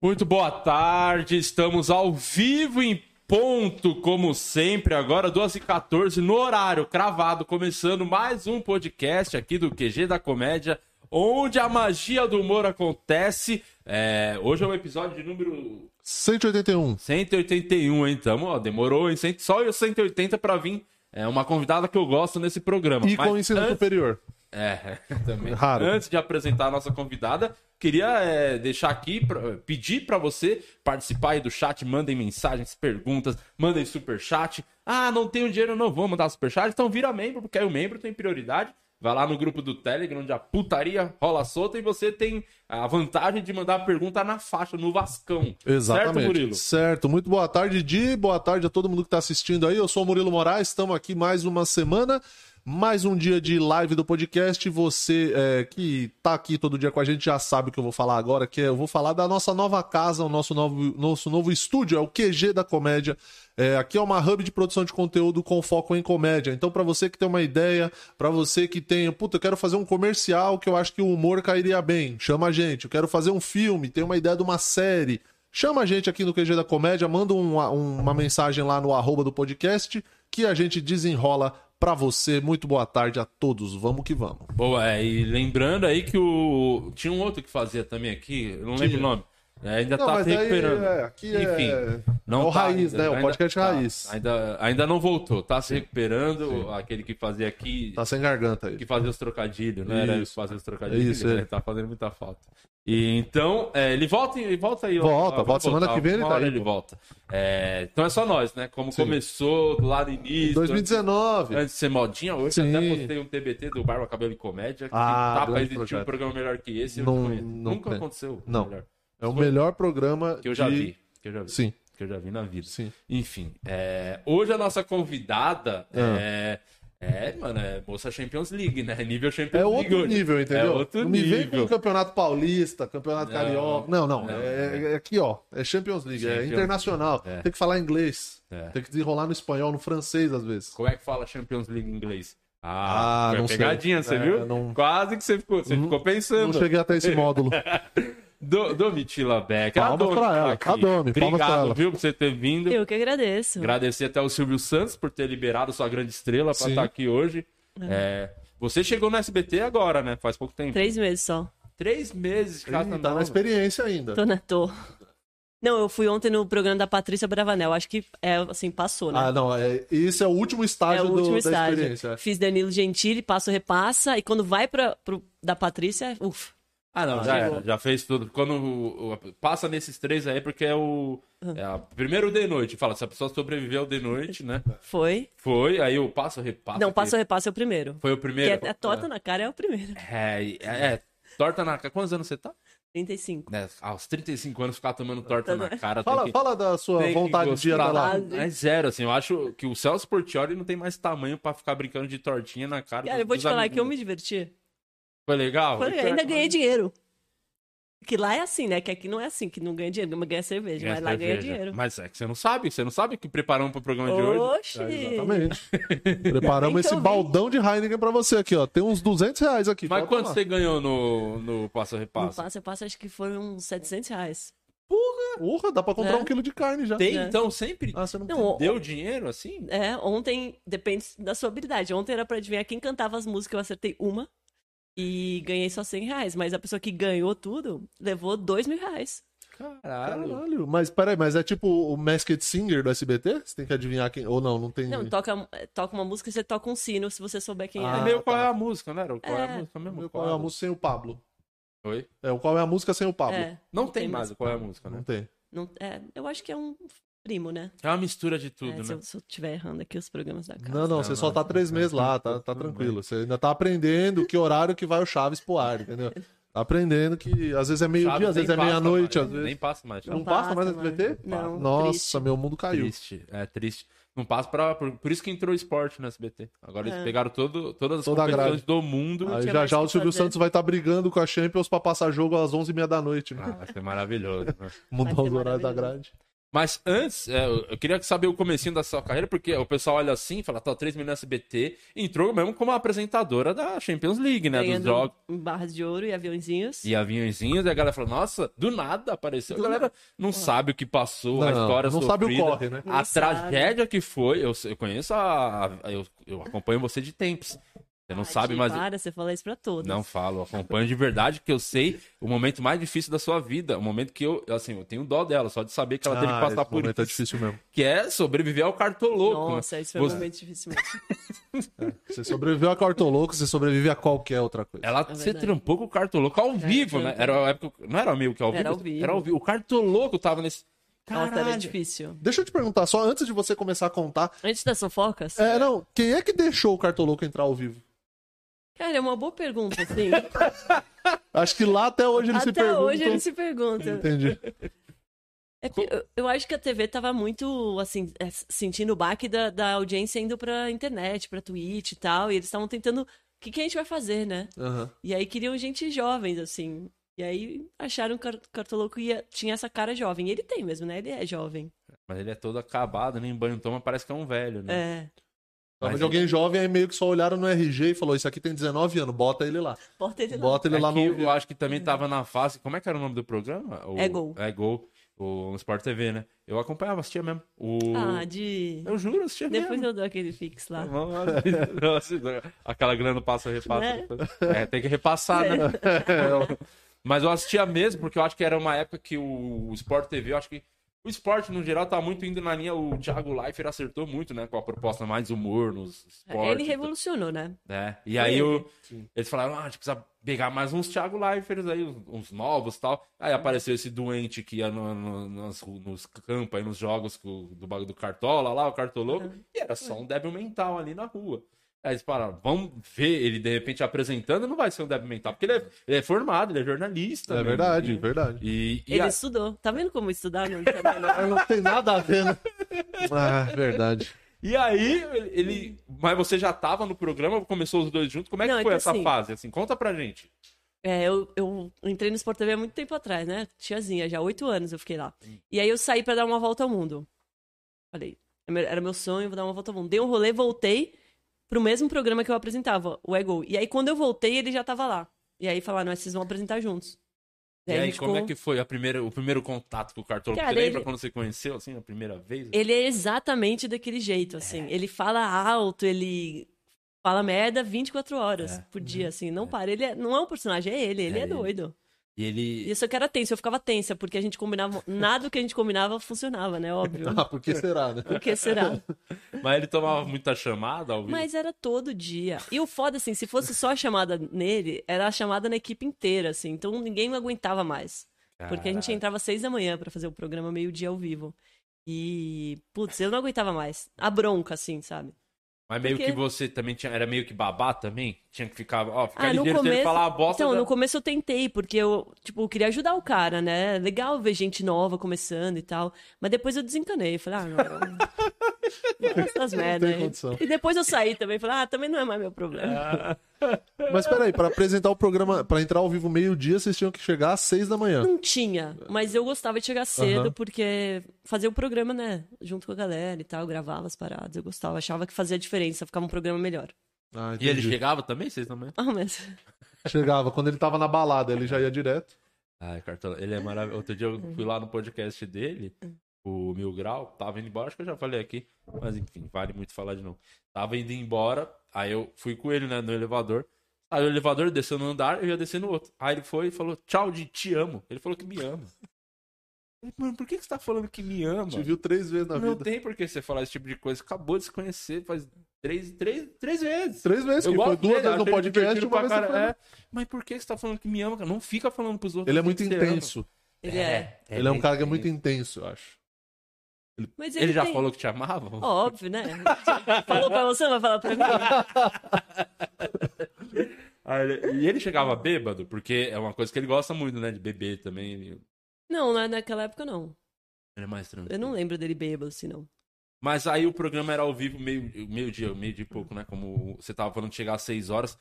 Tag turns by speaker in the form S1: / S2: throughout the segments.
S1: Muito boa tarde, estamos ao vivo em ponto, como sempre, agora 12h14 no horário cravado, começando mais um podcast aqui do QG da Comédia, onde a magia do humor acontece. É, hoje é um episódio de número
S2: 181.
S1: 181, hein? Tamo, ó, demorou, hein? Cento- Só o 180 pra vir é, uma convidada que eu gosto nesse programa.
S2: E
S1: Mas
S2: com ensino
S1: antes-
S2: superior.
S1: é, também.
S2: Raro.
S1: Antes de apresentar a nossa convidada, queria é, deixar aqui, pra- pedir para você participar aí do chat, mandem mensagens, perguntas, mandem superchat. Ah, não tenho dinheiro, não vou mandar superchat, então vira membro, porque aí o membro tem prioridade. Vai lá no grupo do Telegram, onde a putaria rola solta e você tem a vantagem de mandar a pergunta na faixa, no Vascão.
S2: Exatamente.
S1: Certo, Murilo?
S2: Certo. Muito boa tarde, Di. Boa tarde a todo mundo que está assistindo aí. Eu sou o Murilo Moraes. Estamos aqui mais uma semana. Mais um dia de live do podcast. Você é, que tá aqui todo dia com a gente já sabe o que eu vou falar agora, que é, eu vou falar da nossa nova casa, o nosso novo, nosso novo estúdio, é o QG da Comédia. É, aqui é uma hub de produção de conteúdo com foco em comédia. Então, para você que tem uma ideia, para você que tem, puta, eu quero fazer um comercial que eu acho que o humor cairia bem, chama a gente. Eu quero fazer um filme, tenho uma ideia de uma série, Chama a gente aqui no QG da Comédia, manda uma, uma mensagem lá no arroba do podcast que a gente desenrola pra você. Muito boa tarde a todos, vamos que vamos.
S1: Boa, é, e lembrando aí que o. Tinha um outro que fazia também aqui, eu não lembro o nome. É, ainda
S2: Não,
S1: tá
S2: mas
S1: se
S2: aí,
S1: recuperando.
S2: é, aqui é- é o
S1: tá
S2: raiz, né? O
S1: ainda-
S2: podcast
S1: tá,
S2: raiz.
S1: ainda, ainda não voltou, tá se recuperando. Aquele que fazia aqui,
S2: Tá sem garganta
S1: que
S2: aí.
S1: fazia os trocadilhos, né? Era
S2: Isso.
S1: fazer os trocadilhos.
S2: Isso,
S1: né?
S2: é.
S1: Tá fazendo muita falta. E então, é, ele volta, ele volta aí. ó.
S2: Volta,
S1: Vai
S2: volta semana
S1: voltar,
S2: que vem ele
S1: uma
S2: tá
S1: hora
S2: aí.
S1: ele volta. É, então é só nós, né? Como
S2: Sim.
S1: começou lá no início.
S2: 2019.
S1: Antes de ser modinha, hoje
S2: Sim.
S1: até postei um TBT do Barba Cabelo e Comédia que
S2: Ah,
S1: tá pra
S2: grande
S1: existir um
S2: projeto.
S1: programa melhor que esse. eu
S2: Não-
S1: desconheço.
S2: não
S1: Nunca
S2: tem.
S1: aconteceu.
S2: Não.
S1: melhor.
S2: É o melhor programa
S1: Que eu já
S2: de-
S1: vi. Que eu já vi.
S2: Sim.
S1: Que eu já vi na vida.
S2: Sim.
S1: Enfim, é, hoje a nossa convidada
S2: Ah.
S1: é. É, mano, é Bolsa Champions League, né? Nível Champions
S2: É
S1: League.
S2: outro
S1: hoje.
S2: nível, entendeu?
S1: É outro
S2: não me vem
S1: nível.
S2: com campeonato paulista, campeonato
S1: Não,
S2: carioca. Não, não.
S1: não,
S2: é, é aqui, ó. É Champions League, é
S1: Champions
S2: internacional.
S1: League, é.
S2: Tem que falar inglês.
S1: É.
S2: Tem que desenrolar no espanhol, no francês, às vezes.
S1: Como é que fala Champions League em inglês? Ah,
S2: Ah,
S1: foi
S2: não sei.
S1: pegadinha, você
S2: É,
S1: viu?
S2: não-
S1: Quase que você ficou, você ficou
S2: Não
S1: pensando.
S2: cheguei até esse módulo.
S1: Do, Domitila Beck.
S2: Palmas
S1: Domi
S2: pra
S1: tá
S2: ela,
S1: aqui.
S2: a Domi, palmas pra
S1: Obrigado,
S2: ela.
S1: viu, por você ter vindo.
S3: Eu que agradeço.
S1: Agradecer até o Silvio Santos por ter liberado sua grande estrela pra
S2: Sim.
S1: estar aqui hoje. É, você chegou no SBT agora, né? Faz pouco tempo.
S3: Três meses só.
S1: Três meses, cara.
S2: Ih, tá na experiência ainda.
S3: Tô na tô. Não, eu fui ontem no programa da Patrícia Bravanel. Acho que, é, assim, passou, né?
S2: Ah, não. É, esse é o último
S3: é
S2: estágio,
S3: o
S2: do-
S3: último
S2: da
S3: estágio.
S2: experiência. é.
S3: Fiz Danilo Gentili, passo repassa. E quando vai pra, pro, da Patrícia, ufa.
S1: Ah, não, já,
S3: Chegou.
S1: era, já fez tudo. Quando o- o- passa nesses três aí, porque é o.
S3: Ah.
S1: é a- primeiro o de noite. Fala, se a pessoa sobreviveu ao de noite, né?
S3: Foi.
S1: Foi, aí o passo repassa.
S3: não,
S1: que
S3: passo repassa é o primeiro.
S1: Ah, Foi o
S3: Que
S1: primeiro.
S3: é, é torta na cara, é o primeiro.
S1: É, é, é, torta na cara. Quantos anos você tá?
S3: 35.
S1: Né, aos 35 anos ficar tomando torta na cara. tem
S2: Fala,
S1: que-
S2: fala da sua
S1: Tem que
S2: vontade de
S1: gostar.
S2: andar lá.
S3: Ah,
S1: É zero, assim. Eu acho que o Celso Portioli não tem mais tamanho pra ficar brincando de tortinha na cara.
S3: Cara,
S1: dos-
S3: eu vou te
S1: dos
S3: falar
S1: amigos.
S3: que eu me diverti.
S1: Foi legal?
S3: Foi, ainda ganhei dinheiro. Que lá é assim, né? Que aqui não é assim, que não ganha dinheiro, mas ganha cerveja. mas lá ganha
S1: cerveja.
S3: dinheiro.
S1: Mas é que você não sabe. Você não sabe o que preparamos pro programa de hoje.
S3: Oxi!
S2: Exatamente. Preparamos
S3: Então
S2: esse
S3: vem.
S2: baldão de Heineken pra você aqui, ó. Tem uns 200 reais aqui.
S1: Mas
S2: pode
S1: quanto
S2: tomar.
S1: você ganhou no, no Passa
S3: No
S1: Repassa?
S3: passo a passo, acho que foram uns 700 reais.
S2: Porra, dá pra comprar
S3: É.
S2: um quilo de carne já.
S1: Tem,
S3: É.
S1: então, sempre
S2: Ah, você não,
S3: Não, o-
S1: deu dinheiro, assim?
S3: é, ontem, depende da sua habilidade. Ontem era pra adivinhar quem cantava as músicas, eu acertei uma e ganhei só 100 reais. Mas a pessoa que ganhou tudo levou 2 mil reais.
S1: Caralho.
S2: Caralho. Mas peraí, mas é tipo o Masked Singer do SBT? Você tem que adivinhar quem. Ou não, não tem.
S3: Não, toca, toca uma música e você toca um sino se você souber quem
S1: é
S2: Ah,
S3: é.
S1: meio qual
S2: tá.
S1: é a música, não era? O Qual é, a
S3: É.
S1: música mesmo?
S2: Meu, qual é a música sem o Pablo?
S1: Oi?
S2: É, o qual é a música sem o Pablo?
S3: É,
S1: Não tem,
S3: tem
S1: mais
S3: mais.
S1: o qual é a música,
S2: Não
S1: né?
S2: tem.
S3: não- é, eu acho que é um primo, né?
S1: É uma mistura de
S3: É,
S1: tudo,
S3: se,
S1: né?
S3: eu, se eu tiver errando aqui os programas da casa.
S2: Não, não, você
S1: não,
S2: só
S1: não,
S2: tá
S1: tá
S2: três meses
S1: tranquilo,
S2: lá, tá, tá
S1: tudo
S2: tranquilo. Você ainda tá aprendendo que horário que vai o Chaves pro ar, entendeu? Tá aprendendo que às vezes é
S1: Chaves né?
S2: meio-dia, às
S1: nem
S2: vezes é
S1: passa
S2: meia-noite,
S1: mais,
S2: às vezes.
S1: Nem passa mais. é Chaves.
S2: Não passa mais no SBT?
S3: né? Não,
S2: Nossa,
S3: triste.
S2: meu mundo caiu.
S1: Triste, é triste. Não passa pra. Por, por isso que entrou esporte no SBT. Agora eles
S3: É.
S1: pegaram todo, todas as
S2: Toda a
S1: competições do mundo.
S2: Aí
S3: tinha
S2: já
S3: mais
S2: já
S3: o
S2: o
S3: que
S2: Silvio
S3: fazer.
S2: Santos vai estar brigando com a Champions pra passar jogo às 11h30 da noite, né?
S1: Ah, vai ser maravilhoso. né?
S2: Mudar
S3: Vai
S2: os
S3: ser
S2: horários da
S3: maravilhoso.
S2: grade.
S1: Mas antes, é, eu eu queria saber o comecinho da sua carreira, porque o pessoal olha assim e fala, tá, 3 mil SBT, entrou mesmo como apresentadora da Champions League, né? Dos jogos.
S3: ganhando barras de ouro e aviãozinhos.
S1: E aviãozinhos, e a galera falou, nossa, do nada apareceu.
S3: Do
S1: a galera não sabe o que passou, a
S2: Não,
S1: história
S2: não sabe o
S1: sofrida,
S2: corre, né?
S1: A
S3: Não sabe.
S1: tragédia que foi, eu, eu conheço a... a- Eu, eu acompanho você de tempos. Você não
S3: Ah,
S1: sabe,
S3: Di,
S1: mas...
S3: Para, você fala isso pra todos.
S1: Não falo, acompanho de verdade, que eu sei o momento mais difícil da sua vida. O momento que eu, assim, eu tenho dó dela, só de saber que ela teve que passar por isso.
S2: Tá difícil mesmo.
S1: Que é sobreviver ao cartoloco. né?
S3: Nossa, isso foi
S1: Você-
S3: um momento difícil mesmo.
S2: Você sobreviveu a Cartoloco, você sobrevive a qualquer outra coisa.
S1: Ela
S3: É
S1: se
S3: verdade.
S1: trampou com o Cartoloco ao vivo, né?
S3: trampou.
S1: Era a época, não era meio que ao vivo?
S3: Era ao vivo.
S1: Era ao vivo. O Cartoloco tava nesse...
S3: Nossa, era
S1: Caralho.
S3: difícil. tá
S2: Deixa eu te perguntar só, antes de você começar a contar.
S3: Antes das fofocas?
S2: É, não, quem é que deixou o Cartoloco entrar ao vivo?
S3: Cara, é uma boa pergunta, assim.
S2: Acho que lá até hoje eles se
S3: Até
S2: perguntam.
S3: hoje ele se pergunta.
S2: Entendi.
S3: É que eu, eu acho que a TV tava muito, assim, é, sentindo o baque da, da audiência indo pra internet, pra Twitch e tal. E eles estavam tentando. O que, que a gente vai fazer, né?
S2: Aham.
S3: E aí queriam gente jovens, assim. E aí acharam que o Car- Cartoloco ia, tinha essa cara jovem. E ele tem mesmo, né? Ele é jovem.
S1: Mas ele é todo acabado, nem banho toma, parece que é um velho, né?
S3: É.
S2: Mas,
S1: Mas-
S2: alguém jovem aí meio que só olharam no RG e falou: Isso aqui tem 19 anos, bota ele lá.
S3: Porta ele lá.
S2: Bota ele lá
S1: É que
S2: no. É
S1: eu acho que também tava na fase. Como é que era o nome do programa? O-
S3: É Gol.
S1: É Gol. O no Sport TV, né? Eu acompanhava, assistia mesmo. O...
S3: Ah, de.
S1: Eu juro, assistia
S3: Depois
S1: mesmo.
S3: eu dou aquele fix lá.
S1: Não, não, assim, não. Aquela grana passa, repassa.
S3: Né?
S1: depois. É, tem que repassar, né? Mas eu assistia mesmo, porque eu acho que era uma época que o Sport TV, eu acho que. O esporte, no geral, tá muito indo na linha. O Thiago Leifert acertou muito, né? Com a proposta mais humor nos esportes.
S3: É, Ele revolucionou, né?
S1: né? E aí o-
S2: Sim.
S1: eles falaram, ah, a gente precisa pegar mais uns Thiago Leifers aí, uns- uns novos e tal. Aí apareceu esse doente que ia no- no- nas ru- nos campos, aí nos jogos com- do bagulho do Cartola lá, o Cartoloco, e era só um débil mental ali na rua. Aí eles falaram, vamos ver ele de repente apresentando, não vai ser um débil mental, porque ele é, ele é formado, ele é jornalista.
S2: É
S1: mesmo.
S2: verdade, verdade.
S1: E, e
S3: Ele
S1: a-
S3: estudou. Tá vendo como estudar não trabalha?
S2: Ah, Não tem nada a ver, né? Ah, verdade.
S1: E aí, ele. Mas você já tava no programa, começou os dois juntos. Como é que
S3: Não, é
S1: foi
S3: que
S1: essa
S3: assim-
S1: fase? Assim, conta pra gente.
S3: É, eu, eu entrei no Sport TV há muito tempo atrás, né? Tiazinha, já oito anos eu fiquei lá. E aí eu saí pra dar uma volta ao mundo. Falei, é meu- era meu sonho, vou dar uma volta ao mundo. Dei um rolê, voltei pro mesmo programa que eu apresentava, o Ego. E aí quando eu voltei, ele já tava lá. E aí falaram, "Ah, vocês vão apresentar juntos.
S1: E
S3: a
S1: aí,
S3: gente
S1: como
S3: ficou-
S1: é que foi a primeira, o primeiro contato com o Cartoloco?
S3: Cara,
S1: você lembra
S3: ele-
S1: quando você conheceu, assim, a primeira vez?
S3: Ele é exatamente daquele jeito, assim.
S1: É.
S3: Ele fala alto, ele fala merda 24 horas
S1: É.
S3: por dia, assim. Não para. Ele é- não é um personagem, é ele. Ele
S1: É
S3: é,
S1: ele.
S3: doido.
S1: E
S3: E
S1: ele...
S3: eu só é que era tenso, eu ficava tensa, porque a gente combinava. Nada do que a gente combinava funcionava, né? Óbvio.
S2: Ah, por que será, né?
S3: Por que será?
S1: Mas ele tomava muita chamada ao vivo?
S3: Mas era todo dia. E o foda, assim, se fosse só a chamada nele, era a chamada na equipe inteira, assim. Então ninguém aguentava mais. Porque a gente
S1: Caralho.
S3: entrava às seis da manhã pra fazer o programa meio-dia ao vivo. E, putz, eu não aguentava mais. A bronca, assim, sabe?
S1: Mas meio
S3: Porque-
S1: que você também tinha... Era meio que babá também? Tinha que ficar... Ó, ficar
S3: Ah, no
S1: ligeiro se ele
S3: começo-
S1: falar a bosta...
S3: Então,
S1: já-
S3: no começo eu tentei, porque eu, tipo, eu queria ajudar o cara, né? Legal ver gente nova começando e tal. Mas depois eu desencanei. Falei, ah, não. Essas merda aí.
S2: condição.
S3: E depois eu saí também. Falei, ah, também não é mais meu problema.
S2: Mas peraí, pra apresentar o programa, pra entrar ao vivo meio-dia, vocês tinham que chegar às seis da manhã.
S3: Não tinha, mas eu gostava de chegar cedo,
S2: Aham.
S3: porque fazia o programa, né? Junto com a galera e tal, eu gravava as paradas. Eu gostava, achava que fazia diferença, ficava um programa melhor.
S2: Ah,
S1: E ele
S2: entendi.
S1: chegava também? Vocês também?
S3: Ah, mas...
S2: chegava. Quando ele tava na balada, ele já ia direto.
S1: Ai, Cartola, ele é maravilhoso. Outro dia eu fui lá no podcast dele, o Mil Grau, tava indo embora, acho que eu já falei aqui, mas enfim, vale muito falar de novo. Tava indo embora, aí eu fui com ele né, no elevador, saiu o elevador, desceu no andar, eu ia descer no outro. Aí ele foi e falou, tchau de te amo. Ele falou que me ama. Eu falei, Mano, por que que você tá falando que me ama?
S2: Te viu três vezes na
S1: Não
S2: vida.
S1: tem por que você falar esse tipo de coisa, acabou de se conhecer faz três, três, três vezes.
S2: Três vezes,
S1: Eu
S2: que foi
S1: gosto dele,
S2: duas vezes no
S1: acho ele
S2: podcast,
S1: divertido
S2: uma
S1: pra
S2: vez você
S1: cara-
S2: foi lá.
S1: é. Mas por que você tá falando que me ama, cara? Não fica falando pros outros.
S2: Ele é
S1: que
S2: muito
S1: você ama.
S2: intenso.
S3: Ele é.
S2: Ele é um cara que é muito intenso, eu acho.
S3: Mas
S1: Ele, já
S3: tem-
S1: falou que te amava?
S3: Óbvio, né? Falou pra você, vai falar pra mim.
S1: Ah, ele- E ele chegava bêbado, porque é uma coisa que ele gosta muito, né? De beber também. Ele
S3: Não, não é naquela época, não.
S1: ele é mais tranquilo.
S3: Eu não lembro dele bêbado, assim, não.
S1: Mas aí o programa era ao vivo meio, meio dia, meio dia e pouco, né? Como você tava falando de chegar às seis horas.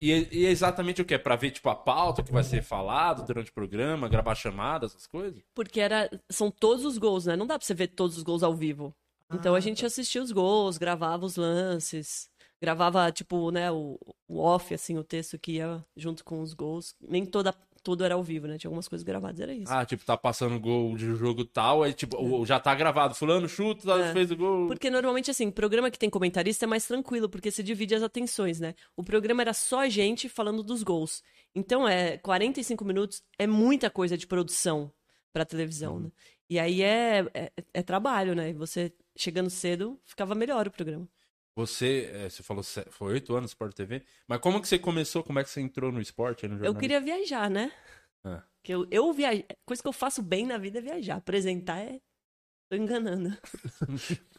S1: E é, e é exatamente o que? É pra ver, tipo, a pauta que vai ser falado durante o programa, gravar chamadas, essas coisas?
S3: Porque era, são todos os gols, né? Não dá pra você ver todos os gols ao vivo. Então a gente assistia os gols, gravava os lances, gravava, tipo, né, o, o off, assim, o texto que ia junto com os gols. Nem toda, tudo era ao vivo, né? Tinha algumas coisas gravadas, era isso.
S1: Ah, tipo, tá passando gol de jogo tal, aí, tipo, o- já tá gravado. Fulano chuta,
S3: É.
S1: fez o gol.
S3: Porque normalmente, assim, programa que tem comentarista é mais tranquilo, porque se divide as atenções, né? O programa era só a gente falando dos gols. Então, é 45 minutos é muita coisa de produção pra televisão, né? E aí é, é, é trabalho, né? E você chegando cedo, ficava melhor o programa.
S1: Você, é, você falou, se- foi oito anos Sport TV, mas como que você começou, como é que você entrou no esporte, aí no
S3: Eu
S1: jornalismo?
S3: queria viajar, né?
S1: Ah.
S3: Que eu, eu viajo. Coisa que eu faço bem na vida é viajar. Apresentar é. Tô enganando.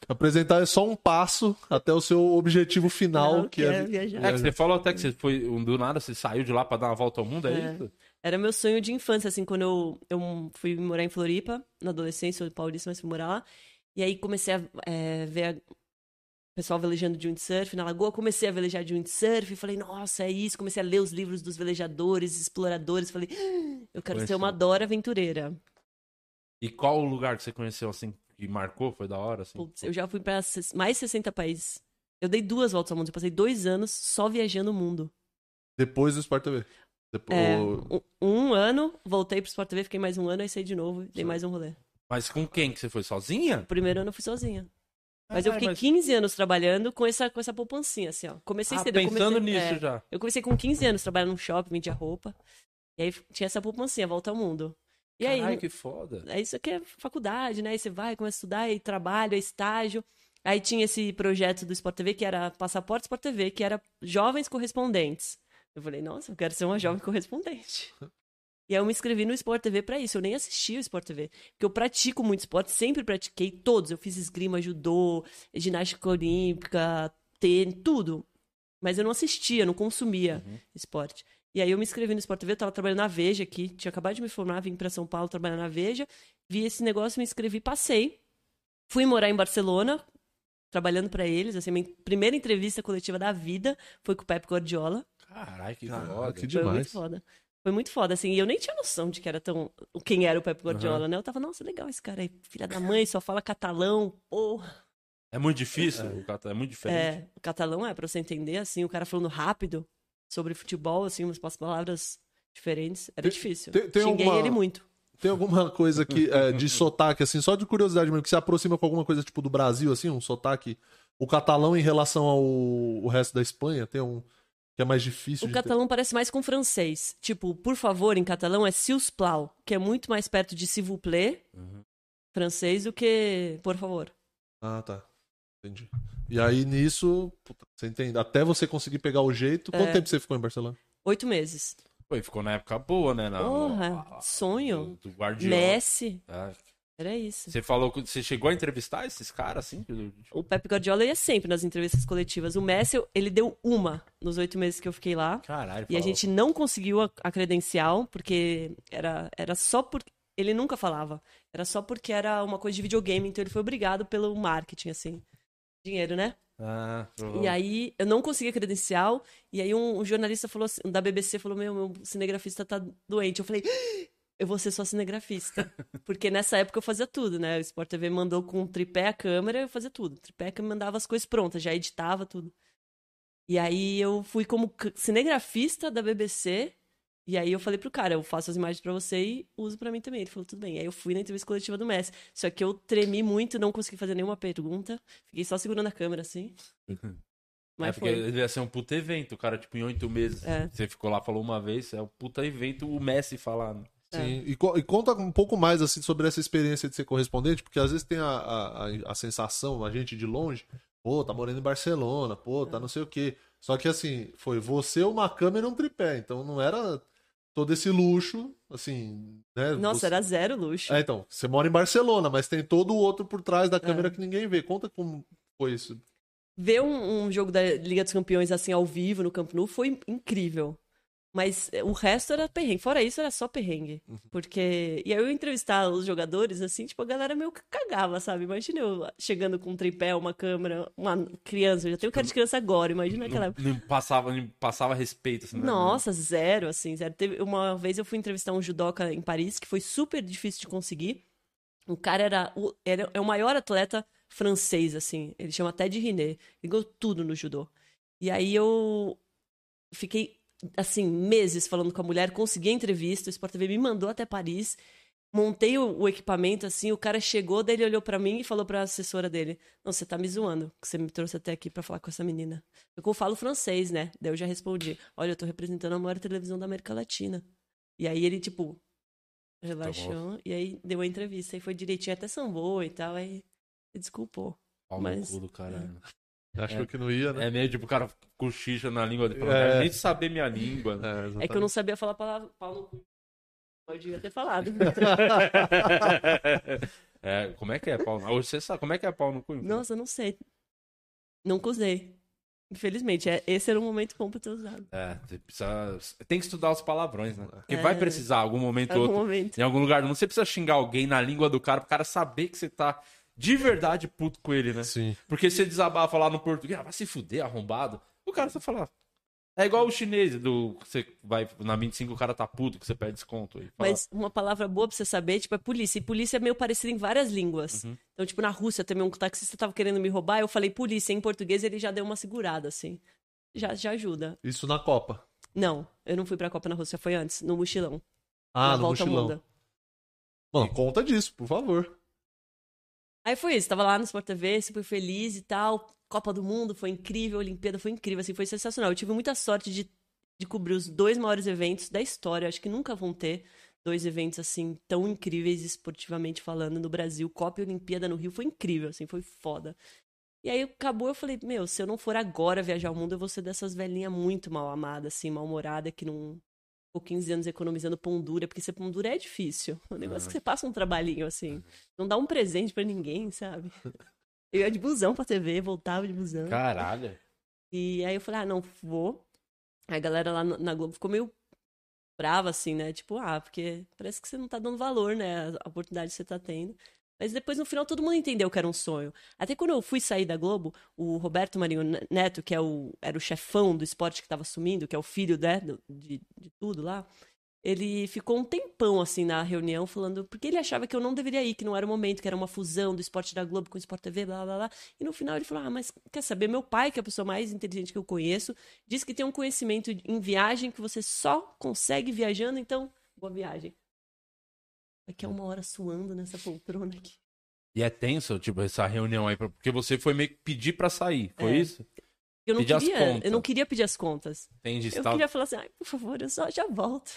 S2: Apresentar é só um passo até o seu objetivo final,
S3: Não,
S2: que é.
S3: viajar.
S1: É, que você falou até que você foi, um do nada, você saiu de lá pra dar uma volta ao mundo, é,
S3: É.
S1: isso?
S3: Era meu sonho de infância, assim, quando eu, eu fui morar em Floripa, na adolescência, eu sou paulista, mas fui morar lá. E aí comecei a é, ver a- o pessoal velejando de windsurf na lagoa, comecei a velejar de windsurf, falei, nossa, é isso. Comecei a ler os livros dos velejadores, exploradores, falei, "Ah, eu quero ser
S1: Conheceu.
S3: uma Dora aventureira.
S1: E qual o lugar que você conheceu, assim, que marcou, foi da hora, assim?
S3: Putz, eu já fui pra ses- mais 60 países. Eu dei duas voltas ao mundo, eu passei dois anos só viajando o mundo.
S2: Depois do Sport TV. Depois...
S3: É,
S2: o-
S3: um, um ano, voltei pro Sport TV, fiquei mais um ano, aí saí de novo, dei
S1: Só.
S3: mais um rolê.
S1: Mas com quem que você foi, sozinha?
S3: Primeiro ano eu fui sozinha. Mas eu
S1: Caralho,
S3: fiquei 15 anos trabalhando com essa, com essa poupancinha, assim, ó. Comecei
S1: Ah,
S3: cedo. eu
S1: pensando
S3: comecei,
S1: nisso
S3: é,
S1: já.
S3: Eu comecei com 15 anos, trabalhando num shopping, vendia roupa. E aí f- tinha essa poupancinha, volta ao mundo. E aí,
S1: Caralho, que foda.
S3: é isso aqui é faculdade, né? Aí você vai, começa a estudar, aí trabalho, aí estágio. Aí tinha esse projeto do Sport TV, que era Passaporte Sport TV, que era jovens correspondentes. Eu falei, nossa, eu quero ser uma jovem correspondente. E aí eu me inscrevi no Sport TV pra isso. Eu nem assisti o Sport TV. Porque eu pratico muito esporte, sempre pratiquei todos. Eu fiz esgrima, judô, ginástica olímpica, tênis, tudo. Mas eu não assistia, não consumia esporte. E aí eu me inscrevi no Sport TV, eu tava trabalhando na Veja aqui, tinha acabado de me formar, vim pra São Paulo trabalhar na Veja, vi esse negócio, me inscrevi, passei. Fui morar em Barcelona, trabalhando pra eles, assim, minha primeira entrevista coletiva da vida foi com o Pepe Guardiola.
S1: Caralho, que
S2: Caraca,
S1: foda.
S2: que
S3: Foi
S2: demais.
S3: muito foda. Foi muito foda, assim, e eu nem tinha noção de que era tão. quem era o Pepe Guardiola, né? Eu tava, nossa, legal esse cara aí, filha da mãe, só fala catalão, porra.
S1: É muito difícil, o Cata é muito
S2: Tá
S1: diferente.
S3: É, o catalão é, pra você entender, assim, o cara falando rápido sobre futebol, assim, umas palavras diferentes. Era
S2: Tem-
S3: difícil.
S2: tem- tem
S3: Xinguei
S2: alguma-
S3: ele muito.
S2: Tem alguma coisa que é, de sotaque, assim, só de curiosidade mesmo, que se aproxima com alguma coisa tipo do Brasil, assim, um sotaque. O catalão em relação ao o resto da Espanha tem um que é mais difícil.
S3: O
S2: de
S3: catalão parece mais com francês. Tipo, por favor, em catalão é s'il plau, que é muito mais perto de s'il vous plaît, francês, do que por favor.
S2: Ter. Ah, tá. Entendi. E aí nisso, puta, você entende, até você conseguir pegar o jeito. Quanto
S3: É.
S2: tempo você ficou em Barcelona?
S3: Oito meses.
S1: Pô, e ficou na época boa, né? Na,
S3: Porra,
S1: a- a-
S3: sonho.
S1: Do, do Guardiola.
S3: Messi,
S1: Ah,
S3: era isso.
S1: Você falou que você chegou a entrevistar esses caras, assim?
S3: O Pep Guardiola ia sempre nas entrevistas coletivas. O Messi, ele deu uma nos oito meses que eu fiquei lá.
S1: Caralho,
S3: E a
S1: falou.
S3: gente não conseguiu a, a credencial, porque era, era só porque. Ele nunca falava. Era só porque era uma coisa de videogame, então ele foi obrigado pelo marketing, assim. Dinheiro, né?
S1: Ah,
S3: E aí eu não consegui a credencial, e aí um, um jornalista falou assim, da BBC falou: Meu, meu cinegrafista tá doente. Eu falei. "Ah, Eu vou ser só cinegrafista. Porque nessa época eu fazia tudo, né? O Sport TV mandou com um tripé a câmera, eu fazia tudo. Tripé que mandava as coisas prontas, já editava tudo. E aí eu fui como c- cinegrafista da BBC. E aí eu falei pro cara, eu faço as imagens pra você e uso pra mim também. Ele falou, tudo bem. Aí eu fui na entrevista coletiva do Messi. Só que eu tremi muito, não consegui fazer nenhuma pergunta. Fiquei só segurando a câmera, assim.
S1: é
S3: Mas
S1: porque
S3: foi.
S1: ele ia ser um puta evento, o cara, tipo, em oito meses.
S3: É.
S1: Você ficou lá, falou uma vez, é um puta evento o Messi falando.
S3: É.
S2: Sim. E, co- e conta um pouco mais assim sobre essa experiência de ser correspondente, porque às vezes tem a, a, a- a sensação, a gente de longe, pô, tá morando em Barcelona, pô,
S3: É.
S2: tá não sei o quê. Só que assim, foi você, uma câmera e um tripé. Então não era todo esse luxo, assim, né?
S3: Nossa,
S2: você...
S3: era zero luxo.
S2: É, então, você mora em Barcelona, mas tem todo o outro por trás
S3: É.
S2: da câmera que ninguém vê. Conta como foi isso.
S3: Ver um, um jogo da Liga dos Campeões, assim, ao vivo, no Camp Nou, foi incrível. Mas é, o resto era perrengue. Fora isso, era só perrengue.
S1: Uhum.
S3: Porque. E aí eu entrevistar os jogadores, assim, tipo, a galera meio que cagava, sabe? Imagina eu chegando com um tripé, uma câmera, uma criança. Eu já tenho cara
S1: Tipo,
S3: de criança agora, imagina aquela
S1: Não, não passava, não passava respeito. Assim, né?
S3: nossa, zero, assim, zero. Teve, uma vez eu fui entrevistar um judoca em Paris, que foi super difícil de conseguir. O cara era o, era, é o maior atleta francês, assim. Ele chama até de Riné. Ele ganhou tudo no judô. E aí eu fiquei, assim, meses falando com a mulher, consegui a entrevista, o Sport TV me mandou até Paris. Montei o, o equipamento, assim, o cara chegou, daí ele olhou pra mim e falou pra assessora dele: Não, você tá me zoando, que você me trouxe até aqui pra falar com essa menina. Eu falo francês, né? Daí eu já respondi: Olha, eu tô representando a maior televisão da América Latina. E aí ele, tipo, relaxou. E aí deu a entrevista. E foi direitinho, até sambou e tal. Aí se desculpou.
S1: Pau
S3: mas- é.
S1: no cu do caralho.
S2: Achou que não ia, né?
S1: É meio tipo o cara cochicha na língua dele. falando,
S2: É.
S1: "Cara, Nem saber minha língua. né?"
S3: É que eu não sabia falar a palavra pau no cu. Eu devia ter falado.
S1: É, como é que é pau no Hoje você sabe como é que é pau no cu?
S3: Nossa, eu não sei. Nunca usei. Infelizmente, é- esse era um momento bom pra ter usado.
S1: É, você precisa... Tem que estudar os palavrões, né? Porque
S3: É.
S1: vai precisar, algum momento ou
S3: Algum
S1: outro,
S3: momento.
S1: em algum lugar. do mundo. Você precisa xingar alguém na língua do cara pro cara saber que você tá de verdade puto com ele, né?
S3: É.
S2: Sim.
S1: Porque se você desabafa lá no português, ah, vai se fuder, arrombado. O cara só fala. É igual o chinês, do você vai na 25 o cara tá puto que você perde desconto. Ele fala,
S3: Mas uma palavra boa pra você saber, tipo, é polícia. E polícia é meio parecida em várias línguas.
S2: Uhum.
S3: Então, tipo, na Rússia também um taxista tava querendo me roubar, eu falei polícia. Em português ele já deu uma segurada, assim. Já, já ajuda.
S2: Isso na Copa.
S3: Não, eu não fui pra Copa na Rússia, foi antes, no mochilão.
S2: Ah,
S3: na
S2: no
S3: volta ao
S2: mochilão.
S3: mundo.
S2: Mano, conta disso, por favor.
S3: Aí foi isso, tava lá no Sport TV, super feliz e tal. Copa do Mundo foi incrível, Olimpíada foi incrível, assim, foi sensacional. Eu tive muita sorte de, de cobrir os dois maiores eventos da história. Acho que nunca vão ter dois eventos assim tão incríveis esportivamente falando no Brasil. Copa e Olimpíada no Rio foi incrível, assim, foi foda. E aí acabou, eu falei, meu, se eu não for agora viajar o mundo, eu vou ser dessas velhinhas muito mal amadas, assim, mal-humorada, que não ficou 15 anos economizando pão dura, porque ser pão dura é difícil. O negócio é que você passa um trabalhinho, assim. Não dá um presente pra ninguém, sabe? Eu ia de busão pra TV, voltava de busão.
S1: Caralho.
S3: E aí eu falei, ah, não, vou. Aí a galera lá no- na Globo ficou meio brava, assim, né? Tipo, ah, porque parece que você não tá dando valor, né? A oportunidade que você tá tendo. Mas depois, no final, todo mundo entendeu que era um sonho. Até quando eu fui sair da Globo, o Roberto Marinho Ne- Neto, que é o, era o chefão do esporte que tava assumindo, que é o filho né, do- de, de tudo lá, ele ficou um tempão, assim, na reunião, falando... Porque ele achava que eu não deveria ir, que não era o momento, que era uma fusão do esporte da Globo com o Sport TV, blá, blá, blá. E no final ele falou: Ah, mas quer saber? Meu pai, que é a pessoa mais inteligente que eu conheço, diz que tem um conhecimento em viagem que você só consegue viajando, então, boa viagem. Aqui é uma hora suando nessa poltrona aqui.
S1: E é tenso, tipo, essa reunião aí, porque você foi meio que pedir pra sair, foi
S3: É.
S1: isso?
S3: Eu não
S1: Pedir as
S3: queria,
S1: contas.
S3: eu não queria pedir as contas.
S1: Tem
S3: Eu
S1: tal.
S3: queria falar assim: ai, por favor, eu só já volto.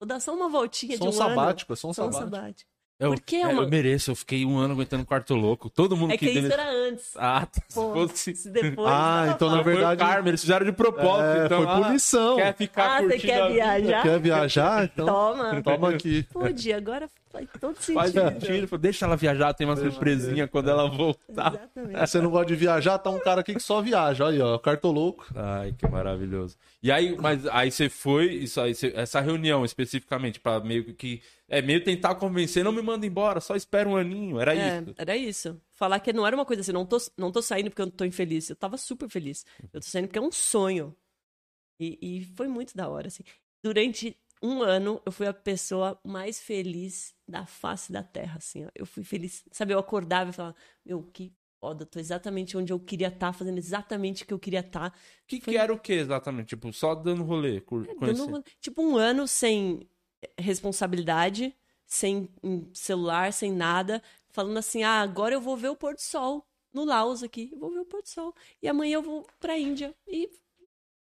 S3: Vou dar só uma voltinha
S2: Só
S3: de
S2: um
S3: um
S2: sabático, é só um
S3: ano. Só um
S2: sabático.
S3: sabático.
S1: Eu,
S3: Por que
S1: é,
S3: uma-
S1: eu mereço, eu fiquei um ano aguentando quarto louco. Todo mundo
S3: É que
S1: dele-
S3: isso era antes.
S1: Ah, tá, se
S3: Pô,
S1: fosse.
S3: Se depois.
S2: Ah,
S3: tava
S2: então, na
S1: Foi
S3: falando.
S2: verdade-
S1: o karma, eles fizeram de propósito,
S2: É,
S1: então.
S2: foi
S1: ah,
S2: punição.
S1: Quer ficar
S3: Ah, você
S1: curtindo a
S3: quer
S1: vida?
S3: viajar?
S2: Quer viajar? Então
S3: Toma.
S2: toma aqui.
S3: Podia, agora faz todo sentido.
S1: Faz sentido. falou, Deixa ela viajar, tem uma é. surpresinha quando ela voltar.
S3: Exatamente.
S2: Ah, Você não gosta de viajar? Tá um cara aqui que só viaja. Aí, ó, cartoloco.
S1: Ai, que maravilhoso. E aí, mas aí você foi, isso aí, você- essa reunião especificamente, pra meio que. É meio tentar convencer, não me manda embora, só espera um aninho. Era
S3: É,
S1: isso.
S3: era isso. Falar que não era uma coisa assim, não tô, não tô saindo porque eu tô infeliz. Eu tava super feliz. Eu tô saindo porque é um sonho. E, e foi muito da hora, assim. Durante um ano, eu fui a pessoa mais feliz da face da Terra, assim. ó. Eu fui feliz. Sabe, eu acordava e falava, meu, que foda, eu tô exatamente onde eu queria estar, fazendo exatamente o que eu queria tá." estar.
S1: O que, que
S3: Foi- É,
S1: era o que exatamente? Tipo, só dando rolê, cur-
S3: Eu
S1: conhecer.
S3: não vou- tipo, um ano sem responsabilidade, sem hum, celular, sem nada, falando assim: ah, agora eu vou ver o pôr do sol no Laos aqui, eu vou ver o pôr do sol. E amanhã eu vou pra Índia. E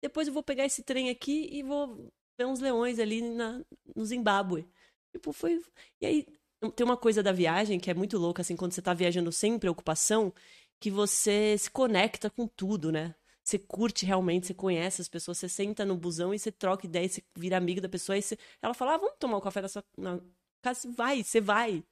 S3: depois eu vou pegar esse trem aqui e vou ver uns leões ali na, no Zimbábue. Tipo, foi. E aí tem uma coisa da viagem que é muito louca, assim, quando você tá viajando sem preocupação, que você se conecta com tudo, né? Você curte realmente, você conhece as pessoas, você senta no busão e você troca ideia, você vira amigo da pessoa, e você- ela fala, ah, vamos tomar um café na sua na casa, você vai, você vai.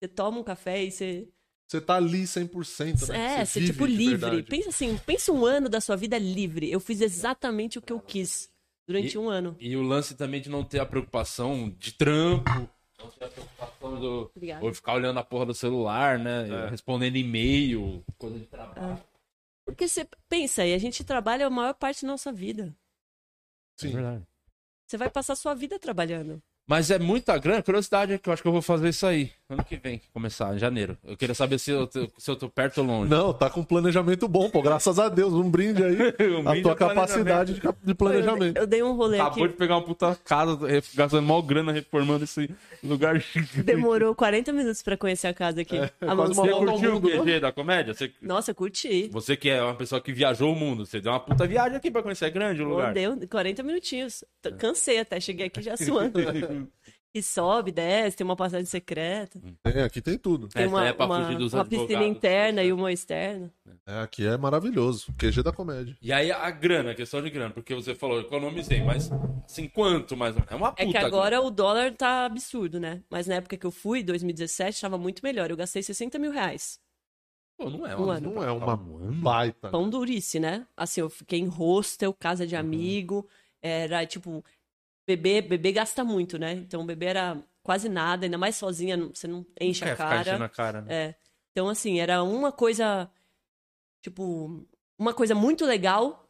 S3: Você toma um café e você.
S2: Você tá ali 100%, né?
S3: É, você,
S2: vive
S3: tipo
S2: de
S3: livre.
S2: verdade.
S3: Pensa assim, pensa um ano da sua vida livre. Eu fiz exatamente o que eu quis. durante um ano.
S1: E o lance também de não ter a preocupação de trampo, não ter a preocupação do.
S3: Obrigada.
S1: Ou ficar olhando a porra do celular, né? Respondendo e-mail, coisa de
S3: Ah.
S1: trabalho.
S3: Porque você pensa aí, a gente trabalha a maior parte da nossa vida.
S2: Sim.
S1: verdade.
S3: Você vai passar a sua vida trabalhando.
S1: Mas é muita grana, curiosidade é que eu acho que eu vou fazer isso aí. Ano que vem, começar, em janeiro. Eu queria saber se eu, tô- se eu tô perto ou longe.
S2: Não, tá com planejamento bom, pô. Graças a Deus. Um brinde aí.
S1: Um
S2: a
S1: brinde
S2: tua
S1: ao
S2: capacidade de, cap- de planejamento.
S3: Eu dei um rolê
S1: Acabou
S3: aqui,
S1: de pegar uma puta casa, re- gastando mal grana reformando esse lugar.
S3: demorou 40 minutos pra conhecer a casa aqui. a
S2: quase
S3: mansão.
S2: uma
S1: Você
S2: volta ao
S1: curtiu o
S2: mundo, né?
S1: QG da comédia? Você,
S3: Nossa, curti.
S1: você que é uma pessoa que viajou o mundo, você deu uma puta viagem aqui pra conhecer. É grande o
S3: Pô,
S1: lugar. É.
S3: Deu 40 minutinhos. T- Cansei até, cheguei aqui já suando. e sobe, desce, tem uma passagem secreta.
S2: É, aqui tem tudo.
S3: Tem
S1: Hum. Essa
S3: uma,
S1: é pra
S3: uma,
S1: fugir dos
S3: uma piscina
S1: advogados. né?
S3: interna e uma externa.
S2: É, aqui é maravilhoso. QG da comédia.
S1: E aí a grana, a questão de grana, porque você falou, eu economizei, mas assim, quanto mais ou menos? É uma puta.
S3: É que agora o dólar tá absurdo, né? Mas na época que eu fui, 2017, tava muito melhor. Eu gastei 60 mil reais.
S1: Pô, não é
S3: Um
S1: uma.
S3: ano.
S2: Não é uma
S1: Hum.
S2: baita.
S1: Então,
S3: Pão durice, né? Assim, eu fiquei em hostel, casa
S1: Uhum.
S3: de amigo. Era tipo. Bebê, bebê gasta muito, né? Então bebê era quase nada, ainda mais sozinha, não- você não enche
S1: Quer
S3: a
S1: É, ficar
S3: cara.
S1: enchendo a cara. né?
S3: É. Então, assim, era uma coisa. Tipo, uma coisa muito legal,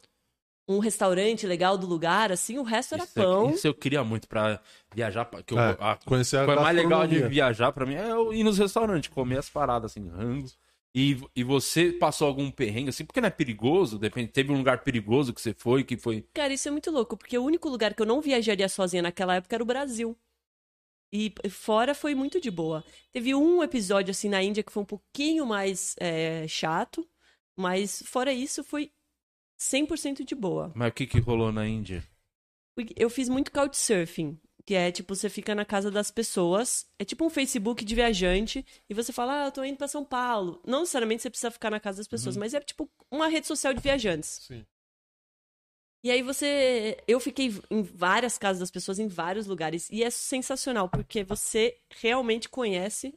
S3: um restaurante legal do lugar, assim, o resto era
S1: Isso, é-
S3: pão.
S1: isso eu queria muito pra viajar. pra- Que eu,
S2: É,
S1: a
S2: Conhecer a
S1: coisa mais legal de
S2: gastronomia.
S1: viajar pra mim é eu ir nos restaurantes, comer as paradas, assim, rangos. E, e você passou algum perrengue, assim, porque não é perigoso, depende, teve um lugar perigoso que você foi, que foi.
S3: Cara, isso é muito louco, porque o único lugar que eu não viajaria sozinha naquela época era o Brasil. E p- fora foi muito de boa. Teve um episódio, assim, na Índia que foi um pouquinho mais é, chato, mas fora isso foi 100% de boa.
S1: Mas o que, que rolou na Índia?
S3: Porque Eu fiz muito couchsurfing, que é tipo, você fica na casa das pessoas, é tipo um Facebook de viajante, e você fala, ah, eu tô indo pra São Paulo. Não necessariamente você precisa ficar na casa das pessoas,
S1: Uhum.
S3: mas é tipo uma rede social de viajantes.
S2: Sim.
S3: E aí você. Eu fiquei em várias casas das pessoas, em vários lugares, e é sensacional, porque você realmente conhece.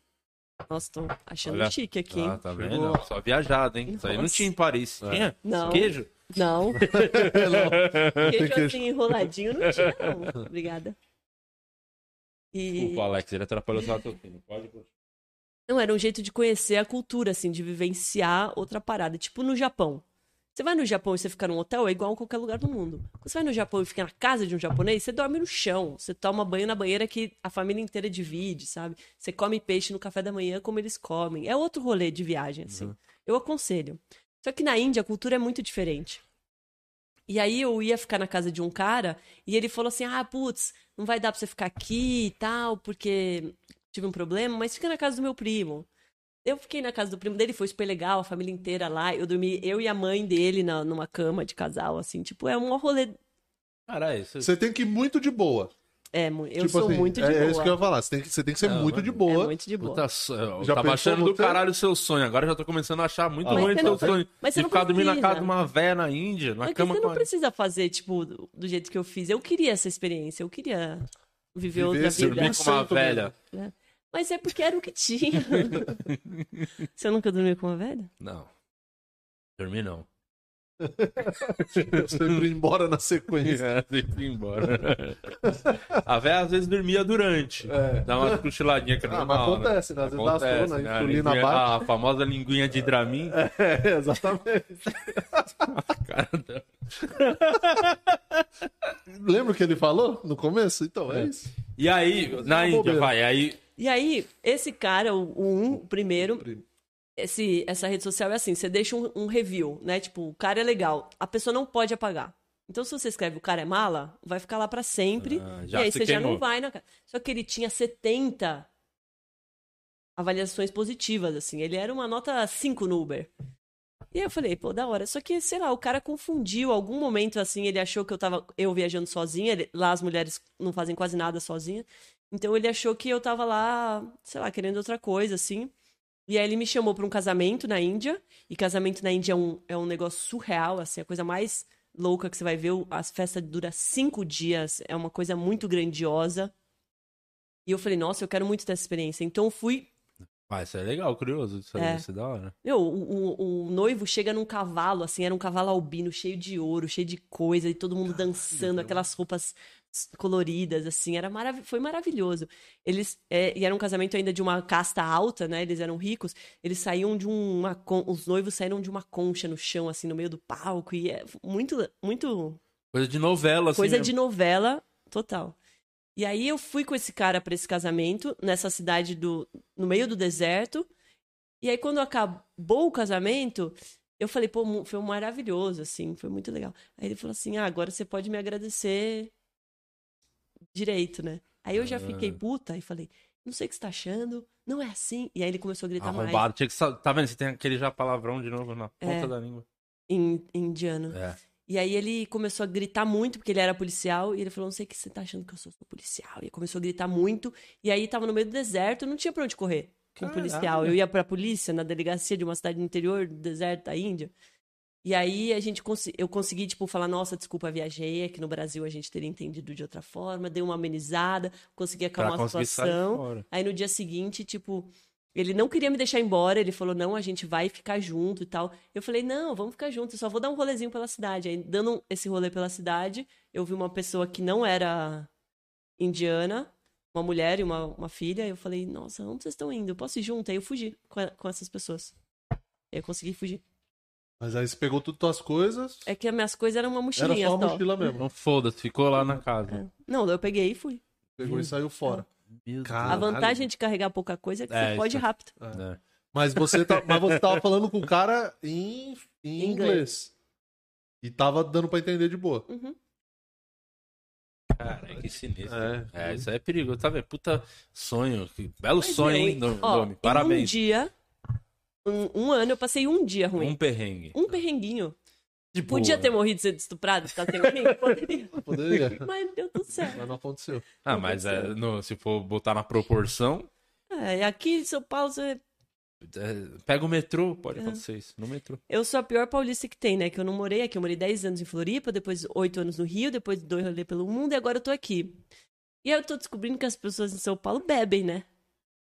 S3: Nossa, tô achando
S1: Olha,
S3: chique aqui, hein?
S1: Ah, tá vendo?
S2: Chegou. É.
S1: Só viajado, hein? Isso aí não
S3: Nossa.
S1: tinha em Paris. Tinha?
S3: Não.
S1: Queijo?
S3: Não, queijo
S2: queijo.
S3: assim enroladinho não tinha, não. Obrigada. E...
S1: Desculpa, Alex, ele atrapalhou o raciocínio. Pode
S3: Não, era um jeito de conhecer a cultura, assim, de vivenciar outra parada. Tipo no Japão. Você vai no Japão e você fica num hotel, é igual a qualquer lugar do mundo. Quando você vai no Japão e fica na casa de um japonês, você dorme no chão. Você toma banho na banheira que a família inteira divide, sabe? Você come peixe no café da manhã como eles comem. É outro rolê de viagem, assim. Eu aconselho. Só que na Índia a cultura é muito diferente. E aí eu ia ficar na casa de um cara e ele falou assim: ah, putz, não vai dar pra você ficar aqui e tal, porque tive um problema, mas fica na casa do meu primo. Eu fiquei na casa do primo dele, foi super legal, a família inteira lá. Eu dormi, eu e a mãe dele na, numa cama de casal, assim, tipo, é um rolê.
S1: Caralho, isso.
S2: Você tem que ir muito de boa.
S3: É, mu- eu
S2: Tipo
S3: sou
S2: assim,
S3: muito de
S2: é,
S3: boa.
S2: É isso que eu ia falar. Você tem que, você tem que ser
S1: Não,
S2: muito
S1: mano.
S2: de
S3: É
S2: boa.
S3: muito de boa.
S1: Puta, tá so- eu
S2: tá Já
S1: tava
S2: pensou
S1: achando do
S2: você?
S1: caralho o seu sonho. Agora eu já tô começando a achar muito
S2: Mas
S1: ruim o
S2: você
S1: seu
S2: não pre-
S1: sonho.
S3: mas você
S1: de
S3: não
S1: ficar dormindo na
S3: precisa.
S1: casa de uma véia na Índia, na
S3: Mas que
S1: cama
S3: você
S1: com
S3: não
S1: a...
S3: precisa fazer, tipo, do, do jeito que eu fiz. Eu queria essa experiência, eu queria viver,
S2: Viver
S3: outra
S2: esse
S3: vida.
S1: dormir com uma
S2: Sempre
S1: velha.
S3: Mas é porque era o que tinha. você nunca dormiu com uma velha?
S1: Não. Dormir não.
S2: Você ir embora na sequência.
S1: Era sempre ir embora. a véia às vezes dormia durante.
S2: É.
S1: Dá uma cochiladinha que é
S2: Ah, mas
S1: normal, né?
S2: acontece, né? Às vezes dá
S1: Acontece,
S2: sono,
S1: né?
S2: a insulina
S1: Linguinha-
S2: bate.
S1: A famosa linguinha de Dramin.
S2: É, exatamente.
S1: Cara, da-
S2: Lembra o que ele falou no começo? Então, é, isso.
S1: e aí, na Índia,
S2: bobeira.
S1: vai. Aí,
S3: E aí, esse cara, o, o um, o primeiro, esse, essa rede social é assim, você deixa um, um review, né? Tipo, o cara é legal, a pessoa não pode apagar. Então, se você escreve o cara é mala, vai ficar lá pra sempre.
S1: Ah,
S3: e
S1: já
S3: aí
S1: se
S3: você já
S1: queimou.
S3: não vai na cara. Só que ele tinha 70 avaliações positivas, assim. Ele era uma nota 5 no Uber. E aí eu falei, pô, da hora. Só que, sei lá, o cara confundiu. Algum momento, assim, ele achou que eu tava eu viajando sozinha. Ele- lá as mulheres não fazem quase nada sozinha. Então ele achou que eu tava lá, sei lá, querendo outra coisa, assim. E aí ele me chamou pra um casamento na Índia. E casamento na Índia é um, é um negócio surreal, assim, a coisa mais louca que você vai ver. O- As festas duram cinco dias, é uma coisa muito grandiosa. E eu falei, nossa, eu quero muito ter essa experiência. Então eu fui
S1: Ah, isso é legal, curioso. Isso é,
S3: É.
S1: isso é da hora.
S3: Meu, o, o- o noivo chega num cavalo, assim, era um cavalo albino, cheio de ouro, cheio de coisa, e todo mundo dançando, aquelas roupas coloridas, assim, era marav foi maravilhoso. Eles, é, e era um casamento ainda de uma casta alta, né, eles eram ricos, eles saíam de uma, con- os noivos saíram de uma concha no chão, assim, no meio do palco, e é muito, muito
S1: Coisa de novela, assim.
S3: coisa
S1: mesmo.
S3: de novela total. E aí eu fui com esse cara pra esse casamento nessa cidade do no meio do deserto. E aí quando acabou o casamento, eu falei, pô, mu- foi maravilhoso assim, foi muito legal. Aí ele falou assim: "Ah, agora você pode me agradecer direito, né?" Aí eu já
S1: Ah.
S3: fiquei puta e falei: "Não sei o que você tá achando, não é assim". E aí ele começou a gritar mais
S1: Arrombado. Tinha que... sa- Tá vendo? Você tem aquele já palavrão de novo na ponta
S3: É.
S1: da língua.
S3: em em indiano.
S1: É.
S3: E aí ele começou a gritar muito, porque ele era policial, e ele falou, não sei o que você tá achando que eu sou, sou policial. E começou a gritar muito, e aí tava no meio do deserto, não tinha pra onde correr com o
S1: Caralho.
S3: policial. Eu ia pra polícia, na delegacia de uma cidade do interior, do deserto da Índia. E aí a gente consi- eu consegui, tipo, falar, nossa, desculpa, viajei, é que no Brasil a gente teria entendido de outra forma, dei uma amenizada, consegui acalmar
S1: Pra
S3: a
S1: conseguir sair
S3: situação.
S1: fora.
S3: Aí no dia seguinte, tipo, ele não queria me deixar embora, ele falou: não, a gente vai ficar junto e tal. Eu falei: não, vamos ficar junto, eu só vou dar um rolezinho pela cidade. Aí, dando um- esse rolê pela cidade, eu vi uma pessoa que não era indiana, uma mulher e uma, uma filha. Eu falei: nossa, onde vocês estão indo? Eu posso ir junto? Aí eu fugi com, a- com essas pessoas. Aí eu consegui fugir.
S2: Mas aí você pegou tudo tuas coisas.
S3: É que as minhas coisas eram uma
S2: Era
S3: mochilinha
S2: só a
S3: só.
S2: mochila mesmo.
S1: Então foda-se, ficou lá na
S3: É.
S1: casa.
S3: Não, eu peguei e fui.
S2: Pegou
S3: Uhum.
S2: e saiu fora.
S1: Meu Deus.
S2: Cara.
S3: A
S2: Caralho.
S3: vantagem de carregar pouca coisa é que
S1: É,
S3: você
S1: isso
S3: pode
S1: é-
S3: rápido.
S1: É.
S2: Mas você, tá, mas você tava falando com o cara em, em
S3: Inglês.
S2: inglês. E tava dando pra entender de boa.
S3: Uhum.
S1: Cara, que sinistro.
S2: É.
S1: É, isso aí é perigo, tá vendo? Puta sonho. que belo
S3: Mas
S1: sonho,
S3: meu,
S1: hein, Dom-
S3: ó,
S1: Domi?
S3: em Um
S1: Parabéns.
S3: dia, um, um ano, eu passei um dia ruim.
S1: Um perrengue.
S3: Um perrenguinho.
S1: Tipo,
S3: Podia ter morrido sendo estuprado, tá ficar sem mim? Poderia.
S2: Poderia.
S3: Mas deu tudo certo.
S2: Mas não aconteceu.
S1: Ah, mas é, no- se for botar na proporção,
S3: É, aqui em São Paulo, você-
S1: é, pega o metrô, pode
S3: É.
S1: acontecer isso. No metrô.
S3: eu sou a pior paulista que tem, né? Que eu não morei aqui. Eu morei 10 anos em Floripa, depois 8 anos no Rio, depois dois rolê pelo mundo e agora eu tô aqui. E aí eu tô descobrindo que as pessoas em São Paulo bebem, né?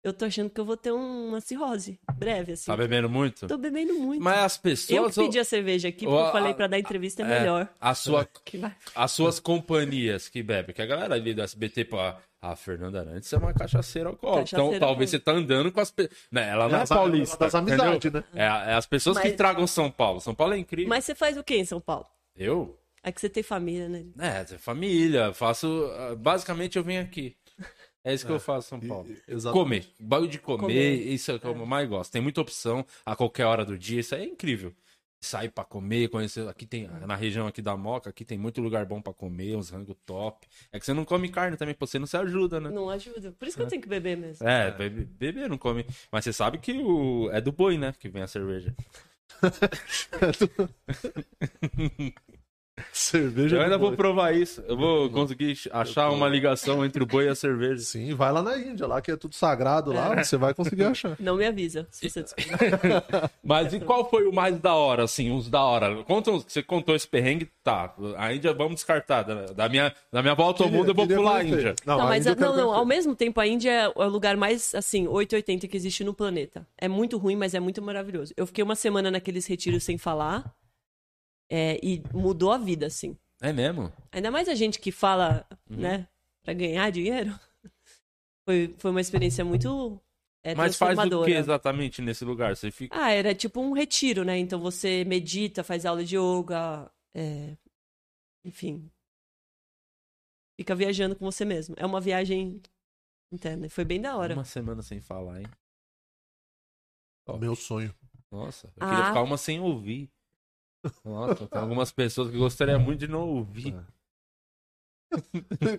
S3: Eu tô achando que eu vou ter um- uma cirrose breve, assim.
S1: Tá bebendo muito?
S3: Tô bebendo muito.
S1: Mas as
S3: eu
S1: pessoas.
S3: que pedi a cerveja aqui, porque
S1: ou
S3: eu
S1: a-
S3: falei pra dar entrevista é
S1: é,
S3: melhor.
S1: a sua,
S3: Que vai.
S1: as suas companhias que bebem, que a galera ali do SBT, pô, a- a Fernanda Arantes é uma cachaceira alcoólica. Então
S3: Cachaceira
S1: talvez você
S3: alcoólica.
S1: tá andando com as pessoas. Ela não é,
S2: É,
S1: paulista.
S2: Das amizades,
S1: entendeu?
S2: né?
S1: É, é as pessoas que
S3: Mas-
S1: tragam São Paulo. São Paulo é incrível.
S3: Mas você faz o que em São Paulo?
S1: Eu?
S3: É que você tem família, né?
S1: É, família, faço. ah, Basicamente eu venho aqui. É isso que eu faço em São Paulo.
S2: E- Exato.
S1: Comer. Bagulho de comer,
S3: Comer.
S1: isso é o que eu mais gosto. Tem muita opção a qualquer hora do dia, isso aí é incrível. Sair pra comer, conhecer. Aqui tem. Na região aqui da Moca, aqui tem muito lugar bom pra comer, uns rango top. É que você não come carne também, pô, você não se ajuda, né?
S3: Não ajuda. Por isso que eu tenho que beber mesmo.
S1: É, bebe- beber não come. Mas você sabe que o... é do boi, né? Que vem a cerveja.
S2: Cerveja.
S1: Eu ainda
S2: do
S1: vou
S2: boi.
S1: provar isso. Eu vou conseguir achar uma ligação entre o boi e a cerveja.
S2: Sim, vai lá na Índia, lá que é tudo sagrado lá, você vai conseguir achar.
S3: Não me avisa. Se você descobrir.
S1: Mas e
S3: é
S1: qual foi o mais da hora, assim, uns da hora? Conta uns, você contou esse perrengue, tá. A Índia vamos descartar. Da, da minha, da minha volta ao mundo eu vou
S2: Queria
S1: pular a
S2: conhecer.
S1: Índia.
S2: Não,
S3: não,
S2: a
S3: mas
S2: Índia
S3: é,
S2: eu quero
S3: não, não,
S2: conhecer.
S3: ao mesmo tempo a Índia é o lugar mais, assim, 880 que existe no planeta. É muito ruim, mas é muito maravilhoso. Eu fiquei uma semana naqueles retiros sem falar é, e mudou a vida, assim.
S1: É mesmo?
S3: Ainda mais a gente que fala, né, pra ganhar dinheiro. Foi, foi uma experiência muito é,
S1: Mas faz o
S3: transformadora.
S1: que exatamente nesse lugar? Você fica.
S3: Ah, era tipo um retiro, né? Então você medita, faz aula de yoga, é, enfim. Fica viajando com você mesmo. É uma viagem interna. e Foi bem da hora.
S1: Uma semana sem falar, hein?
S2: Meu sonho.
S1: Nossa, eu queria
S3: Ah.
S1: ficar uma sem ouvir. Nossa, tem algumas pessoas que
S2: Ah.
S1: gostaria muito de não ouvir.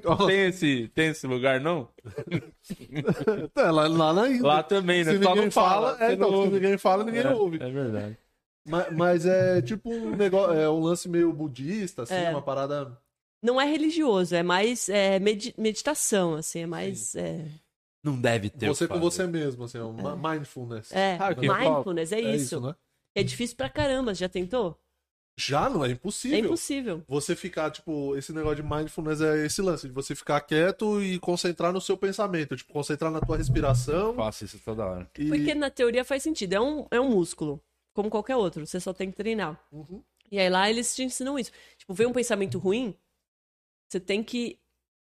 S2: Ah.
S1: Tem esse, tem esse lugar, não?
S2: É, lá, lá na Índia.
S1: Lá também, né?
S2: se
S1: Só
S2: ninguém
S1: não
S2: fala,
S1: fala.
S2: é,
S1: você não
S2: então, se
S1: ouve.
S2: ninguém fala, ninguém
S1: É,
S2: ouve.
S1: É verdade.
S2: Mas, mas é tipo um negócio, é um lance meio budista, assim,
S3: É.
S2: uma parada.
S3: Não é religioso, é mais é, medi- meditação, assim, é mais. É,
S1: Não deve ter. o que
S2: você com
S1: fazer.
S2: você mesmo, assim, uma mindfulness.
S3: é,
S1: Ah, ok.
S3: mindfulness, é, isso.
S2: né?
S3: É difícil pra caramba, já tentou?
S2: Já não é
S3: É
S2: impossível.
S3: impossível.
S2: Você ficar, tipo, esse negócio de mindfulness é esse lance, de você ficar quieto e concentrar no seu pensamento, tipo, concentrar na tua respiração.
S1: Faço isso toda hora.
S2: E...
S3: Porque na teoria faz sentido. É um, é um músculo, como qualquer outro. Você só tem que treinar.
S2: Uhum.
S3: E aí lá eles te ensinam isso. Tipo, vem um pensamento ruim, você tem que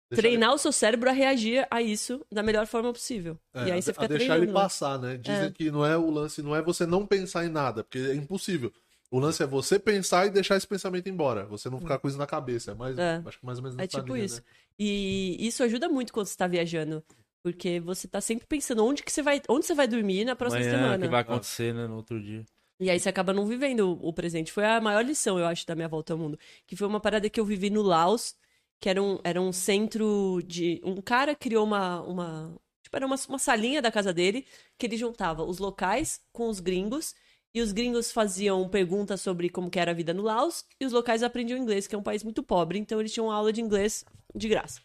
S2: Deixar
S3: treinar o seu cérebro a reagir a isso da melhor forma possível.
S2: É,
S3: e aí
S2: a-
S3: você
S2: a
S3: fica
S2: deixar
S3: treinando.
S2: ele passar, né? Dizem que não é o lance, não é você não pensar em nada, porque é impossível. O lance é você pensar e deixar esse pensamento embora. Você não ficar com isso na cabeça. É mais,
S3: É.
S2: acho que mais ou menos
S3: É
S2: nessa
S3: tipo
S2: linha,
S3: isso.
S2: né?
S3: E isso ajuda muito quando você tá viajando. Porque você tá sempre pensando onde que você vai, onde você vai dormir na próxima
S1: Amanhã, o
S3: semana.
S1: que vai acontecer, né, no outro dia.
S3: E aí você acaba não vivendo o- o presente. Foi a maior lição, eu acho, da minha volta ao mundo. Que foi uma parada que eu vivi no Laos, que era um, era um centro de. Um cara criou uma. uma tipo, era uma, uma salinha da casa dele, que ele juntava os locais com os gringos. E os gringos faziam perguntas sobre como que era a vida no Laos, e os locais aprendiam inglês, que é um país muito pobre, então eles tinham aula de inglês de graça.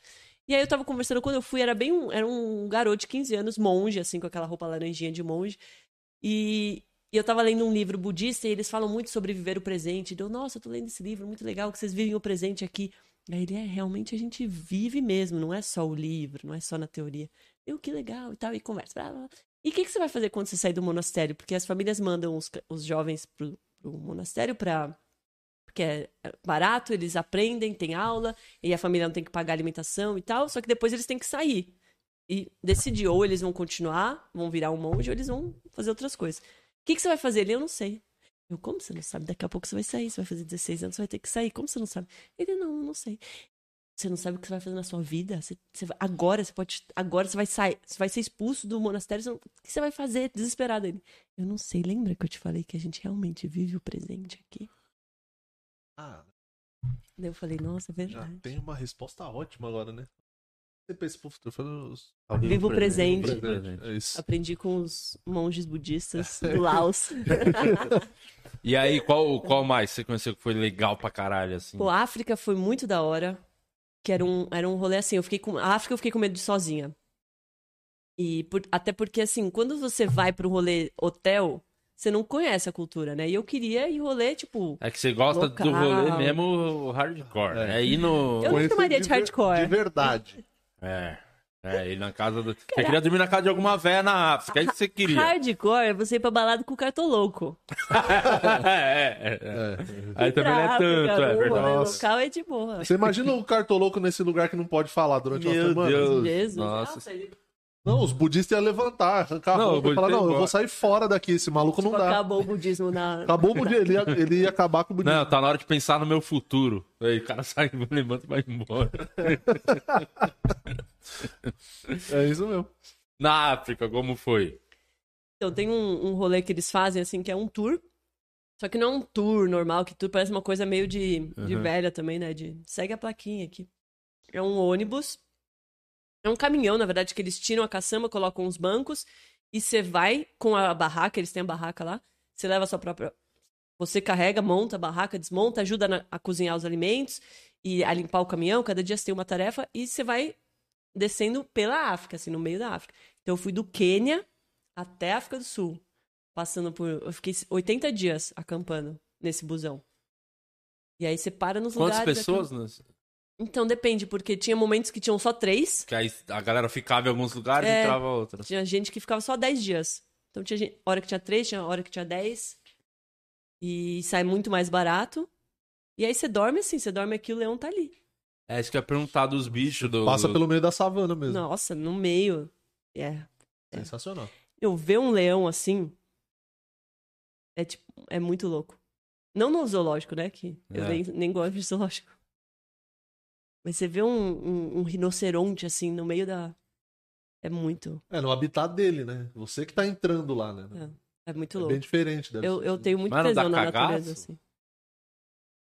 S3: E aí eu tava conversando, quando eu fui, era bem um, era um garoto de 15 anos, monge, assim, com aquela roupa laranjinha de monge. E, e eu tava lendo um livro budista e eles falam muito sobre viver o presente. Deu, nossa, eu tô lendo esse livro, muito legal que vocês vivem o presente aqui. Aí ele é, realmente a gente vive mesmo, não é só o livro, não é só na teoria. Eu, que legal e tal, e conversa. blá, blá, blá. E o que, que você vai fazer quando você sair do monastério? Porque as famílias mandam os, ca- os jovens pro, pro monastério pra. Porque é barato, eles aprendem, tem aula, e a família não tem que pagar alimentação e tal, só que depois eles têm que sair e decidir, ou eles vão continuar, vão virar um monge, ou eles vão fazer outras coisas. O que, que você vai fazer? Ele, eu não sei. Eu, como você não sabe? Daqui a pouco você vai sair. Você vai fazer 16 anos, você vai ter que sair. Como você não sabe? Ele, não, eu não sei. Você não sabe o que você vai fazer na sua vida? Você, você vai- agora você pode. Agora você vai sair. Você vai ser expulso do monastério. você não- o que você vai fazer? Desesperado ele. Eu não sei. Lembra que eu te falei que a gente realmente vive o presente aqui?
S2: Ah,
S3: Daí eu falei, nossa, é
S2: já
S3: verdade.
S2: tem uma resposta ótima agora, né? Você pensa pro futuro, falando os-
S3: Viva o presente.
S1: Viva o presente.
S2: É isso.
S3: Aprendi com os monges budistas do Laos.
S1: E aí, qual, qual mais você conheceu que foi legal pra caralho, assim?
S3: Pô, a África foi muito da hora. Que era um, era um rolê assim. Eu fiquei com, a África eu fiquei com medo de ir sozinha. E por- até porque, assim, quando você vai pro rolê hotel, você não conhece a cultura, né? E eu queria ir rolê, tipo.
S1: É que você gosta do
S3: Local.
S1: rolê mesmo o hardcore. É,
S2: É.
S1: aí no.
S3: Eu não
S2: Conheço
S3: chamaria de
S2: ver-
S3: hardcore.
S2: De verdade.
S1: É. É, ele na casa do. Você queria dormir na casa de alguma véia na África. É isso que você queria.
S3: Hardcore é você ir pra balada com o cartoloco.
S1: é, é, é.
S2: É.
S1: Aí também não
S3: Pra
S1: é tanto,
S3: África,
S1: é
S3: o rolê
S1: verdade.
S2: Nossa.
S3: local é de boa.
S2: Você imagina o cartoloco nesse lugar que não pode falar durante uma
S1: Meu
S2: semana?
S1: Deus.
S3: Jesus.
S1: Nossa.
S3: Nossa, ele
S2: Não, os budistas iam levantar, arrancar a
S1: Não,
S2: roupa
S1: o
S2: e falar,
S1: budista
S2: não,
S1: ia
S2: eu
S1: embora."
S2: vou sair fora daqui, esse maluco não
S3: é tipo,
S2: dá.
S3: acabou o budismo na.
S2: Acabou o budismo, Tá ele ia, ele ia acabar com o budismo.
S1: Não, tá na hora de pensar no meu futuro. Aí o cara sai, levanta e vai embora.
S2: É isso mesmo.
S1: Na África, como foi?
S3: Então, tem um, um rolê que eles fazem, assim, que é um tour. Só que não é um tour normal, que tour parece uma coisa meio de, de
S1: Uhum.
S3: velha também, né? De segue a plaquinha aqui. É um ônibus. É um caminhão, na verdade, que eles tiram a caçamba, colocam uns bancos. E você vai com a barraca, eles têm a barraca lá. Você leva a sua própria. Você carrega, monta a barraca, desmonta, ajuda na- a cozinhar os alimentos e a limpar o caminhão. Cada dia você tem uma tarefa. E você vai descendo pela África, assim, no meio da África. Então eu fui do Quênia até a África do Sul. Passando por. Eu fiquei 80 dias acampando nesse busão. E aí você para nos
S1: Quantas
S3: lugares. é
S1: pessoas?
S3: acampa-
S1: né?
S3: Então depende, porque tinha momentos que tinham só três.
S1: Que aí a galera ficava em alguns lugares e
S3: É.
S1: entrava outras.
S3: Tinha gente que ficava só 10 dias. Então tinha gente- hora que tinha 3, tinha hora que tinha 10. E sai muito mais barato. E aí você dorme assim, você dorme aqui e o leão tá ali.
S1: É isso que eu ia perguntar dos bichos. Do...
S2: Passa
S1: do-
S2: pelo meio da savana mesmo.
S3: Nossa, no meio. É.
S2: Sensacional.
S3: Eu ver um leão assim. É tipo, é muito louco. Não no zoológico, né? Que eu
S1: É.
S3: nem, nem gosto de zoológico. Mas você vê um, um, um rinoceronte assim no meio da. É muito.
S2: É, no habitat dele, né? Você que tá entrando lá, né?
S3: É muito
S2: É,
S3: louco.
S2: bem diferente deve
S3: Eu,
S2: ser.
S3: eu tenho muito
S1: Mas não dá
S3: tesão na
S1: cagaço?
S3: natureza, assim.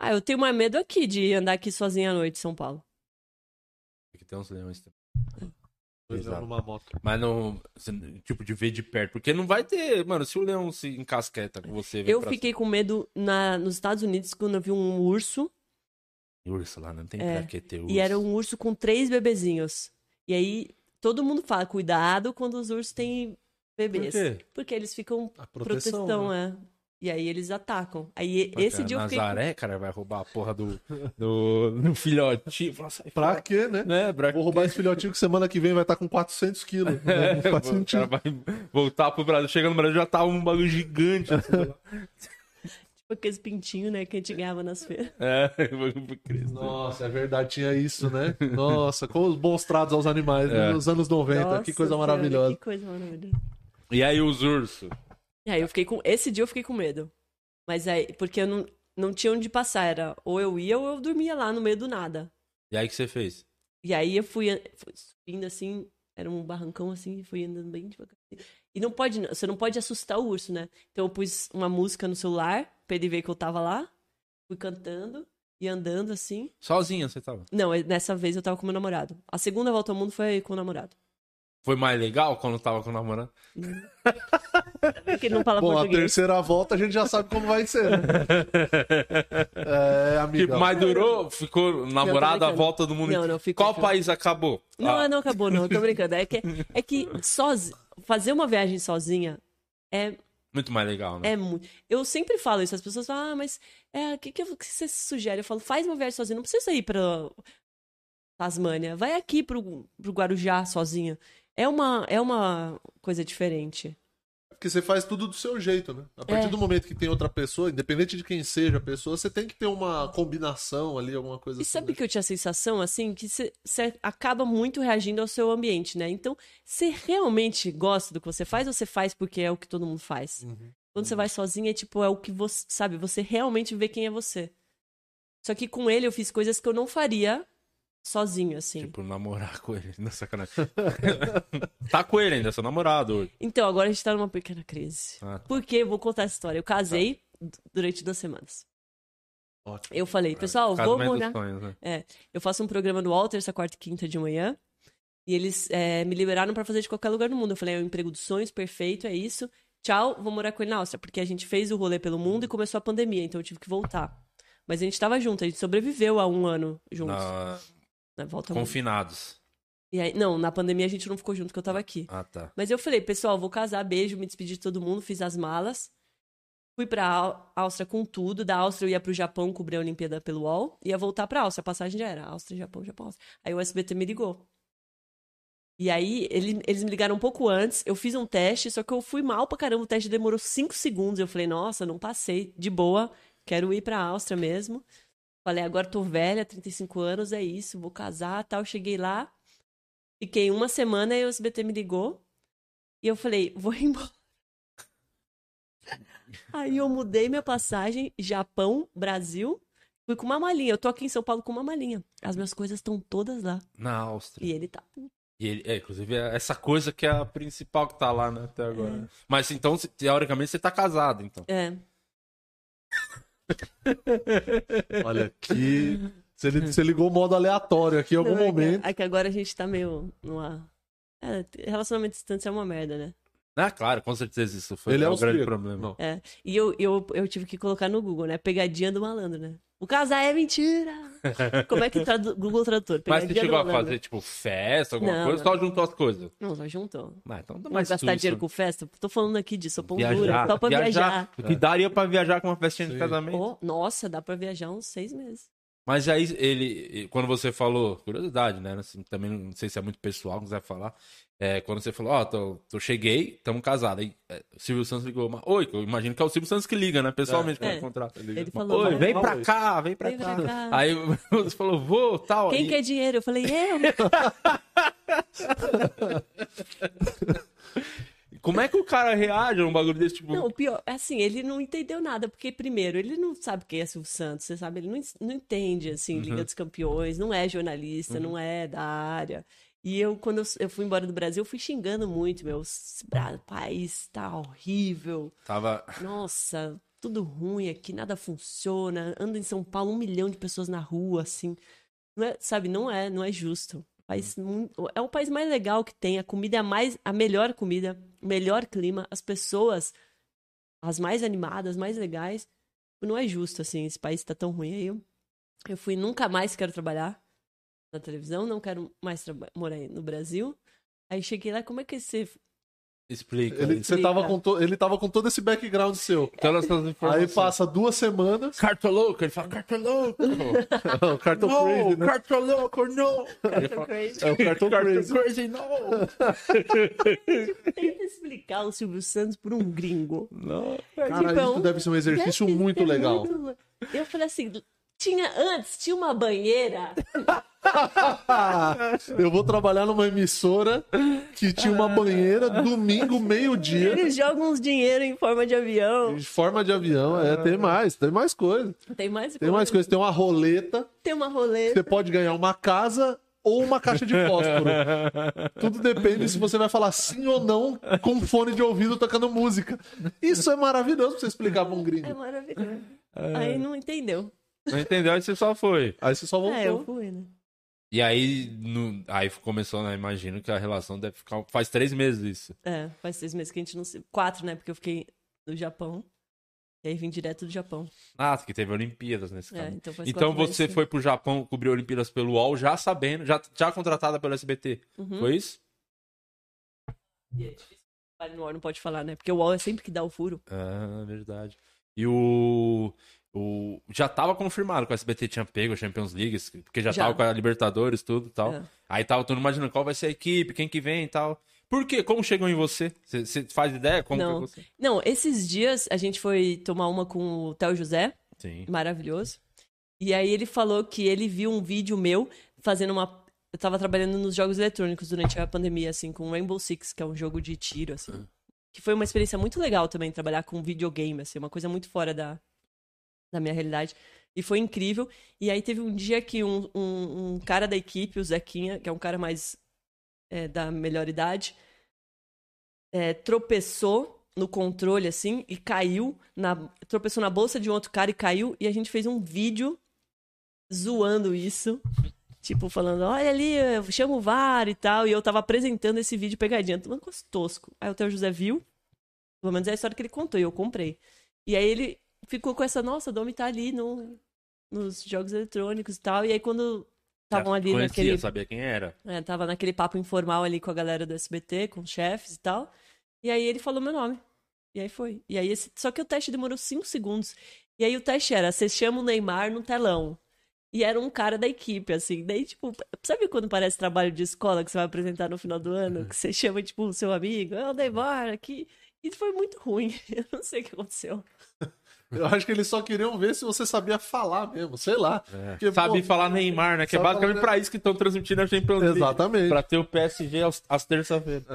S3: Ah, eu tenho mais medo aqui de andar aqui sozinha à noite em São Paulo.
S1: Que tem uns leões também.
S2: Pois é,
S1: Exato.
S2: numa moto.
S1: Mas não. assim, Tipo, de ver de perto. Porque não vai ter. Mano, se o leão se encasqueta com você. vem
S3: Eu
S1: pra
S3: fiquei com medo na, nos Estados Unidos quando eu vi um urso.
S1: cima. Urso lá, né? não tem
S3: É.
S1: pra que ter urso.
S3: E era um urso com três bebezinhos. E aí todo mundo fala, cuidado quando os ursos têm
S1: Por
S3: bebês.
S1: quê?
S3: Porque eles ficam
S2: A proteção.
S3: proteção,
S2: né?
S3: é. E aí eles atacam. Aí
S1: Pô,
S3: esse
S1: cara,
S3: dia eu fiquei.
S1: Nazaré, cara, vai roubar a porra do, do, do filhotinho. Fala, sai
S2: Pra
S1: fora.
S2: quê, né?
S1: Né, pra-
S2: Vou roubar esse filhotinho que semana que vem vai estar com 400 quilos. né? Não
S1: É,
S2: faz
S1: o cara
S2: sentido.
S1: vai voltar pro Brasil. Chega no Brasil, já tá um bagulho gigante.
S3: Tipo aqueles pintinhos, né? Que a gente ganhava nas feiras.
S1: é, bagulho pro Cristo.
S2: Nossa, é verdade, tinha isso, né? Nossa, com os bons tratos aos animais, né?
S1: É.
S2: Nos anos 90,
S3: Nossa
S2: que coisa
S3: Senhora,
S2: maravilhosa.
S3: Que coisa maravilhosa.
S1: E aí os ursos?
S3: E aí eu fiquei com. Esse dia eu fiquei com medo. Mas aí, porque eu não, não tinha onde passar. Era ou eu ia ou eu dormia lá no meio do nada.
S1: E aí o que você fez?
S3: E aí eu fui, fui subindo assim, era um barrancão assim, e fui andando bem devagar. E não pode, você não pode assustar o urso, né? Então eu pus uma música no celular pra ele ver que eu tava lá, fui cantando e andando assim.
S1: Sozinha você tava?
S3: Não, nessa vez eu tava com meu namorado. A segunda volta ao mundo foi com o namorado.
S1: Foi mais legal quando tava com o namorado?
S3: Porque ele não fala
S2: Bom, a
S3: português.
S2: terceira volta a gente já sabe como vai ser, né? É,
S1: Que
S2: amiga.
S1: mais Tipo, durou, ficou namorado à
S3: brincando.
S1: volta do mundo.
S3: Não,
S1: inteiro.
S3: não, ficou,
S1: Qual
S3: ficou.
S1: país acabou?
S3: Não, é
S1: Ah,
S3: não acabou, não. eu Tô brincando. É que, é que sozi... fazer uma viagem sozinha é
S1: Muito mais legal, né?
S3: É muito. Eu sempre falo isso, as pessoas falam, ah, mas é, o que, que, eu- que você sugere? Eu falo, faz uma viagem sozinho, não precisa ir pra Tasmânia, vai aqui pro, pro Guarujá sozinho. É uma, é uma coisa diferente.
S2: Porque você faz tudo do seu jeito, né? A partir
S3: É.
S2: do momento que tem outra pessoa, independente de quem seja a pessoa, você tem que ter uma combinação ali, alguma coisa
S3: E
S2: assim.
S3: sabe
S2: né?
S3: que eu tinha a sensação, assim, que você acaba muito reagindo ao seu ambiente, né? Então, você realmente gosta do que você faz ou você faz porque é o que todo mundo faz?
S1: Uhum,
S3: Quando você vai sozinha, é tipo, é o que você, sabe, você realmente vê quem é você. Só que com ele eu fiz coisas que eu não faria sozinho, assim.
S1: Tipo, namorar com ele. Não, sacanagem. tá com ele ainda, seu namorado hoje.
S3: Então, agora a gente tá numa pequena crise.
S1: Ah, tá.
S3: Porque eu vou contar essa história. Eu casei d- durante duas semanas.
S2: Ótimo.
S3: Eu falei, pessoal, vou
S1: Casamento dos
S3: morar.
S1: sonhos, né?
S3: Eu faço um programa no Walter, essa quarta e quinta de manhã. E eles eh, me liberaram pra fazer de qualquer lugar no mundo. Eu falei, é um emprego dos sonhos, perfeito, é isso. Tchau, vou morar com ele na Áustria. Porque a gente fez o rolê pelo mundo e começou a pandemia, então eu tive que voltar. Mas a gente tava junto, a gente sobreviveu a um ano juntos.
S1: Na-
S3: Na volta ao mundo.
S1: Confinados.
S3: E aí- não, na pandemia a gente não ficou junto, que eu tava aqui.
S1: Ah, tá.
S3: Mas eu falei, pessoal, vou casar, beijo, me despedi de todo mundo, fiz as malas. Fui pra Á- Áustria com tudo. Da Áustria eu ia pro Japão cobrir a Olimpíada pelo UOL. Ia voltar pra Áustria. A passagem já era Áustria, Japão, Japão, Áustria. Aí o SBT me ligou. E aí ele- eles me ligaram um pouco antes. Eu fiz um teste, só que eu fui mal pra caramba. O teste demorou cinco segundos. Eu falei, nossa, não passei. De boa, quero ir pra Áustria mesmo. Falei, agora tô velha, 35 anos, é isso, vou casar tal. Cheguei lá, fiquei uma semana e o SBT me ligou. E eu falei, vou embora. Aí eu mudei minha passagem, Japão, Brasil. Fui com uma malinha. Eu tô aqui em São Paulo com uma malinha. As minhas coisas estão todas lá.
S1: Na Áustria.
S3: E ele tá.
S1: E ele, é, inclusive, é essa coisa que é a principal que tá lá, né, até agora. Mas então, se- teoricamente, você tá casado, então.
S3: É.
S2: Olha, que. Você li- você ligou o modo aleatório aqui em algum
S1: um
S3: Não, é que-
S2: momento.
S3: É que agora a gente tá meio numa. É, relacionamento distante é uma merda, né?
S1: Ah, claro, com certeza isso foi
S2: Ele é
S1: o grande
S2: austríaco.
S1: problema.
S2: Não.
S3: É. E eu, eu, eu tive que colocar no Google, né? Pegadinha do malandro, né? O casar é mentira! Como é que tradu... Google Tradutor?
S1: Mas você
S3: Pegadinha do
S1: chegou a
S3: malandro.
S1: fazer, tipo, festa, alguma
S3: é Não,
S1: coisa?
S3: não.
S1: Só juntou as coisas.
S3: Não, só juntou.
S1: Ah, então dá
S3: Não vai
S1: mais
S3: gastar
S1: susto.
S3: dinheiro com festa? Tô falando aqui disso, sou pão dura, só pra viajar.
S1: O que daria pra viajar com uma festinha de
S2: Sim.
S1: casamento?
S3: Oh, nossa, dá pra viajar uns seis meses.
S1: Mas aí ele, quando você falou, curiosidade, né? Assim, também não sei se é muito pessoal, não quiser falar. É, quando você falou, ó, tô, tô- cheguei, tamo casado. Aí é, o Silvio Santos ligou, mas, oi, que eu imagino que é o Silvio Santos que liga, né? Pessoalmente, quando
S3: É.
S1: encontrar.
S3: Ele
S1: Mas,
S3: falou,
S1: oi,
S3: vai,
S1: vem
S2: fala
S1: pra
S2: isso.
S1: cá, vem pra
S3: Vem
S1: cá.
S3: pra cá.
S1: Aí você falou, vou, tal.
S3: Quem
S1: Ah,
S3: é
S1: e-
S3: quer dinheiro? Eu falei, eu.
S1: Como é que o cara reage a um bagulho desse tipo?
S3: Não, o pior, assim, ele não entendeu nada, porque primeiro, ele não sabe quem é Silvio Santos, você sabe, ele não, en- não entende, assim, Liga dos Campeões, não é jornalista, não é da área. E eu, quando eu, eu fui embora do Brasil, eu fui xingando muito, meu, esse Bra- país tá horrível,
S1: Tava.
S3: nossa, tudo ruim aqui, nada funciona, anda em São Paulo um milhão de pessoas na rua, assim, não é, sabe, não é, não é justo. País mu- é o país mais legal que tem, a comida é a mais, a melhor comida, o melhor clima, as pessoas as mais animadas, mais legais. Não é justo, assim, esse país tá tão ruim. Aí eu, eu fui, nunca mais quero trabalhar na televisão, não quero mais traba- morar aí no Brasil. Aí cheguei lá, como é que você
S1: Explica.
S2: Ele,
S1: isso. Então,
S2: você tava com to- ele tava com todo esse background seu.
S1: Todas essas
S2: Aí
S1: informações.
S2: passa duas semanas.
S1: Cartolouco, ele fala cartolouco.
S2: o cartão
S1: no,
S2: crazy, né?
S1: cartolouco, não. Ele
S3: Cartão
S1: fala,
S3: crazy.
S2: É o cartão crazy.
S1: crazy, não.
S3: Tenta explicar o Silvio Santos por um gringo.
S1: Não.
S2: Cara,
S3: Tipo, é
S2: isso
S3: um-
S2: deve ser um exercício
S3: Deve
S2: muito
S3: ser
S2: legal.
S3: muito- Eu falei assim, tinha antes, tinha uma banheira.
S2: Ah, Eu vou trabalhar numa emissora que tinha uma banheira domingo, meio-dia.
S3: Eles jogam uns dinheiro em forma de avião.
S2: De forma de avião, é, tem mais, tem mais coisa.
S3: Tem mais
S2: Tem mais coisa, tem uma roleta,
S3: Tem uma roleta.
S2: você pode ganhar uma casa ou uma caixa de fósforo. Tudo depende se você vai falar sim ou não com fone de ouvido tocando música. Isso é maravilhoso pra você explicar pra um
S3: É
S2: gringo.
S3: maravilhoso. Aí não entendeu.
S1: Não entendeu, aí você só foi.
S2: Aí você só
S3: É, eu
S2: voltou.
S3: fui, né?
S1: E aí, no- aí começou, né? Imagino que a relação deve ficar. Faz três meses isso.
S3: É, faz seis meses que a gente não se. Quatro, né? Porque eu fiquei no Japão. E aí vim direto do Japão.
S1: Ah, que teve Olimpíadas nesse
S3: É,
S1: caso.
S3: então faz
S1: Então
S3: quatro meses
S1: você
S3: que-
S1: foi pro Japão cobrir Olimpíadas pelo UOL já sabendo, já, já contratada pelo SBT.
S3: Uhum.
S1: Foi isso?
S3: Vale no ar, não pode falar, né? Porque o UOL é sempre que dá o furo.
S1: Ah, verdade. E o. o já tava confirmado que o SBT tinha pego a Champions League, porque já,
S3: Já.
S1: tava com a Libertadores, tudo e tal.
S3: É.
S1: Aí tava todo mundo imaginando qual vai ser a equipe, quem que vem e tal. Por quê? Como chegou em você? Você- Você faz ideia? Como
S3: Não.
S1: que você?
S3: Não, esses dias a gente foi tomar uma com o Theo José,
S1: Sim.
S3: maravilhoso. E aí ele falou que ele viu um vídeo meu fazendo uma. Eu tava trabalhando nos jogos eletrônicos durante a pandemia, assim, com Rainbow Six, que é um jogo de tiro, assim. Que foi uma experiência muito legal também, trabalhar com videogame, assim, uma coisa muito fora da, da minha realidade. E foi incrível. E aí teve um dia que um, um, um cara da equipe, o Zequinha, que é um cara mais é, da melhor idade, é, tropeçou no controle, assim, e caiu. Na, tropeçou na bolsa de um outro cara e caiu. E a gente fez um vídeo zoando isso. Tipo, falando, olha ali, eu chamo o VAR e tal. E eu tava apresentando esse vídeo pegadinha. Tudo coisa tosco. Aí o Theo José viu. Pelo menos é a história que ele contou e eu comprei. E aí ele ficou com essa, nossa, o Domi tá ali no, nos jogos eletrônicos e tal. E aí quando estavam
S1: Já
S3: ali
S1: Tá, conhecia,
S3: naquele
S1: sabia quem era.
S3: é, tava naquele papo informal ali com a galera do SBT, com os chefes e tal. E aí ele falou meu nome. E aí foi. E aí esse... Só que o teste demorou cinco segundos. E aí o teste era, você chama o Neymar no telão. E era um cara da equipe, assim. Daí, tipo, sabe quando parece trabalho de escola que você vai apresentar no final do ano? Que você chama, tipo, o seu amigo, é o Neymar aqui. E foi muito ruim. Eu não sei o que aconteceu.
S2: Eu acho que eles só queriam ver se você sabia falar mesmo, sei lá. Porque,
S1: É. Sabe
S2: pô,
S1: falar Neymar, né? Que é
S2: Tipo, sabe
S1: basicamente
S2: falar-
S1: pra isso que estão transmitindo a Champions League.
S2: Exatamente.
S1: Pra ter o PSG aos- às terça-feiras.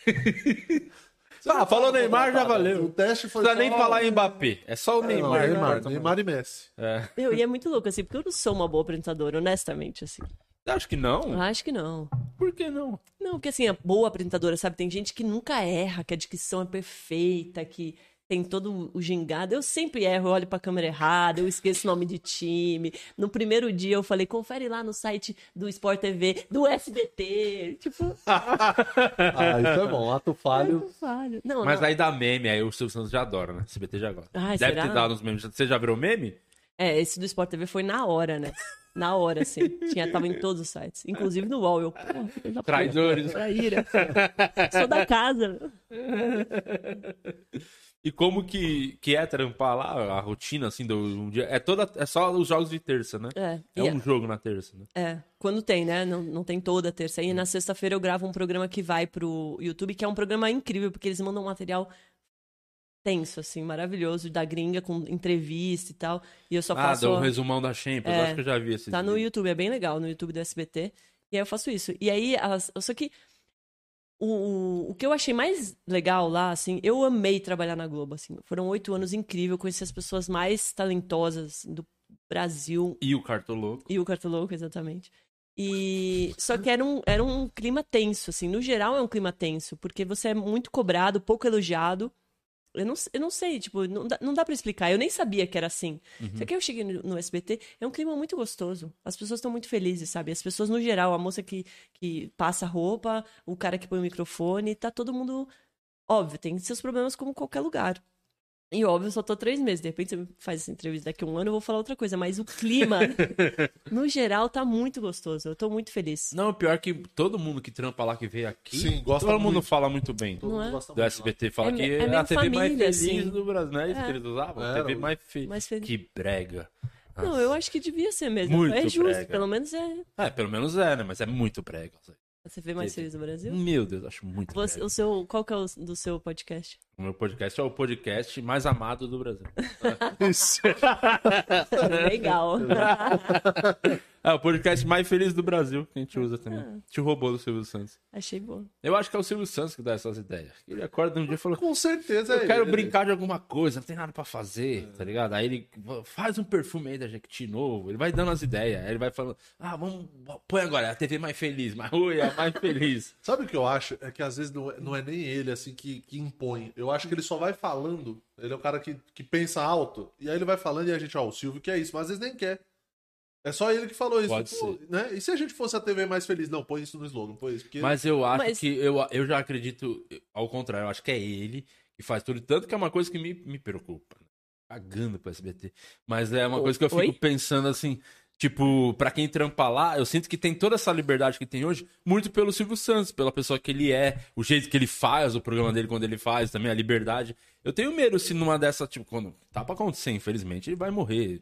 S1: Tá, falou Neymar, já valeu.
S2: O teste
S1: Não
S2: foi
S1: precisa
S2: É. só-
S1: nem falar em Mbappé. É só o
S2: Não,
S1: Neymar. né?
S2: Neymar, Neymar e Messi.
S1: É.
S3: Meu, e é muito louco, assim, porque eu não sou uma boa apresentadora, honestamente, assim.
S1: Acho que não.
S3: Acho que não.
S1: Por que não?
S3: Não, porque assim, é boa apresentadora, sabe? Tem gente que nunca erra, que a dicção é perfeita, que tem todo o gingado. Eu sempre erro, eu olho pra câmera errada, eu esqueço o nome de time. No primeiro dia eu falei, confere lá no site do Sport TV, do SBT. Tipo,
S2: Ah, isso é bom. Ato falho.
S3: não vale. Não,
S1: Mas
S3: não.
S1: aí dá meme, aí o Silvio Santos já adora, né? CBT já gosta.
S3: Ai,
S1: Deve
S3: será?
S1: ter dado uns memes. Você já virou meme?
S3: É, esse do Sport TV foi na hora, né? Na hora, assim. Tinha, tava em todos os sites. Inclusive no UOL. Eu, porra, filho da puta,
S1: Traidores.
S3: traíra. Sou da casa.
S1: E como que, que é trampar lá, a rotina, assim, do um dia. É, toda, é só os jogos de terça, né?
S3: É,
S1: É
S3: e-
S1: um jogo na terça, né?
S3: É, quando tem, né? Não, não tem toda terça.
S1: Hum.
S3: E na sexta-feira eu gravo um programa que vai pro YouTube, que é um programa incrível, porque eles mandam um material tenso, assim, maravilhoso, da gringa, com entrevista e tal. E eu só
S1: Ah,
S3: faço.
S1: deu um resumão da Champions.
S3: É.
S1: Acho que eu já vi esse
S3: Tá no
S1: vídeo.
S3: YouTube, é bem legal, no YouTube do SBT. E aí eu faço isso. E aí, as- só que o- o, o que eu achei mais legal lá, assim, eu amei trabalhar na Globo, assim. Foram oito anos incríveis, eu conheci as pessoas mais talentosas do Brasil,
S1: E o Cartoloco.
S3: e o Cartolouco, exatamente. E só que era um, era um clima tenso, assim. No geral é um clima tenso, porque você é muito cobrado, pouco elogiado. Eu não, eu não sei, tipo, não dá, não dá para explicar. Eu nem sabia que era assim.
S1: Uhum.
S3: Só que eu cheguei no, no SBT, é um clima muito gostoso. As pessoas estão muito felizes, sabe? As pessoas, no geral, a moça que, que passa roupa, o cara que põe o microfone, tá todo mundo. Óbvio, tem seus problemas como qualquer lugar. E óbvio, eu só tô três meses. De repente você me faz essa entrevista daqui a um ano, eu vou falar outra coisa. Mas o clima, no geral, tá muito gostoso. Eu tô muito feliz.
S1: Não, pior é que todo mundo que trampa lá, que veio aqui,
S2: Sim, gosta
S1: todo mundo
S2: muito.
S1: fala muito bem
S3: Não é?
S1: do SBT. Fala
S3: É
S1: que
S3: me- é
S1: é, a TV
S3: meio
S1: mais
S3: família,
S1: feliz
S3: assim.
S1: do Brasil, não é isso
S3: É.
S1: que eles usavam?
S2: Era,
S1: TV mais, fe...
S3: mais feliz.
S1: Que brega.
S3: Não, eu acho que devia ser mesmo.
S1: Muito
S3: é justo,
S1: brega.
S3: pelo menos é.
S1: É, pelo menos é, né? Mas é muito brega.
S3: Você vê mais feliz do Brasil?
S1: Meu Deus, acho muito
S3: Você-
S1: brega.
S3: o seu, qual que é o do seu podcast?
S1: O meu podcast é o podcast mais amado do Brasil.
S2: Isso.
S3: Legal.
S1: É o podcast mais feliz do Brasil que a gente usa
S3: É.
S1: também. Te roubou do Silvio Santos.
S3: Achei bom.
S1: Eu acho que é o Silvio Santos que dá essas ideias. Ele acorda um dia e fala,
S2: Com certeza.
S1: Eu
S2: é
S1: quero
S2: ele.
S1: brincar de alguma coisa, não tem nada pra fazer, tá ligado? Aí ele faz um perfume aí da Jequiti novo, ele vai dando as ideias, aí ele vai falando, ah, vamos, põe agora, é a TV mais feliz, mas ui, é a mais feliz.
S2: Sabe o que eu acho? É que às vezes não é, não é nem ele assim que, que impõe. Eu acho que ele só vai falando. Ele é o cara que, que pensa alto. E aí ele vai falando e a gente, ó, o Silvio quer isso, mas às vezes nem quer. É só ele que falou isso.
S1: Pode
S2: Pô, né? E se a gente fosse a TV mais feliz? Não, põe isso no slogan, põe isso. Porque
S1: Mas eu acho
S3: Mas-
S1: que, eu, eu já acredito, ao contrário, eu acho que é ele que faz tudo, tanto que é uma coisa que me, me preocupa, né? cagando pro SBT, mas é uma
S3: Oi?
S1: coisa que eu fico
S3: Oi?
S1: pensando assim... Tipo, pra quem trampa lá, eu sinto que tem toda essa liberdade que tem hoje, muito pelo Silvio Santos, pela pessoa que ele é, o jeito que ele faz, o programa dele quando ele faz, também a liberdade. Eu tenho medo se numa dessa, tipo, quando tá pra acontecer, infelizmente, ele vai morrer.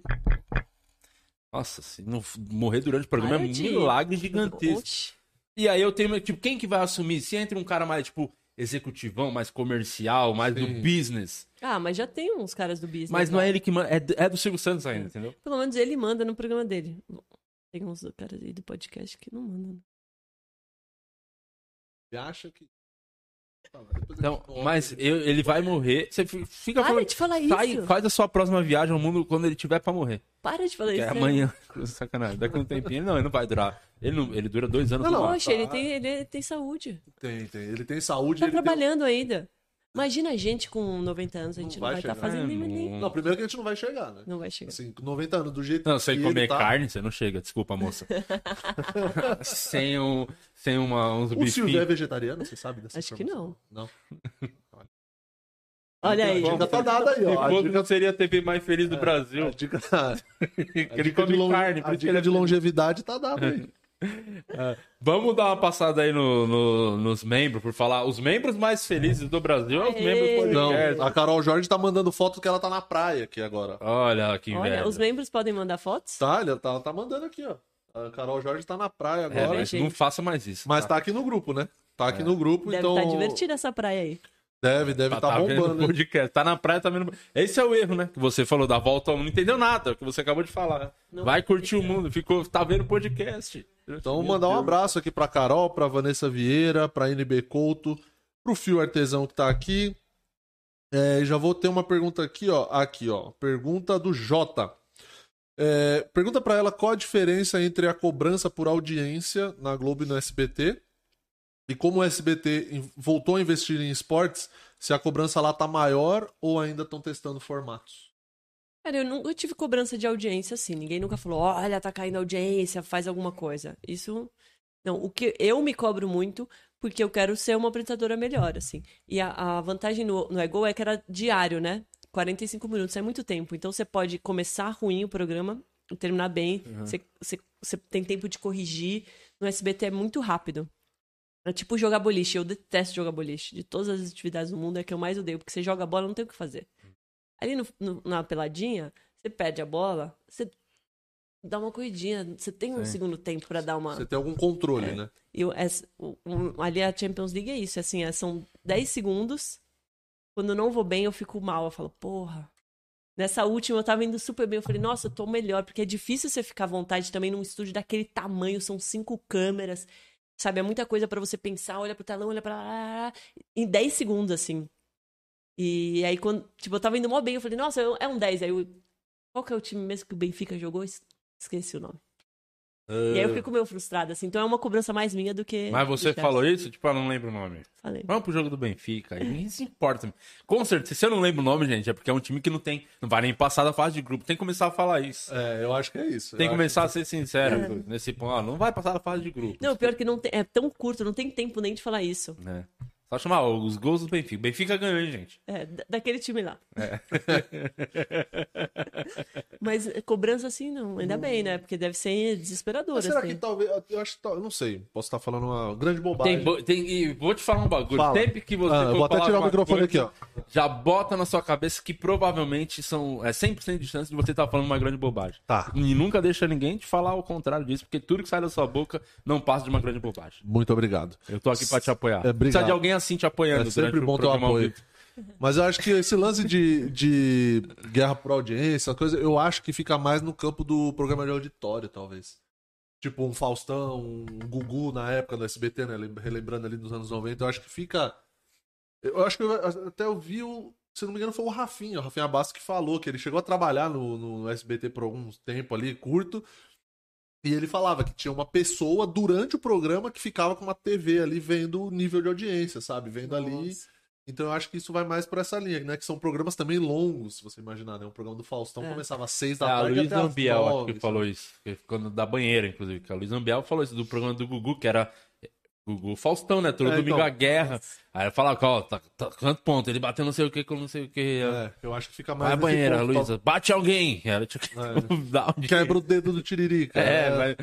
S1: Nossa, se não f- morrer durante o programa
S3: Para
S1: é um
S3: de-
S1: milagre gigantesco.
S3: Oxi.
S1: E aí eu tenho, medo, tipo, quem que vai assumir? Se entra um cara mais, tipo, executivão, mais comercial, mais do
S2: Sim.
S1: business.
S3: Ah, mas já tem uns caras do business.
S1: Mas não
S3: lá.
S1: é ele que manda, é do- é do Silvio Santos ainda, entendeu?
S3: Pelo menos ele manda no programa dele. Bom, Tem uns caras aí do podcast que não mandam. né?
S2: ele acha que. Tá, mas depois a
S1: Então,
S2: gente volta.
S1: mas eu- ele vai morrer. Você fi- fica
S3: Para
S1: falando.
S3: de falar isso.
S1: Sai, faz a sua próxima viagem ao mundo quando ele tiver pra morrer.
S3: Para de falar
S1: Que
S3: isso.
S1: é
S3: né?
S1: amanhã. Sacanagem. Daqui a um tempinho. Ele não, ele não vai durar. Ele, não, ele dura dois anos.
S2: Não,
S1: no
S2: não,
S1: máximo.
S3: Poxa, ele tem, ele tem saúde.
S2: Tem, tem. Ele tem saúde.
S3: Tá
S2: ele tem- um
S3: trabalhando ainda. Imagina a gente com 90 anos, a
S2: Não
S3: gente não,
S2: vai
S3: vai estar
S2: chegar.
S3: fazendo
S1: É,
S3: nem, nem.
S2: Não, primeiro que a gente não vai chegar, né?
S3: Não vai chegar.
S2: Assim, com 90 anos, do jeito
S1: Não, sem
S2: que
S1: comer
S2: ele tá,
S1: carne, você não chega. Desculpa, moça. sem um, sem uma, uns
S2: O Silvio é
S1: bifinhos.
S2: vegetariano, você sabe dessa
S3: Acho que
S2: informação? Não.
S3: Olha aí.
S2: A dica tá dada aí, ó. A
S1: Enquanto
S2: dica-
S1: não seria a TV mais feliz
S2: É.
S1: do Brasil.
S2: A dica, A
S1: Ele
S2: dica, de,
S1: come
S2: longe-
S1: carne,
S2: a
S1: por isso que
S2: dica
S1: ele é
S2: de longevidade tá dada aí.
S1: É, Vamos dar uma passada aí no- no- nos membros, por falar. Os membros mais felizes do Brasil é os
S3: Aê!
S1: membros do podcast.
S2: Não, a Carol Jorge tá mandando foto que ela tá na praia aqui agora.
S1: Olha que
S3: Olha,
S1: inveja.
S3: os membros podem mandar fotos?
S2: Tá, ela tá, ela tá mandando aqui, ó. A Carol Jorge tá na praia
S1: É,
S2: agora.
S1: mas não faça mais isso.
S2: mas tá aqui no grupo, né? Tá aqui no grupo,
S3: Deve
S2: então.
S3: estar divertida essa praia aí.
S2: Deve, deve
S1: Tá,
S2: tá,
S1: tá vendo
S2: bombando.
S1: o
S2: né?
S1: podcast. Tá na praia, tá vendo. Esse é o erro, né? Que você falou da volta ao mundo. Não entendeu nada que você acabou de falar. né?
S3: Não.
S1: Vai curtir o mundo. Ficou, tá vendo o podcast.
S2: Então,
S1: Meu
S2: mandar um
S1: Deus.
S2: abraço aqui pra Carol, pra Vanessa Vieira, pra NB Couto, pro Fio Artesão que tá aqui. É, já vou ter uma pergunta aqui, ó. Aqui, ó. Pergunta do Jota. É, pergunta pra ela qual a diferença entre a cobrança por audiência na Globo e no SBT e como o SBT in- voltou a investir em esportes, se a cobrança lá tá maior ou ainda estão testando formatos.
S3: Cara, eu nunca tive cobrança de audiência assim. Ninguém nunca falou, olha, tá caindo a audiência, faz alguma coisa. Isso. Não, Então, o que eu me cobro muito, porque eu quero ser uma apresentadora melhor, assim. E a, a vantagem no, no Ego é que era diário, né? 45 minutos, é muito tempo. Então você pode começar ruim o programa, e terminar bem, você, você- você tem tempo de corrigir. No SBT é muito rápido. É tipo jogar boliche. Eu detesto jogar boliche. De todas as atividades do mundo é a que eu mais odeio, porque você joga bola, não tem o que fazer. Ali no- no- na peladinha, você perde a bola, você dá uma corridinha, você tem um
S1: Sim.
S3: segundo tempo pra dar uma.
S2: Você tem algum controle, né?
S3: E o- essa- o- um- ali a Champions League é isso, assim, é, são 10 segundos. Quando eu não vou bem, eu fico mal. Eu falo, porra. Nessa última eu tava indo super bem. Eu falei, nossa, eu tô melhor, porque é difícil você ficar à vontade também num estúdio daquele tamanho, são cinco câmeras. Sabe, é muita coisa pra você pensar, olha pro telão, olha pra lá, em 10 segundos, assim. E aí, quando, tipo, eu tava indo mó bem, eu falei, nossa, eu- é um 10. Aí, eu, qual que é o time mesmo que o Benfica jogou? Es- Esqueci o nome. E aí eu fico meio frustrada, assim. Então é uma cobrança mais minha do que.
S1: Mas você
S3: do Chelsea.
S1: falou isso? Tipo, eu não lembro o nome.
S3: Falei.
S1: Vamos pro jogo do Benfica. aí Ninguém se importa. Com certeza, se eu não lembro o nome, gente, é porque é um time que não tem. Não vai nem passar da fase de grupo. Tem que começar a falar isso.
S2: É, eu acho que é isso.
S1: Tem
S2: Eu
S1: que
S2: acho
S1: começar a ser sincero nesse ponto. Ah, não vai passar da fase de grupo.
S3: Não, pior que não tem, é tão curto, não tem tempo nem de falar isso.
S1: Né? Só chamar ó, os gols do Benfica. Benfica ganhou, hein, gente?
S3: É, da- daquele time lá.
S1: É.
S3: Mas eh, cobrança assim não, ainda bem, né? Porque deve ser desesperador.
S2: Mas será
S3: assim.
S2: que tá talvez. Eu acho que tal- eu não sei. Posso estar falando uma grande bobagem.
S1: Tem, bo- tem- e vou te falar um bagulho.
S2: Fala.
S1: Sempre que você.
S2: Ah, eu
S1: for
S2: vou até
S1: falar
S2: tirar o
S1: alguma
S2: microfone
S1: coisa,
S2: aqui,
S1: Já bota na sua cabeça que provavelmente são é 100% de chance de você estar falando uma grande bobagem.
S2: Tá.
S1: E nunca deixa ninguém te falar o contrário disso, porque tudo que sai da sua boca não passa de uma grande bobagem.
S2: Muito obrigado.
S1: Eu tô aqui pra te apoiar.
S2: É, obrigado.
S1: Precisa de alguém assim te apoiando.
S2: É sempre
S1: durante o
S2: bom ter o
S1: programa ao
S2: apoio.
S1: vivo.
S2: Mas eu acho que esse lance de, de guerra por audiência, a coisa, eu acho que fica mais no campo do programa de auditório, talvez. Tipo um Faustão, um Gugu na época do SBT, né? Lem- Relembrando ali dos anos 90, eu acho que fica. Eu acho que eu- até eu vi o. Se não me engano, foi o Rafinha, o Rafinha Bastos que falou que ele chegou a trabalhar no, no SBT por algum tempo ali, curto. E ele falava que tinha uma pessoa durante o programa que ficava com uma TV ali vendo o nível de audiência, sabe? Vendo ali
S3: Nossa.
S2: então eu acho que isso vai mais por essa linha, né? Que são programas também longos, se você imaginar, né? Um programa do Faustão
S3: É.
S2: começava às seis da
S1: É, a
S2: tarde
S1: Luiz
S2: Tá, até às
S1: Ambiel acho
S2: nove,
S1: que falou isso. que Quando, da banheira, inclusive. Que a Luiz Ambiel falou isso do programa do Gugu, que era. eh, Gugu Faustão, né? Todo
S2: É,
S1: domingo
S2: então.
S1: a guerra. Aí eu falava, ó, tá, tá, quanto ponto? Ele bateu não sei o que com não sei o que.
S2: sabe? É, eu acho que fica mais.
S1: Vai à
S2: nesse
S1: banheira,
S2: ponto,
S1: Luísa. Bate alguém. Ela tinha que dar um
S2: tá- Quebra o dedo do Tiririca. né?
S1: É, mas...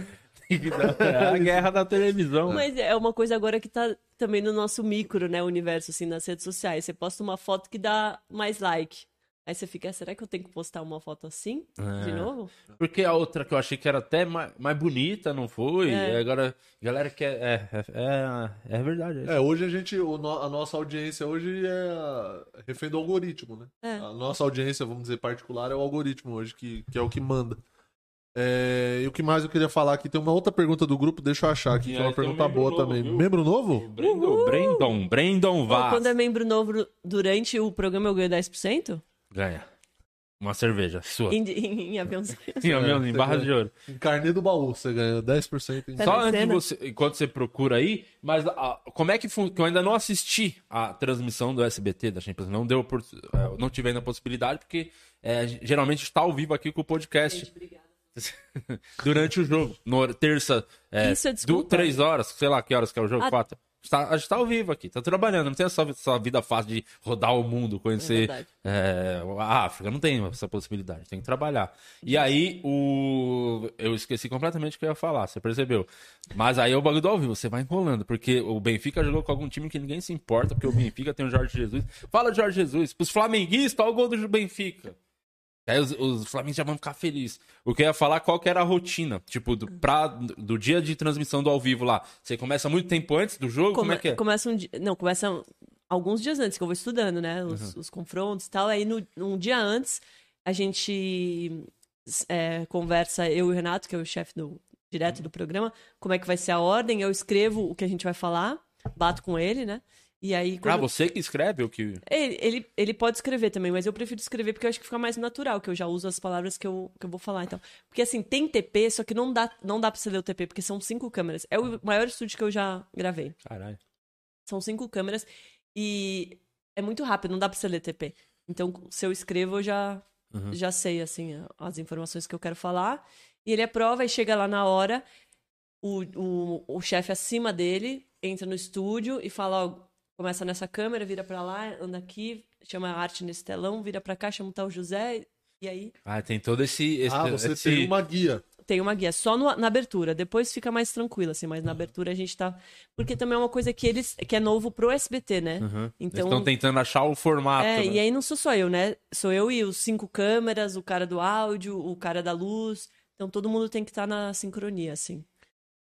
S1: tem que dar- é a guerra da televisão.
S3: Mas é uma coisa agora que tá também no nosso micro, né? Universo, assim, nas redes sociais. Você posta uma foto que dá mais like. Aí você fica, "Ah, será que eu tenho que postar uma foto assim?
S1: É.
S3: De novo?
S1: Porque a outra que eu achei que era até mais, mais bonita, não foi?
S3: É.
S1: E Agora, galera que é... É, é, é- é verdade. é.
S2: É, hoje a gente. o no- a nossa audiência hoje é a- refém do algoritmo, né?
S3: É.
S2: A nossa audiência, vamos dizer, particular é o algoritmo hoje, que, que é o que manda. É, e o que mais eu queria falar aqui? Tem uma outra pergunta do grupo, deixa eu achar aqui,
S1: E
S2: que é uma
S1: aí tem um
S2: pergunta
S1: membro
S2: boa
S1: novo,
S2: também.
S1: viu?
S2: Membro novo?
S1: Brandon, Brandon, Brandon
S3: Ou
S1: Vaz.
S3: Quando é membro novo durante o programa, eu ganho 10%
S1: Ganha. Uma cerveja sua.
S3: em, em, em aviões.
S1: Sim, ó, mesmo,
S2: É,
S1: em
S2: você
S1: barras
S2: ganha.
S1: de ouro.
S2: Em carnê do baú, você ganha 10% em
S3: Tá
S1: Só
S3: na
S1: antes de
S3: cena?
S1: você, enquanto você procura aí, mas ah, como é que fun- que eu ainda não assisti a transmissão do SBT da Champions, não deu, opor- eh, não tive ainda a possibilidade porque eh, geralmente está ao vivo aqui com o podcast durante o jogo, no hor- terça, eh,
S3: Isso é
S1: du-
S3: desculpa.
S1: três horas, sei lá que horas que é o jogo,
S3: Ah.
S1: quatro. Está, a gente está ao vivo aqui, está trabalhando, não tem essa, essa vida fácil de rodar o mundo, conhecer
S3: verdade.
S1: é, a África não tem essa possibilidade, tem que trabalhar. E aí, o... eu esqueci completamente o que eu ia falar, você percebeu. Mas aí é o bagulho do ao vivo, você vai enrolando, porque o Benfica jogou com algum time que ninguém se importa, porque o Benfica tem o Jorge Jesus. Fala, Jorge Jesus, pros flamenguistas, olha o gol do Benfica. Aí os, os flamenguistas já vão ficar felizes. O que eu ia falar, qual que era a rotina, tipo, do, pra- do dia de transmissão do ao vivo lá. Você começa muito tempo antes do jogo, como, é que é?
S3: Começa um dia. Não, começa um- alguns dias antes, que eu vou estudando, né?
S1: Uhum.
S3: Os, os confrontos e tal. Aí, no, um dia antes, a gente é, conversa, eu e o Renato, que é o chefe do,
S1: Uhum.
S3: direto do programa, como é que vai ser a ordem. Eu escrevo o que a gente vai falar, bato com ele, né? E aí.
S1: Ah,
S3: Quando...
S1: você que escreve ou que...
S3: Ele, É, ele, ele pode escrever também, mas eu prefiro escrever porque eu acho que fica mais natural, que eu já uso as palavras que eu, que eu vou falar, então. Porque assim, tem TP, só que não dá, não dá pra você ler o TP, porque são cinco câmeras. É o maior estúdio que eu já gravei.
S1: Caralho.
S3: São cinco câmeras e é muito rápido, não dá pra você ler TP. Então, se eu escrevo, eu já,
S1: Uhum.
S3: já sei, assim, as informações que eu quero falar. E ele aprova e chega lá na hora, o, o, o chefe acima dele entra no estúdio e fala, ó, começa nessa câmera, vira pra lá, anda aqui, chama a arte nesse telão, vira pra cá, chama o tal José, e aí
S1: Ah, tem todo esse... esse
S2: Ah, você
S1: esse-
S2: tem uma guia.
S3: tem uma guia só no- na abertura. Depois fica mais tranquilo, assim,
S1: Uhum.
S3: mas na abertura a gente tá. Porque também é uma coisa que eles. que é novo pro SBT, né?
S1: Uhum. Eles
S3: Então.
S1: estão tentando achar o formato.
S3: É,
S1: né?
S3: e aí não sou só eu, né? Sou eu e os cinco câmeras, o cara do áudio, o cara da luz. Então todo mundo tem que estar na sincronia, assim.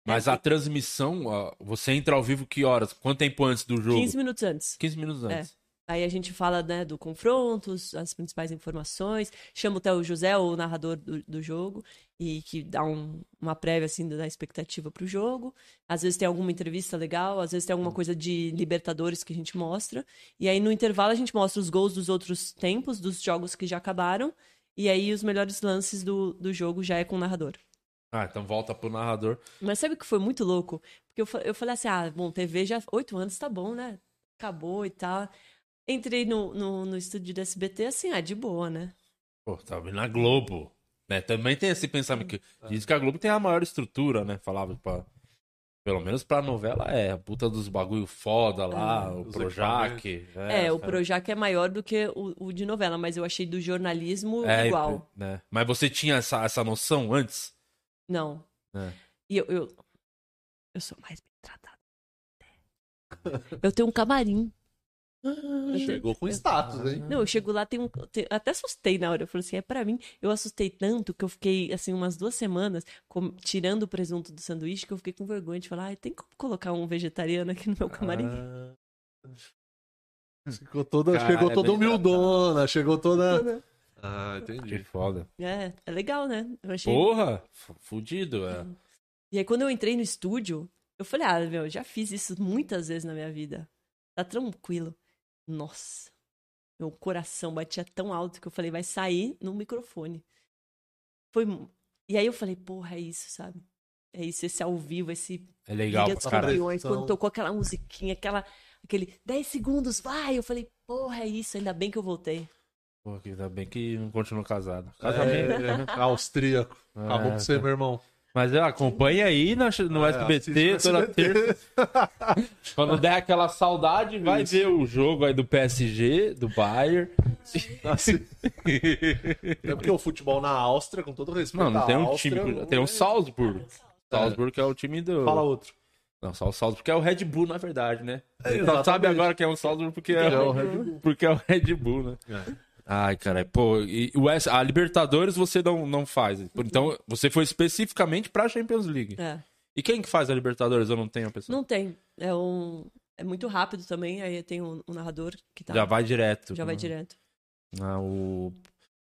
S1: Mas a transmissão, ó, você entra ao vivo que horas? Quanto tempo antes do jogo?
S3: 15 minutos antes.
S1: 15 minutos
S3: É.
S1: antes.
S3: Aí a gente fala, né, do confronto, os- as principais informações, chama até o José, o narrador do, do jogo, e que dá um- uma prévia, assim, da expectativa pro jogo. Às vezes tem alguma entrevista legal, às vezes tem alguma coisa de Libertadores que a gente mostra. E aí no intervalo a gente mostra os gols dos outros tempos, dos jogos que já acabaram, e aí os melhores lances do, do jogo já é com o narrador.
S1: Ah, então volta pro narrador.
S3: Mas sabe o que foi muito louco? Porque eu, fa- eu falei assim, ah, bom, TV já oito anos tá bom, né? Acabou e tal. Entrei no, no, no estúdio do SBT assim, ah, de boa, né?
S1: Pô, tá vindo na Globo. É, Né? Também tem esse pensamento. Que... Diz que a Globo tem a maior estrutura, né? Falava pra... Pelo menos pra novela é. A puta dos bagulho foda lá, o
S2: É, os
S1: Projac.
S3: É, o
S1: sabe?
S3: Projac é maior do que o, o de novela, mas eu achei do jornalismo
S1: É,
S3: igual.
S1: né? Mas você tinha essa, essa noção antes?
S3: Não.
S1: É.
S3: E eu, eu. eu sou mais bem tratada. Eu tenho um camarim. Eu tenho-
S2: Chegou com status, hein?
S3: Não, eu chego lá, tem um. tem- até assustei na hora. Eu falei assim, é pra mim. Eu assustei tanto que eu fiquei, assim, umas duas semanas com- tirando o presunto do sanduíche que eu fiquei com vergonha de falar, ai, tem como colocar um vegetariano aqui no meu camarim?
S2: Ah. Ficou toda,
S1: Ah. Caralho, é
S2: chegou toda
S1: bem
S2: humildona, chegou toda. Ah,
S1: Que
S2: entendi.
S1: foda.
S3: É, é legal, né? Eu achei.
S1: Porra! f- Fudido, é.
S3: E aí, quando eu entrei no estúdio, eu falei, ah, meu, já fiz isso muitas vezes na minha vida. Tá tranquilo. Nossa. Meu coração batia tão alto que eu falei, vai sair no microfone. Foi. mu- E aí eu falei, porra, é isso, sabe? É isso, esse ao vivo, esse
S1: É legal pra
S3: Liga dos
S1: caralho.
S3: Campeões,
S2: Então-
S3: quando tocou aquela musiquinha, aquela, aquele 10 segundos, vai! Eu falei, porra, é isso, ainda bem que eu voltei.
S1: Pô, que ainda bem que não continuo casado. Casamento.
S2: É, austríaco.
S1: É,
S2: Acabou com
S1: tá.
S2: você, meu irmão.
S1: Mas ó, acompanha aí na- no SBT
S2: assiste É, no
S1: toda terça. Quando der aquela saudade, vai ver o jogo aí do PSG, do Bayern.
S2: Assim. É porque o futebol na Áustria, com todo respeito.
S1: Não, não tem
S2: à
S1: um
S2: Áustria,
S1: time. Tem o Salzburg. Salzburg que é o time do.
S2: Fala outro.
S1: Não, só o Salzburg, porque é o Red Bull, na verdade, né? Você só
S2: exatamente.
S1: sabe agora que é o Salzburg porque é,
S2: É o
S1: o,
S2: Red É.
S1: porque é o Red Bull, né? Ai, caralho. Pô, e o S- a Libertadores você não, não faz. Então, você foi especificamente pra Champions League.
S3: É.
S1: E quem que faz a Libertadores? Eu não tenho a pessoa.
S3: Não tem. É um. É muito rápido também, aí tem um, um narrador que tá.
S1: Já vai direto.
S3: já vai
S1: Né?
S3: direto.
S1: Ah, o-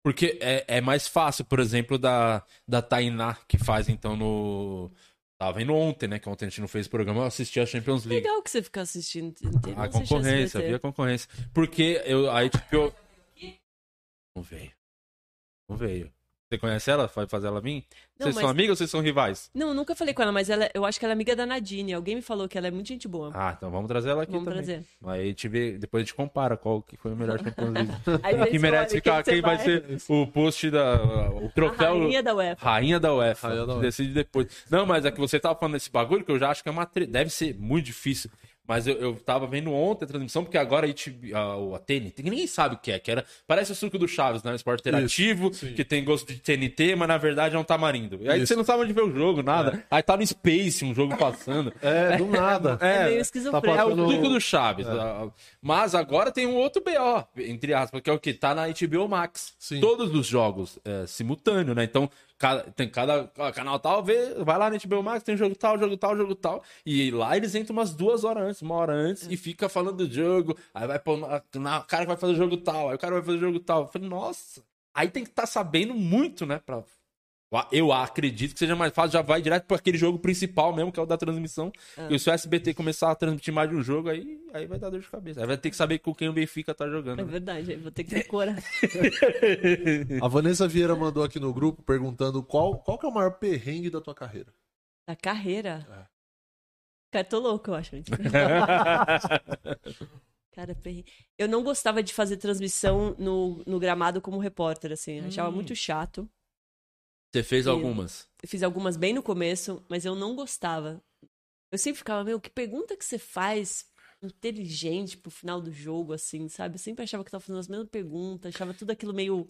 S1: Porque é, é mais fácil, por exemplo, da, da Tainá, que faz então no. Tava indo ontem, né? Que ontem a gente não fez programa, eu assisti a Champions League.
S3: Legal que você fica assistindo inteiro.
S1: A
S3: não assiste
S1: Ah, concorrência,
S3: SBT.
S1: havia concorrência. Porque eu, a HBO. Não veio. Não veio. Você conhece ela? Vai fazer ela vir?
S3: Não,
S1: vocês
S3: mas-
S1: são amigos ou vocês são rivais?
S3: Não, eu nunca falei com ela, mas ela, eu acho que ela é amiga da Nadine. Alguém me falou que ela é muito gente boa.
S1: Ah, então vamos trazer ela aqui
S3: Vamos
S1: também.
S3: trazer.
S1: Aí a gente vê, depois a gente compara qual que foi o melhor Champions League.
S3: Aí você
S1: quem merece
S3: escolhe
S1: ficar,
S3: você
S1: quem vai ser o post da. O
S3: A
S1: troféu.
S3: rainha da UEFA.
S1: Rainha da UEFA.
S2: Rainha da
S1: que
S2: UEFA.
S1: Decide depois. Não, mas é que você tava falando desse bagulho que eu já acho que é uma. tre- Deve ser muito difícil. Mas eu, eu tava vendo ontem a transmissão, porque agora a, gente, a, o- a TNT, que ninguém sabe o que é, que era. Parece o suco do Chaves, né? Um esporte interativo,
S2: sim.
S1: que tem gosto de TNT, mas na verdade é um tamarindo. E aí
S2: Isso.
S1: você não sabe onde ver o jogo, nada. Aí tá no Space, um jogo passando.
S2: É, do nada.
S3: É meio
S2: tá
S3: esquizofrênico.
S1: É o
S2: Pelo-
S1: suco do Chaves. Ah, Mas agora tem um outro BO, entre aspas, que é o que? Tá na HBO Max.
S2: Sim.
S1: Todos os jogos é, simultâneo, né? Então, cada, tem cada ó, canal tal, vê, vai lá na HBO Max, tem jogo tal, jogo tal, jogo tal. E lá eles entram umas duas horas antes, uma hora antes, e fica falando do jogo. Aí vai pôr. na- na- O cara que vai fazer o jogo tal, aí o cara vai fazer o jogo tal. Eu falei, nossa. Aí tem que estar sabendo muito, né? Pra... Eu acredito que seja mais fácil, já vai direto para aquele jogo principal mesmo, que é o da transmissão.
S3: É.
S1: E se o SBT começar a transmitir mais de um jogo, aí, aí vai dar dor de cabeça. Aí vai ter que saber com quem o Benfica tá
S3: É
S1: jogando. né?
S3: verdade, eu vou ter que ter coragem.
S2: A Vanessa Vieira mandou aqui no grupo perguntando qual, qual que é o maior perrengue da tua carreira.
S3: Da carreira.
S1: É.
S3: Cara, tô louco, eu acho. mentira. Cara, perre- eu não gostava de fazer transmissão no, no gramado como repórter, assim. eu
S1: Hum.
S3: Achava muito chato.
S1: Você fez
S3: Eu.
S1: algumas.
S3: Eu fiz algumas bem no começo, mas eu não gostava. Eu sempre ficava, meu, que pergunta que você faz inteligente pro final do jogo, assim, sabe? Eu sempre achava que tava fazendo as mesmas perguntas, achava tudo aquilo meio.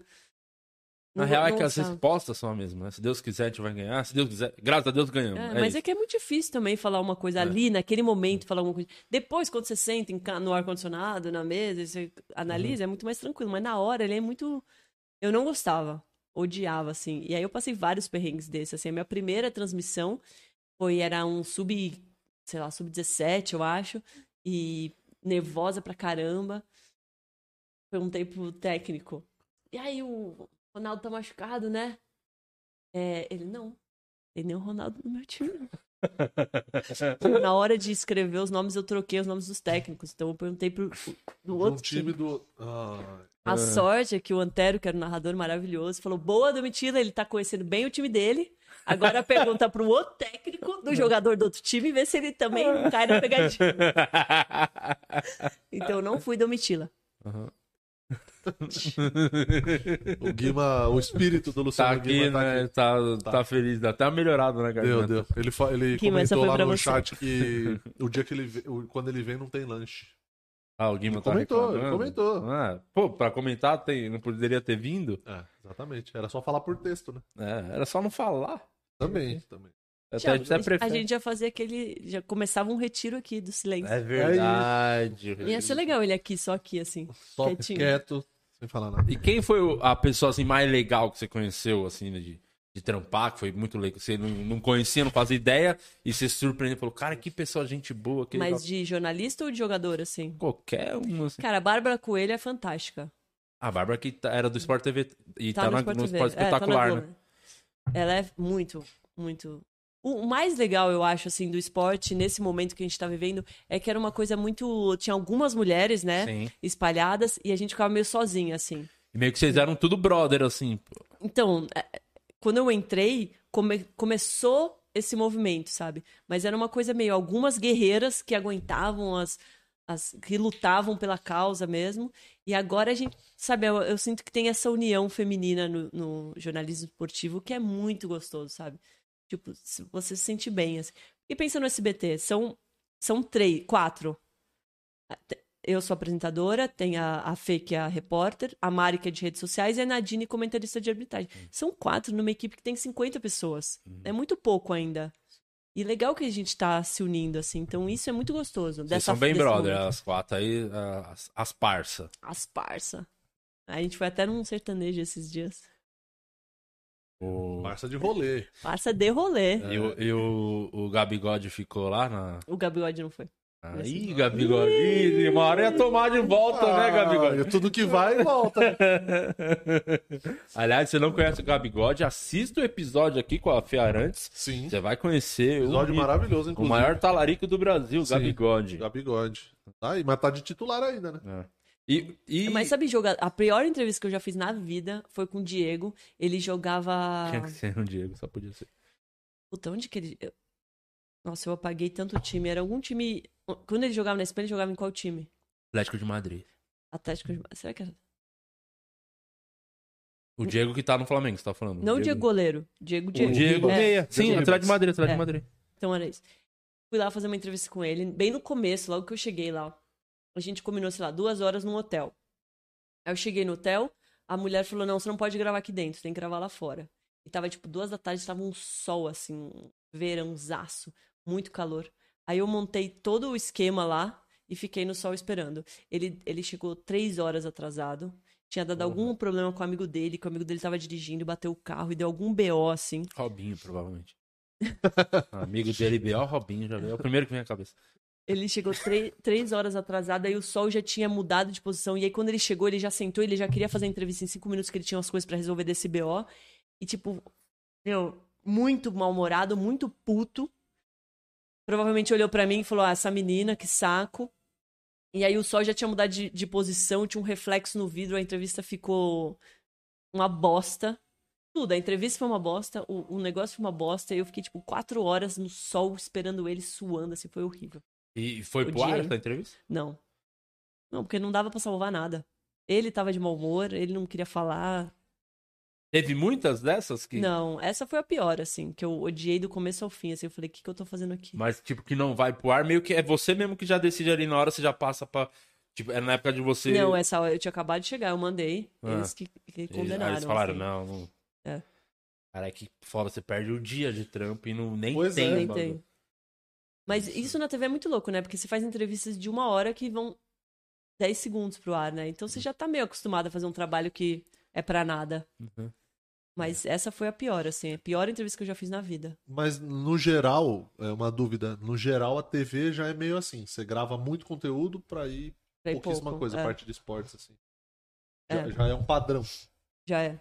S1: Na
S3: Não
S1: real é
S3: go-
S1: que
S3: não
S1: as
S3: gostava.
S1: respostas são a mesma, né? Se Deus quiser, a gente vai ganhar. Se Deus quiser, graças a Deus ganhamos.
S3: É,
S1: É,
S3: mas
S1: isso. É.
S3: é que é muito difícil também falar uma coisa ali, naquele momento, falar alguma coisa. Depois, quando você senta em ca- no ar-condicionado, na mesa, e você analisa,
S1: Uhum.
S3: é muito mais tranquilo. Mas na hora, ele é muito. Eu não gostava, odiava, assim. E aí eu passei vários perrengues desses, assim. A minha primeira transmissão foi, era um sub, sei lá, sub-17, eu acho. E nervosa pra caramba. Perguntei pro técnico. E aí, o Ronaldo tá machucado, né? É, ele, não. Tem nenhum Ronaldo no meu time, não. Na hora de escrever os nomes, eu troquei os nomes dos técnicos. Então eu perguntei pro do
S2: De um
S3: outro
S2: time do. Ah,
S3: a sorte é que o Antero, que era um narrador maravilhoso, falou: Boa, Domitila, ele tá conhecendo bem o time dele. Agora pergunta pro outro técnico do jogador do outro time e vê se ele também
S2: Ah.
S3: não cai na
S1: Tá
S3: pegadinha. Então eu não fui Domitila.
S2: O Guima, o espírito do
S1: Tá
S2: Luciano
S1: aqui,
S2: Guima tá
S1: né?
S2: aqui.
S1: Tá, tá. feliz, dá até uma melhorada né, na garganta.
S2: Deu, deu. Ele, fa- ele
S3: Guima, essa
S2: comentou
S3: foi
S2: lá
S3: pra
S2: no
S3: você.
S2: chat que o dia que ele vê, o- quando ele vem não tem lanche.
S1: Ah, o Guima
S2: Ele
S1: tá
S2: comentou, ele
S1: reclamando.
S2: comentou.
S1: Ah, pô, pra comentar, tem, não poderia ter vindo?
S2: É, exatamente. Era só falar por texto, né?
S1: É, era só não falar.
S2: Também, também.
S1: Até,
S3: Thiago,
S1: até
S3: a
S1: prefere.
S3: gente já fazia aquele. Já começava um retiro aqui do silêncio.
S1: É verdade.
S3: E Ia ser legal ele aqui, só aqui, assim.
S2: Só
S3: Quietinho.
S2: quieto, sem falar nada.
S1: E quem foi o- a pessoa assim mais legal que você conheceu, assim, né, de, de trampar, que foi muito legal? Você não, não conhecia, não fazia ideia, e você se surpreendeu e falou, cara, que pessoa gente boa, que legal.
S3: Mas de jornalista ou de jogador, assim?
S1: Qualquer um, assim.
S3: Cara, a Bárbara Coelho é fantástica.
S1: A Bárbara que tá- era do Sport TV e tá, na-
S3: Tá no Sport
S1: no
S3: TV.
S1: Sport
S3: É, tá na
S1: Espetacular, né?
S3: Globo, né? Ela é muito, muito. O o mais legal, eu acho, assim, do esporte, nesse momento que a gente tá vivendo, é que era uma coisa muito. Tinha algumas mulheres, né?
S1: Sim.
S3: Espalhadas, e a gente ficava meio sozinha, assim.
S1: E meio que vocês eram tudo brother, assim. pô.
S3: Então, é, quando eu entrei, come- começou esse movimento, sabe? Mas era uma coisa meio algumas guerreiras que aguentavam as, as- que lutavam pela causa mesmo. E agora a gente, sabe, eu, eu sinto que tem essa união feminina no, no jornalismo esportivo que é muito gostoso, sabe? Tipo, se você se sente bem. Assim. E pensa no SBT, são são três, quatro. Eu sou apresentadora, tem a, a Fê, que é a repórter, a Mari, que é de redes sociais, e a Nadine, comentarista de arbitragem.
S1: Hum.
S3: São quatro numa equipe que tem 50 pessoas.
S1: Uhum.
S3: É muito pouco ainda. E legal que a gente tá se unindo, assim. Então, isso é muito gostoso.
S1: Vocês são bem
S3: desse
S1: brother,
S3: momento.
S1: as quatro aí, as, as parça.
S3: As parça. A gente foi até num sertanejo esses dias.
S1: O...
S2: Parça de rolê.
S3: Parça de rolê.
S1: E, o, e o, o Gabigode ficou lá na.
S3: O Gabigode não foi.
S1: Aí, Gabigode. Ih, uma hora ia tomar de volta, né, Gabigode?
S2: Ah, Tudo que vai e volta. né?
S1: Aliás, se você não conhece o Gabigode, assista o episódio aqui com a Fê Arantes.
S2: Sim.
S1: Você vai conhecer é o,
S2: Episódio maravilhoso,
S1: o
S2: inclusive.
S1: maior talarico do Brasil,
S2: Sim.
S1: Gabigode.
S2: Gabigode. Tá aí, mas tá de titular ainda, né?
S1: É. E, e...
S3: Mas sabe jogar? A pior entrevista que eu já fiz na vida foi com o Diego. Ele jogava.
S1: Tinha que ser um Diego, só podia ser.
S3: Puta, onde que ele. eu- Nossa, eu apaguei tanto time. Era algum time. Quando ele jogava na Espanha, ele jogava em qual time?
S1: Atlético de Madrid.
S3: Atlético de... Será que era.
S1: O Diego que tá no Flamengo, você tá falando.
S3: Não o Diego goleiro. Diego Diego.
S1: O Diego
S3: É,
S1: Meia. Sim,
S2: Diego
S1: Atlético de
S2: Ribas.
S1: Madrid, Atlético de
S3: É.
S1: Madrid.
S3: Então era isso. Fui lá fazer uma entrevista com ele, bem no começo, logo que eu cheguei lá. A gente combinou, sei lá, duas horas num hotel. Aí eu cheguei no hotel, a mulher falou: não, você não pode gravar aqui dentro, tem que gravar lá fora. E tava tipo duas da tarde, tava um sol assim, um verãozaço, muito calor. Aí eu montei todo o esquema lá e fiquei no sol esperando. Ele, ele chegou três horas atrasado. Tinha dado algum problema com o amigo dele, que o amigo dele tava dirigindo, bateu o carro e deu algum BO, assim.
S1: Robinho, provavelmente. Amigo dele, B.O. Robinho, já veio. É o primeiro que vem à cabeça.
S3: Ele chegou tre- três horas atrasado, aí o sol já tinha mudado de posição. E aí, quando ele chegou, ele já sentou, ele já queria fazer a entrevista em cinco minutos, que ele tinha umas coisas pra resolver desse BO. E, tipo, meu, muito mal-humorado, muito puto. Provavelmente olhou pra mim e falou: Ah, essa menina, que saco. E aí o sol já tinha mudado de, de posição, tinha um reflexo no vidro, a entrevista ficou uma bosta. Tudo, a entrevista foi uma bosta, o, o negócio foi uma bosta, e eu fiquei, tipo, quatro horas no sol esperando ele suando, assim, foi horrível.
S1: E foi
S3: O
S1: pro ar
S3: Diego.
S1: essa entrevista?
S3: Não. Não, porque não dava pra salvar nada. Ele tava de mau humor, ele não queria falar.
S1: Teve muitas dessas que.
S3: Não, essa foi a pior, assim, que eu odiei do começo ao fim, assim, eu falei, o que, que eu tô fazendo aqui?
S1: Mas, tipo, que não vai pro ar, meio que é você mesmo que já decide ali na hora, você já passa pra. Tipo, é na época de você.
S3: Não, essa hora eu tinha acabado de chegar, eu mandei.
S1: Ah.
S3: Eles que, que
S1: Eles,
S3: condenaram.
S1: aí eles falaram,
S3: assim.
S1: não, não.
S3: É.
S1: Cara, é que foda, você perde o dia de trampo e não, nem
S2: Pois
S1: tem.
S2: é.
S1: o
S3: Nem
S1: bagulho.
S3: tem. Mas isso na TV é muito louco, né? Porque você faz entrevistas de uma hora que vão 10 segundos pro ar, né? Então você já tá meio acostumado a fazer um trabalho que é pra nada.
S1: Uhum.
S3: Mas essa foi a pior, assim, a pior entrevista que eu já fiz na vida.
S2: Mas no geral, é uma dúvida, no geral a TV já é meio assim, você grava muito conteúdo pra ir
S3: Pra ir
S2: pouquíssima
S3: pouco,
S2: coisa,
S3: é.
S2: a parte de esportes assim.
S3: É.
S2: Já, já é um padrão.
S3: Já é.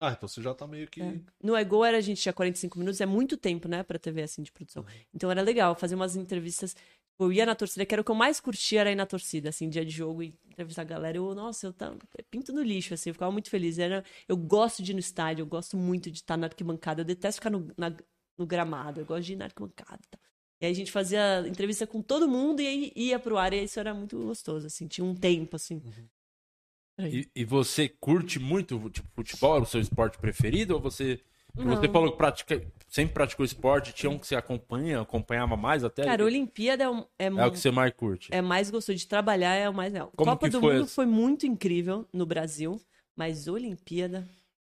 S2: Ah, então você já tá meio que
S3: É. No Ego era a gente tinha 45 minutos, é muito tempo, né, pra TV assim de produção. Então era legal fazer umas entrevistas. Tipo, Eu ia na torcida, que era o que eu mais curtia era ir na torcida, assim, dia de jogo e entrevistar a galera. Eu, nossa, eu tava pinto no lixo, assim, eu ficava muito feliz. Era, eu gosto de ir no estádio, eu gosto muito de estar na arquibancada, eu detesto ficar no, na- no gramado, eu gosto de ir na arquibancada. e tal. E aí a gente fazia entrevista com todo mundo e aí ia pro ar, e isso era muito gostoso, assim, tinha um tempo, assim. Peraí.
S1: E, e você curte muito tipo, futebol? É o seu esporte preferido? Ou você. tipo,
S3: Não.
S1: Você falou que pratica- sempre praticou esporte, tinha um que você acompanha, acompanhava mais até?
S3: Cara, Olimpíada é, um- é
S1: É o que você mais curte.
S3: é mais gostoso de trabalhar, é o mais legal.
S1: Como
S3: Copa
S1: que
S3: do
S1: foi
S3: Mundo
S1: essa?
S3: foi muito incrível no Brasil, mas Olimpíada.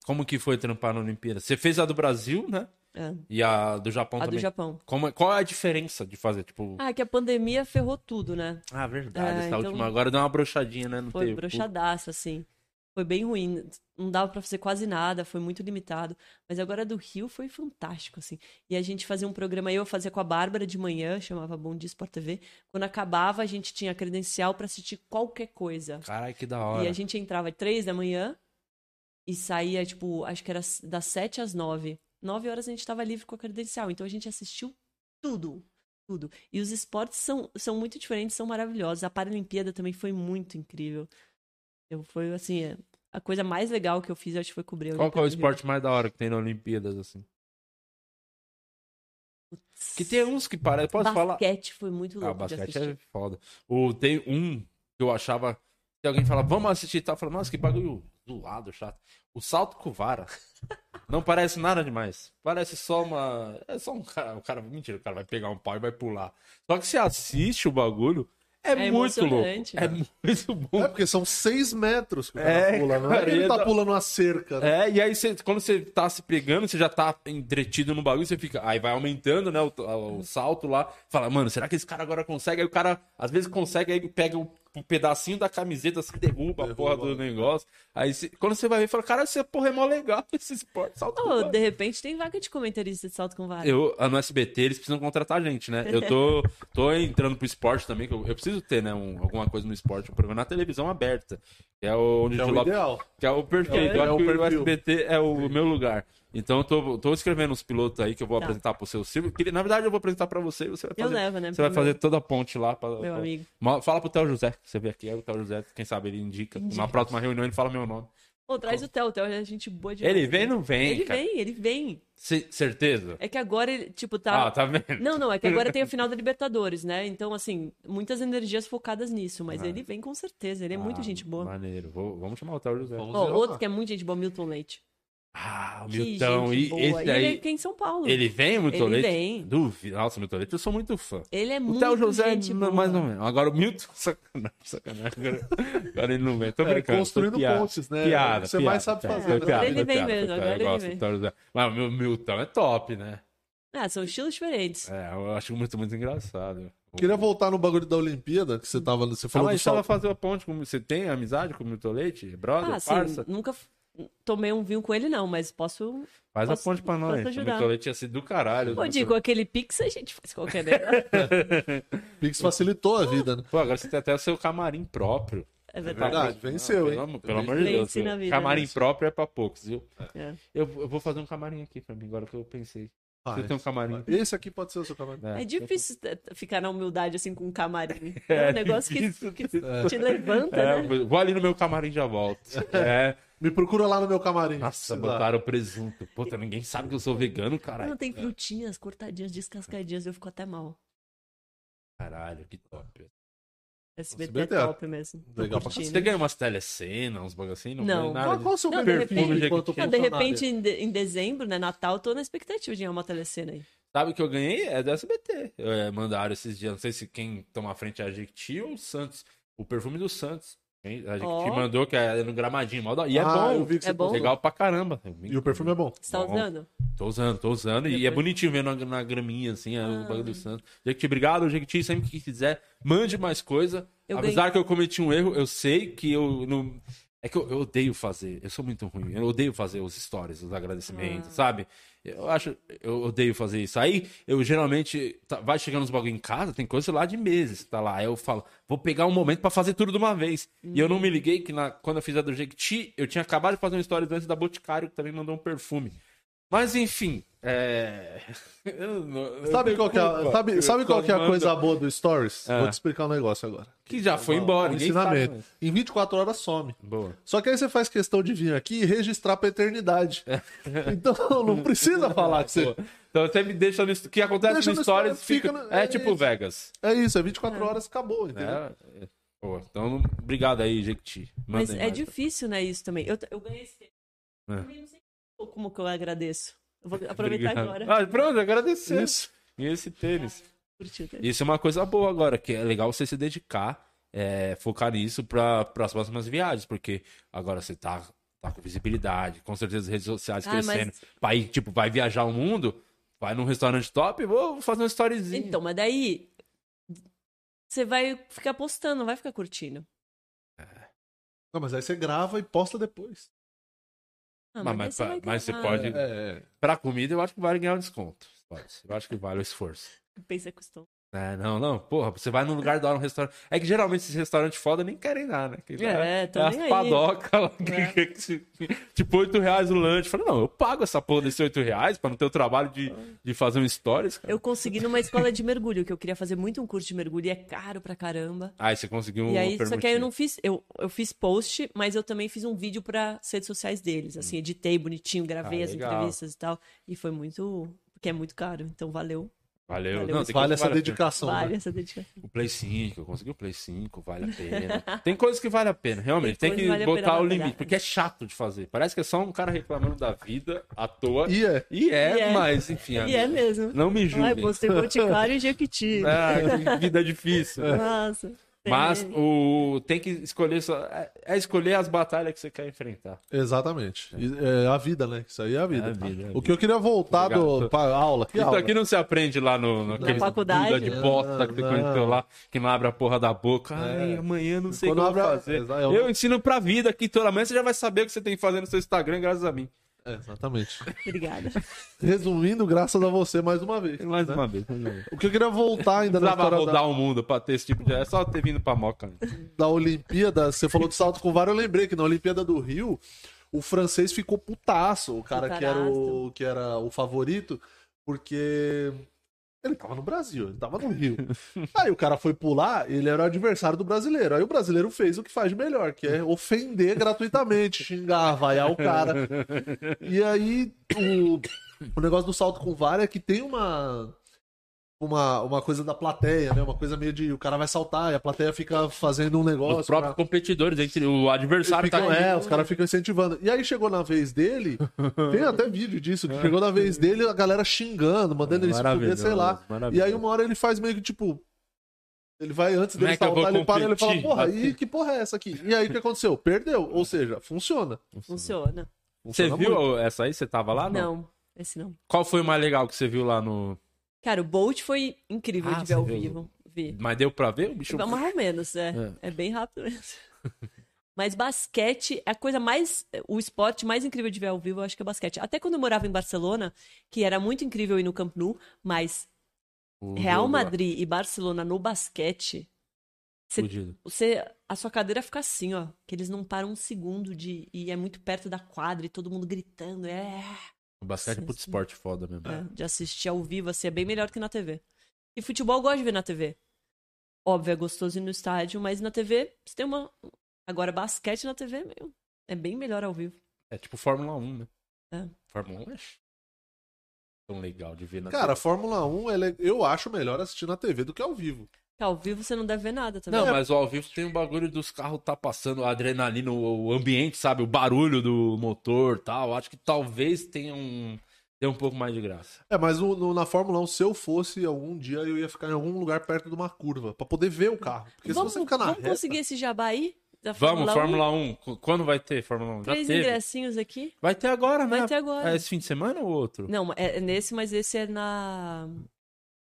S1: Como que foi trampar na Olimpíada? Você fez a do Brasil, né?
S3: é,
S1: E a do Japão
S3: a do
S1: também.
S3: Japão.
S1: Como- qual é a diferença de fazer? Tipo,
S3: Ah, que a pandemia ferrou tudo, né?
S1: ah, verdade,
S3: é,
S1: essa
S3: então-
S1: última. Agora deu uma brochadinha, né? Não
S3: Foi
S1: teve.
S3: broxadaço, assim. Foi bem ruim. Não dava pra fazer quase nada, foi muito limitado. Mas agora do Rio foi fantástico, assim. E a gente fazia um programa, eu fazia com a Bárbara de manhã, chamava Bom Dia Sport TV. Quando acabava, a gente tinha credencial pra assistir qualquer coisa.
S1: Caralho, que da
S3: E
S1: hora.
S3: a gente entrava às três da manhã e saía, tipo, acho que era das sete às nove. Nove horas a gente estava livre com a credencial. Então a gente assistiu tudo. Tudo. E os esportes são, são muito diferentes, são maravilhosos. A Paralimpíada também foi muito incrível. Eu, foi, assim, é, a coisa mais legal que eu fiz, eu acho que foi cobrir a
S1: Qual que é o
S3: Olimpíada do Rio.
S1: esporte mais da hora que tem na Olimpíadas, assim?
S3: Putz.
S1: Que tem uns que parecem. Posso falar?
S3: Basquete foi muito
S1: Ah,
S3: louco de
S1: basquete
S3: assistir.
S1: é foda. Ou tem um que eu achava. Se alguém falar, vamos assistir e tal, eu falava, nossa, que bagulho zoado, chato. O salto com vara. Não parece nada demais. Parece só uma. É só um cara. O cara. Mentira, o cara vai pegar um pau e vai pular. Só que você assiste o bagulho, é,
S3: É
S1: muito louco.
S3: emocionante,
S1: É
S3: né?
S1: muito
S2: É
S1: bom.
S2: porque são seis metros que o cara
S1: É,
S2: pula, não é?
S1: cara,
S2: que Ele
S1: e
S2: tá
S1: dá-
S2: pulando uma cerca. né?
S1: É, e aí você, quando você tá se pegando, você já tá entretido no bagulho, você fica. Aí vai aumentando, né? O, o salto lá. Fala, mano, será que esse cara agora consegue? Aí o cara, às vezes, consegue, aí pega um, um pedacinho da camiseta, se derruba, né? a porra do negócio. Aí você- quando você vai ver, fala, cara, essa porra é mó legal esse esporte. Salto.
S3: Oh, de repente tem vaga de comentarista de salto com vara.
S1: Eu, ah, no SBT, eles precisam contratar a gente, né? Eu tô, tô entrando pro esporte também, que eu, eu preciso ter, né? um- alguma coisa no esporte, um programa na televisão aberta. Que é o, onde
S2: É
S1: o
S2: o
S1: Lopes-
S2: ideal.
S1: que é o perfeito.
S2: É,
S1: eu
S2: é
S1: acho
S2: o
S1: que o
S2: perfil.
S1: SBT é o meu lugar. Então eu tô, tô escrevendo uns pilotos aí que eu vou
S3: Tá.
S1: apresentar pro seu Silvio. Queria- Na verdade, eu vou apresentar pra você e você vai
S3: Eu
S1: fazer.
S3: levo, né,
S1: Você vai
S3: pro
S1: fazer toda a ponte lá pra.
S3: Meu
S1: pra-
S3: amigo.
S1: Ma- Fala pro Theo José, que você vê aqui, é o Theo José, quem sabe ele indica. Na próxima reunião ele fala meu nome.
S3: Pô, traz o Theo, o Theo é gente boa demais.
S1: Ele vem ou não vem?
S3: Ele
S1: cara?
S3: vem, ele vem.
S1: C- certeza?
S3: É que agora ele, tipo,
S1: Ah, tá vendo?
S3: Não, não, é que agora tem a final da Libertadores, né? Então, assim, muitas energias focadas nisso, mas
S1: Ah.
S3: ele vem com certeza, ele é muito
S1: Ah,
S3: gente boa.
S1: Maneiro. Vou- vamos chamar o Theo José.
S2: Vamos
S3: Ó,
S2: ver lá.
S3: outro que é muito gente boa, Milton Leite.
S1: Ah, o
S3: Que
S1: Milton.
S3: gente
S1: E
S3: boa.
S1: esse
S3: E ele é
S1: aí.
S3: aqui em São Paulo.
S1: Ele vem, o Milton
S3: Ele
S1: Leite?
S3: vem.
S1: Duvido. Nossa, o Milton Leite, eu sou muito fã.
S3: Ele é
S1: O
S3: muito
S1: Theo José,
S3: gente
S1: não-
S3: boa.
S1: mais ou menos. Agora o Milton, sacanagem, sacanagem. Agora, agora ele não vem. Tô
S2: É,
S1: brincando.
S2: construindo
S1: foi piada,
S2: pontes, né?
S1: Piada.
S2: Você
S1: piada,
S2: mais sabe
S1: piada,
S2: fazer,
S1: foi
S2: né?
S1: piada,
S3: Ele
S1: foi
S3: vem
S1: piada,
S3: mesmo,
S1: foi
S3: agora
S1: piada.
S3: ele
S1: Eu gosto
S3: vem.
S1: do Theo José. Mas o meu Milton é top, né?
S3: Ah, são estilos diferentes.
S1: É, eu acho muito, muito engraçado.
S2: Queria voltar no bagulho da Olimpíada, que você tava. Você
S1: Fala
S2: falou
S1: aí,
S2: do
S1: só vai
S2: salto.
S1: fazer a ponte. com- Você tem amizade com o Milton Leite? Brother,
S3: Ah, sim,
S1: parça?
S3: nunca f- tomei um vinho com ele, não, mas posso.
S1: Faz
S3: posso-
S1: a ponte pra nós.
S3: posso
S1: O
S3: ajudar.
S1: Milton Leite ia ser do caralho.
S3: Pô, Dico, aquele Pix a gente faz qualquer negócio. É
S2: Pix facilitou
S1: Ah,
S2: a vida, né?
S1: Pô, agora você tem até o seu camarim próprio.
S3: É
S2: verdade.
S3: verdade.
S2: venceu,
S1: pelo,
S2: hein?
S1: amor- Pelo amor de
S3: Venci
S1: Deus.
S3: na vida, né?
S1: camarim
S3: Deus.
S1: próprio é pra poucos, viu?
S3: É.
S1: Eu, eu vou fazer um camarim aqui pra mim, agora que eu pensei.
S2: Vai.
S1: Você tem um camarim.
S2: Esse aqui pode ser o seu cavalo.
S3: É difícil t- t- ficar na humildade assim com um camarim. É, um negócio que,
S1: difícil.
S3: que te levanta,
S1: É,
S3: né?
S1: vou ali no meu camarim e já volto. É.
S2: Me procura lá no meu camarim.
S1: Nossa,
S2: Sei lá.
S1: botaram presunto. Puta, ninguém sabe que eu sou vegano, caralho.
S3: Não tem frutinhas, cortadinhas, descascadinhas, eu fico até mal.
S1: Caralho, que top.
S3: SBT,
S2: SBT
S3: é
S2: é
S3: top mesmo. Tô
S2: legal pra
S3: curtindo.
S1: Você ganha umas telecenas, uns bagulho assim? Não,
S3: Não.
S1: ganha nada.
S2: Qual, qual é o seu
S3: Não, de
S2: perfil enquanto
S3: repente-
S1: é
S3: Não, de
S2: funcionário?
S3: repente, em, de- em dezembro, né, Natal, tô na expectativa de ganhar uma telecena aí.
S1: Sabe o que eu ganhei? É do SBT. É, mandaram esses dias, não sei se quem toma a frente é a Jequiti ou o Santos. O perfume do Santos. Quem- A Jequiti
S3: Ó.
S1: mandou, que é no gramadinho. mó da- E é
S2: Ah, eu
S1: bom.
S2: vi que
S3: É
S2: você
S3: bom?
S2: postou.
S1: Legal pra caramba.
S2: E o perfume é bom.
S3: Você tá
S1: Bom.
S3: usando?
S1: Tô usando, tô usando. E
S3: Depois- Ah, né?
S1: é bonitinho vendo na, na graminha, assim, é o bagulho do Santos. Jequiti, obrigado. Jequiti, sempre que quiser, mande mais coisa.
S3: Eu
S1: Apesar que eu cometi um erro, eu sei que eu não. É que eu, eu odeio fazer. Eu sou muito ruim. Eu odeio fazer os stories, os agradecimentos,
S3: Ah.
S1: sabe? Eu acho. Eu odeio fazer isso. Aí, eu geralmente. tá- vai chegando uns bagulho em casa, tem coisa lá de meses, que tá lá. Aí eu falo, vou pegar um momento pra fazer tudo de uma vez. E eu não
S3: Uhum.
S1: me liguei que na- quando eu fiz a do Jequiti, eu tinha acabado de fazer um stories antes da Boticário, que também mandou um perfume. Mas enfim, é. eu não- eu
S2: Sabe
S1: tenho
S2: qual que é, a-
S1: culpa.
S2: sabe,
S1: Eu
S2: sabe
S1: só
S2: qual que é a
S1: mando-
S2: coisa boa do Stories?
S1: Ah.
S2: Vou te explicar um negócio agora.
S1: Que já foi embora,
S2: Um
S1: ninguém
S2: ensinamento.
S1: sabe.
S2: Em 24 horas some.
S1: Boa.
S2: Só que aí você faz questão de vir aqui e registrar pra eternidade.
S1: É.
S2: Então não precisa falar que você.
S1: Então você me deixa no. O que acontece
S2: Deixa
S1: no
S2: no
S1: Stories
S2: stories,
S1: fica.
S2: fica no-
S1: É,
S2: é
S1: tipo
S2: isso.
S1: Vegas.
S3: Ah.
S2: É isso, é 24 horas, acabou, entendeu?
S1: É, Pô, então, obrigado aí, Jequiti. Manda
S3: Mas
S1: aí
S3: é
S1: mais.
S3: difícil, né, isso também. Eu, eu ganhei esse tempo.
S1: É.
S3: Também não sei como que eu agradeço. Eu vou aproveitar
S1: Obrigado.
S3: agora.
S1: Ah, pronto, agradecer.
S2: Isso.
S1: E esse tênis.
S3: Curtiu, tá?
S1: Isso é uma coisa boa agora, que é legal você se dedicar, é, focar nisso para as próximas viagens, porque agora você tá, tá com visibilidade, com certeza as redes sociais
S3: Ah, mas-
S1: crescendo. Vai, tipo, vai viajar o mundo, vai num restaurante top, vou fazer um storyzinho.
S3: Então, mas daí você vai ficar postando, não vai ficar curtindo.
S2: Não, mas aí você grava e posta depois.
S3: Ah,
S1: Mas-
S3: daí
S1: mas-
S3: vai
S1: mas você
S3: gravar.
S1: pode-
S2: É, é.
S1: Pra comida, eu acho que vale ganhar um desconto. Eu acho que vale o esforço.
S3: Pensa custom.
S1: É, não, não, porra, você vai num lugar da hora, um restaurante. É que geralmente esses restaurantes foda nem querem dar, né? Que
S3: É,
S1: dá- dá as
S3: também aí.
S1: padoca lá, que-
S3: É.
S1: que- que se- tipo 8 reais o lanche. Falei, não, eu pago essa porra desse 8 reais pra não ter o trabalho de, de fazer um stories. cara.
S3: Eu consegui numa escola de mergulho, que eu queria fazer muito um curso de mergulho e é caro pra caramba.
S1: Aí você conseguiu um
S3: E aí, só que aí
S1: permutinho.
S3: eu não fiz, eu, eu fiz post, mas eu também fiz um vídeo para redes sociais deles, assim, editei bonitinho, gravei
S1: Hum. Ah,
S3: as
S1: legal.
S3: entrevistas e tal, e foi muito, porque é muito caro, então valeu,
S1: Valeu,
S3: Valeu.
S1: não, tem coisa
S2: Vale
S1: que
S2: essa
S1: a pena.
S2: dedicação.
S3: vale
S2: né?
S3: essa dedicação.
S1: O Play 5, eu consegui o Play 5, vale a pena. tem coisas que vale a pena, realmente. Tem,
S3: Tem coisa
S1: que
S3: que vale a
S1: botar
S3: pena
S1: o
S3: batalhar.
S1: limite, porque é chato de fazer. Parece que é só um cara reclamando da vida à toa. E,
S2: E é.
S1: é,
S3: E é.
S1: mas enfim.
S3: E é
S1: amigo,
S3: mesmo.
S1: Tá Não me julguem.
S3: Ai, postei um Boticário e Jequiti.
S1: Ah, que vida difícil.
S2: É.
S3: Nossa. É, tem
S1: Mas
S3: meme.
S1: o tem que escolher só é- é escolher as batalhas que você quer enfrentar.
S2: Exatamente. E- É. a vida, né? Isso aí é a vida.
S1: É a vida, é a
S2: O que eu queria voltar do,
S1: Obrigado.
S2: pra aula. Que
S1: Isso
S2: aula?
S1: aqui não se aprende lá no, naquele
S3: faculdade?
S1: bunda de bosta que você
S2: Não,
S1: conheceu
S2: não.
S1: lá, que não abre a porra da boca. Ai,
S2: É.
S1: amanhã eu não sei o que
S2: Quando
S1: eu vou
S2: abre a-
S1: fazer.
S2: Exa- é
S1: Eu ensino pra vida aqui toda manhã, você já vai saber o que você tem que fazer no seu Instagram, graças a mim.
S2: É, exatamente.
S3: Obrigada.
S2: Resumindo, graças a você mais uma vez.
S1: Mais
S2: né?
S1: uma vez. mais uma vez.
S2: O que eu queria voltar ainda na
S1: Precisava
S2: história
S1: rodar
S2: da,
S1: o mundo pra ter esse tipo de. É só ter vindo pra moca. né?
S2: da Olimpíada, você falou do salto com vara, eu lembrei que na Olimpíada do Rio, o francês ficou putaço, o cara que era o, que era o favorito, porque ele tava no Brasil, ele tava no Rio. Aí o cara foi pular, ele era o adversário do brasileiro. Aí o brasileiro fez o que faz de melhor, que é ofender gratuitamente, xingar, vaiar o cara. E aí o, o negócio do salto com vara é que tem uma uma, uma coisa da plateia, né? Uma coisa meio de o cara vai saltar e a plateia fica fazendo um negócio.
S1: Os próprios
S2: pra-
S1: competidores, entre o adversário tá
S2: ficam-
S1: ali.
S2: é, os caras ficam incentivando. E aí chegou na vez dele, tem até vídeo disso, que chegou na vez dele a galera xingando, mandando ele se fuder, sei lá.
S1: maravilhoso.
S2: E aí uma hora ele faz meio que tipo. Ele vai antes
S1: Como
S2: dele
S1: é que eu vou
S2: saltar, ele para ele fala,
S1: competir? Assim."
S2: porra, e que porra é essa aqui? E aí o que aconteceu? Perdeu. Ou seja, funciona.
S3: Funciona.
S1: Você
S2: Funciona
S1: viu
S2: muito.
S1: essa aí? Você tava lá? Não.
S3: Não, esse não.
S1: Qual foi o mais legal que você viu lá no.
S3: Cara, o Bolt foi incrível
S1: Ah,
S3: de ver ao
S1: você viu?
S3: vivo. Vi.
S1: Mas deu pra ver o bicho?
S3: Tipo, mais ou menos, é. É, bem rápido mesmo. Mas basquete é a coisa mais. O esporte mais incrível de ver ao vivo, eu acho que é basquete. Até quando eu morava em Barcelona, que era muito incrível ir no Camp Nou, mas
S1: O
S3: Real
S1: jogo lá,
S3: Madrid e Barcelona no basquete, Cê-
S1: fudido.
S3: você, a sua cadeira fica assim, ó. Que eles não param um segundo de. E é muito perto da quadra e todo mundo gritando. É.
S1: O basquete é
S3: Sim,
S1: puto
S3: sim.
S1: esporte foda mesmo.
S2: É.
S3: né, de assistir ao vivo, assim, é bem melhor que na TV. E futebol eu gosto de ver na TV. Óbvio, é gostoso ir no estádio, mas na TV você tem uma. Agora, basquete na TV meu, é bem melhor ao vivo.
S1: É tipo Fórmula 1, né?
S3: É.
S1: Fórmula 1 é tão legal de ver na
S2: Cara, a
S1: TV.
S2: Fórmula 1, ela é- eu acho melhor assistir na TV do que ao vivo.
S3: Porque ao vivo você não deve ver nada também. é
S1: Não, mas o ao vivo tem o bagulho dos carros tá passando a adrenalina, o o ambiente, sabe? O barulho do motor e tal. Acho que talvez tenha um. Tenha um pouco mais de graça.
S2: É, mas no- no- na Fórmula 1, se eu fosse algum dia, eu ia ficar em algum lugar perto de uma curva, pra poder ver o carro. Porque
S3: vamos
S2: se você ficar na
S3: vamos
S2: reta...
S3: conseguir esse jabá aí? Da
S1: Vamos,
S3: Fórmula 1?
S1: Fórmula 1. Qu- Quando vai ter Fórmula 1? Já
S3: Três
S1: teve.
S3: ingressinhos aqui.
S1: Vai ter agora, né?
S3: Vai ter agora.
S1: É esse fim de semana ou outro?
S3: Não, é é nesse, mas esse é na.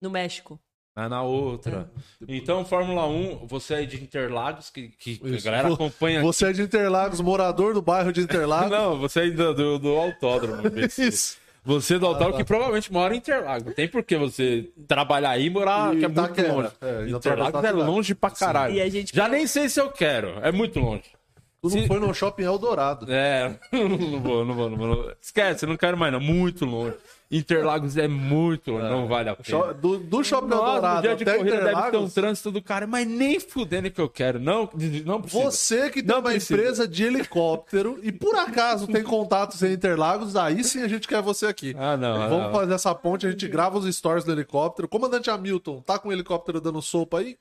S3: No México.
S1: É na outra.
S3: É.
S1: Então, Fórmula 1, você aí de Interlagos, que, que que a
S2: Isso.
S1: galera
S2: Vo-
S1: acompanha.
S2: Você é de Interlagos, morador do bairro de Interlagos.
S1: Não, você aí do, do, do autódromo. BC.
S2: Isso.
S1: Você do autódromo
S2: tá.
S1: que provavelmente mora em Interlagos. Não tem por que você trabalhar aí e morar
S2: E
S1: que é muito
S2: Itaquera.
S1: longe.
S2: É, Itaquera
S1: Interlagos
S2: tá
S1: é
S2: cidade.
S1: longe pra caralho.
S3: E a gente-
S1: Já nem sei se eu quero. É muito longe.
S2: Tu não
S1: Se-
S2: foi no shopping Eldorado.
S1: É, não vou, não vou, não vou. não vou. Esquece, eu não quero mais não. Muito longe. Interlagos é muito longe. Não vale a pena.
S2: Sho- Do, do shopping
S1: Nossa, no
S2: Eldorado
S1: dia de
S2: até
S1: corrida deve ter um
S2: Interlagos.
S1: trânsito do cara, mas nem fudendo que eu quero. Não, não precisa.
S2: Você que tem
S1: Não
S2: uma
S1: precisa.
S2: empresa de helicóptero e por acaso tem contatos em Interlagos, aí sim a gente quer você aqui.
S1: Ah, não, ah,
S2: Vamos
S1: não.
S2: fazer essa ponte, a gente grava os stories do helicóptero. Comandante Hamilton, tá com o helicóptero dando sopa aí?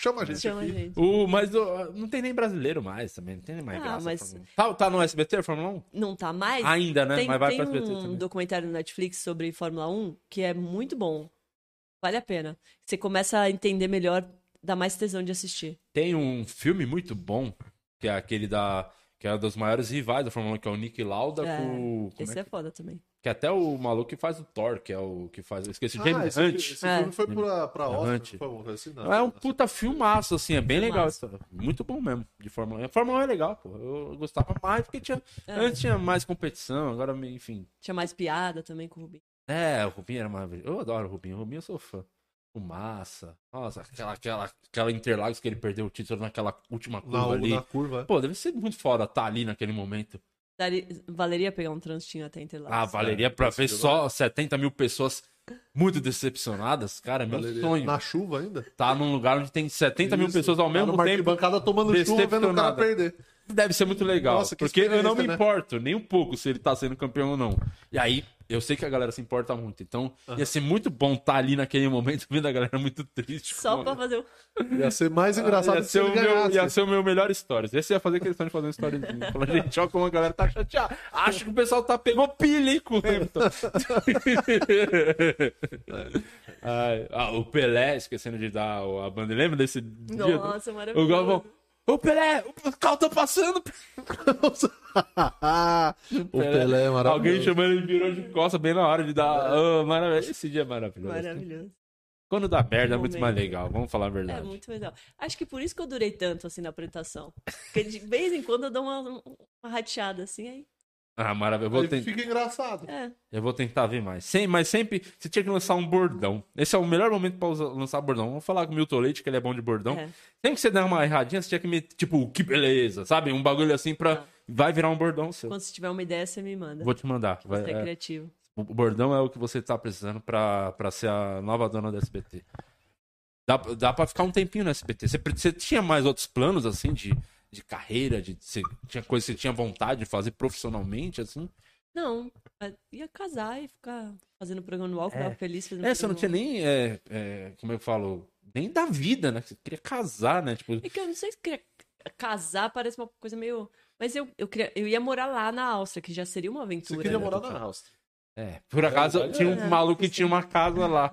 S2: Chama a gente
S3: Chama a
S2: aqui.
S3: gente.
S1: O, mas ó, não tem nem brasileiro mais também, não tem nem mais
S3: Ah,
S1: graça.
S3: mas-
S1: Fórmula 1. Tá, tá no SBT, a Fórmula 1?
S3: Não tá mais?
S1: Ainda, né?
S3: Tem,
S1: mas vai
S3: tem
S1: pra SBT
S3: um
S1: também.
S3: documentário no Netflix sobre Fórmula 1 que é muito bom. Vale a pena. Você começa a entender melhor, dá mais tesão de assistir.
S1: Tem um filme muito bom, que é aquele da. Que é um dos maiores rivais da Fórmula 1, que é o Nick Lauda
S3: É,
S1: com. o- como
S3: Esse
S1: é
S3: é foda também.
S1: Que é até o maluco que faz o Thor, que é o que faz. Eu esqueci,
S2: Ah,
S1: James
S2: esse,
S1: Hunt.
S2: fi- esse
S3: É.
S2: filme foi pra, pra Oscar,
S1: Hunt.
S2: por favor. Esse não.
S1: É um puta filmaço, assim, é bem legal.
S3: Filmaço.
S1: isso. Muito bom mesmo, de Fórmula 1. A Fórmula 1 é legal, pô. Eu gostava mais, porque tinha...
S3: É.
S1: antes tinha mais competição, agora, enfim.
S3: Tinha mais piada também com o Rubinho.
S1: É, o Rubinho era maravilhoso. Eu adoro o Rubinho, o Rubinho eu sou fã. O Massa, nossa, aquela, aquela, aquela Interlagos que ele perdeu o título naquela última curva
S2: Na,
S1: ali.
S2: na curva. é?
S1: Pô, deve ser muito foda estar ali naquele momento.
S3: Dari- Valeria pegar um transitinho até
S2: Tá
S1: Ah,
S3: Interlagos.
S1: valeria pra ver só 70 mil pessoas muito decepcionadas? Cara, é meu
S2: Valeria.
S1: sonho.
S2: Na chuva ainda?
S1: Tá num lugar onde tem 70 mil
S2: Isso.
S1: pessoas ao mesmo
S2: tá
S1: tempo.
S2: bancada tomando chuva, vendo o
S1: Decepcionada.
S2: cara perder.
S1: Deve ser muito legal.
S2: Nossa, que
S1: porque eu não
S2: experiência,
S1: me
S2: né?
S1: importo nem um pouco se ele tá sendo campeão ou não. E aí, eu sei que a galera se importa muito. Então, ia ser muito bom estar ali naquele momento vendo a galera muito triste.
S3: Só
S1: com-
S3: pra fazer o.
S2: Ia ser mais engraçado
S1: Ah, ia
S2: se
S1: ser,
S2: ele
S1: o meu,
S2: ganhasse.
S1: ia ser o meu melhor stories. Esse ia fazer questão de fazer um storyzinho. Falar, gente, olha como a galera tá chateada. Acho que o pessoal tá pegou pilha, hein, com o Hamilton. Ai, ah, o Pelé esquecendo de dar o- a banda. Lembra desse dia? do-
S3: Nossa,
S1: O
S3: maravilhoso.
S1: Galvão. Ô Pelé, o carro tá passando.
S2: o Pelé é maravilhoso.
S1: Alguém chamou ele virou de costas bem na hora de dar. Ah, maravilhoso. Esse dia é maravilhoso.
S3: Maravilhoso.
S1: Quando dá merda é muito
S3: Momento.
S1: mais legal, vamos falar a
S3: É
S1: verdade.
S3: muito legal. Acho que por isso que eu durei tanto assim na apresentação. Porque de vez em quando eu dou uma, uma rateada assim, aí.
S1: Ah, maravilhoso. Eu
S2: Aí
S1: vou, ten-
S2: Fica engraçado.
S3: É.
S1: eu vou tentar ver mais. Sem... Mas sempre você tinha que lançar um bordão. Esse é o melhor momento pra usar- lançar bordão. Vamos falar com o Milton Leite, que ele é bom de bordão.
S3: É.
S1: Sempre que você der uma erradinha, você tinha que meter, tipo, que beleza, sabe? Um bagulho assim pra.
S3: Ah.
S1: Vai virar um bordão seu.
S3: Quando você tiver uma ideia, você me manda.
S1: Vou te mandar. Vai-
S3: Você é
S1: é.
S3: criativo.
S1: O bordão é o que você tá precisando pra, pra ser a nova dona do SBT. Dá, dá pra ficar um tempinho no SBT. Você, pre- você tinha mais outros planos, assim, de, de carreira? De, você tinha coisa que você tinha vontade de fazer profissionalmente, assim?
S3: Não, mas ia casar e ficar fazendo programa no álcool,
S1: É.
S3: tava feliz fazendo
S1: É, você não tinha
S3: programa no
S1: nem, é, é, como eu falo, nem da vida, né? Você queria casar, né? Tipo,
S3: álcool. É que eu não sei se queria casar, parece uma coisa meio. Mas eu, eu, queria, eu ia morar lá na Áustria, que já seria uma
S2: Você
S3: aventura.
S2: queria
S3: né?
S2: morar na Áustria.
S1: é, por acaso
S2: olha,
S1: tinha
S3: é,
S1: um maluco que tinha uma casa lá.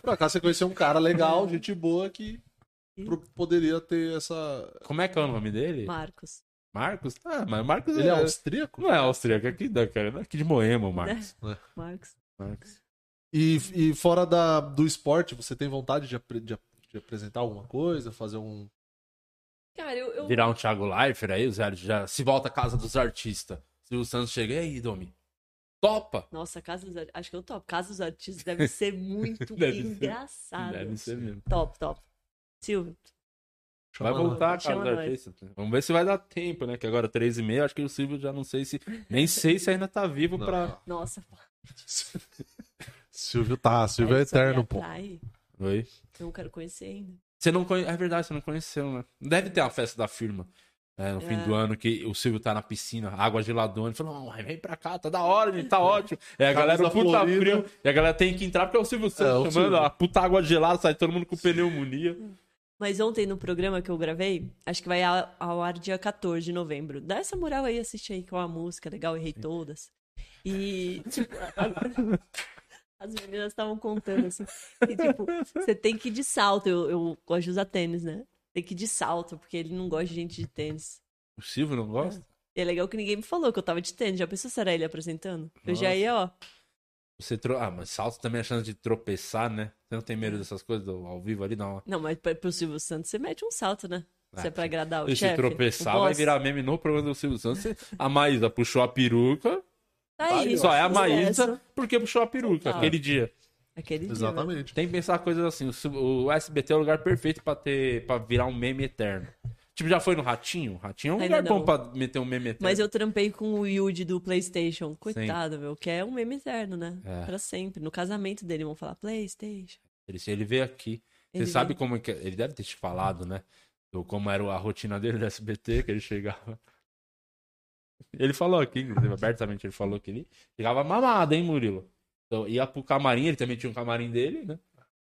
S2: Por acaso você conheceu um cara legal, gente boa, que pro- poderia ter essa...
S1: Como é que é o nome dele?
S3: Marcos.
S1: Marcos? Ah, mas Marcos
S2: Ele é austríaco?
S1: Não é austríaco, é aqui, da- cara, é aqui de Moema, o Marcos.
S3: Marcos.
S1: Marcos.
S2: E, e fora da, do esporte, você tem vontade de, apre- de, de apresentar alguma coisa, fazer um...
S3: Cara, eu. eu-
S1: virar um Thiago Leifert aí, os arti- já se volta a casa dos artistas. Se o Santos chega, e aí, Domi? Topa!
S3: Nossa, Casa dos Artistas. Acho que eu topo. Casa dos Artistas deve ser muito
S1: Deve ser.
S3: engraçado.
S1: ser mesmo.
S3: Top, top. Silvio,
S1: Vai
S2: Chama
S1: voltar a casa
S3: Chama
S1: dos
S3: nós.
S1: artistas. Vamos ver se vai dar tempo, né? Que agora é três e meia, acho que o Silvio já não sei se... Nem sei se ainda tá vivo
S2: Não.
S1: pra...
S3: nossa. pô,
S2: Silvio tá, Silvio é
S3: isso me
S2: eterno, pô.
S3: atrai.
S1: Oi?
S3: Eu não quero conhecer ainda.
S1: Você não conhece... É verdade, você não conheceu, né? Deve ter a festa da firma. é, no fim
S3: É.
S1: do ano, que o Silvio tá na piscina, água geladona, ele falou, "Não, vem pra cá, tá da hora, gente, tá ótimo. É a galera
S2: Camisa
S1: puta
S2: florida.
S1: frio, e a galera tem que entrar, porque é o Silvio
S2: É, o
S1: Santos chamando,
S2: Silvio.
S1: a puta água gelada, sai todo mundo com pneumonia.
S3: Mas ontem no programa que eu gravei, acho que vai ao, ao ar dia 14 de novembro. Dá essa moral aí, assiste aí que é uma música legal, errei todas. E, tipo, a- as meninas estavam contando assim. E, tipo, você tem que ir de salto. Eu, eu gosto de usar tênis, né? Tem que ir de salto, porque ele não gosta de gente de tênis.
S1: O Silvio não gosta?
S3: E é legal que ninguém me falou que eu tava de tênis. Já pensou se era ele apresentando? Eu já
S1: Nossa.
S3: ia, ó.
S1: Você tro... Ah, mas salto também é a chance de tropeçar, né? Você não tem
S3: Hum.
S1: medo dessas coisas do- ao vivo ali, não.
S3: Não, mas pra- pro Silvio Santos você mete um salto, né? Se é pra agradar o
S1: Ah, E
S3: chefe.
S1: se tropeçar,
S3: o
S1: vai
S3: boss.
S1: virar meme no programa do Silvio Santos. Você- A Maísa puxou a peruca.
S3: Tá aí,
S1: Só é a
S3: sucesso.
S1: Maísa porque puxou a peruca
S3: Total.
S1: aquele dia.
S3: Aquele dia, né?
S2: Exatamente.
S1: Tem que pensar coisas assim. o Su- O SBT é o lugar perfeito pra ter para virar um meme eterno. Tipo, já foi no Ratinho? Ratinho é um
S3: Ainda
S1: lugar bom
S3: não.
S1: pra meter um meme eterno.
S3: Mas eu trampei com o Yuji do PlayStation. Coitado, meu, que é um meme eterno, né?
S1: É.
S3: Pra sempre. No casamento dele vão falar PlayStation.
S1: Ele, ele veio aqui.
S3: Ele
S1: Você sabe
S3: veio.
S1: como é que. Ele deve ter te falado, né? Do como era a rotina dele do SBT, que ele chegava. Ele falou aqui, inclusive, abertamente, ele falou que ele chegava mamado, hein, Murilo? Então, ia pro camarim, ele também tinha um camarim dele, né?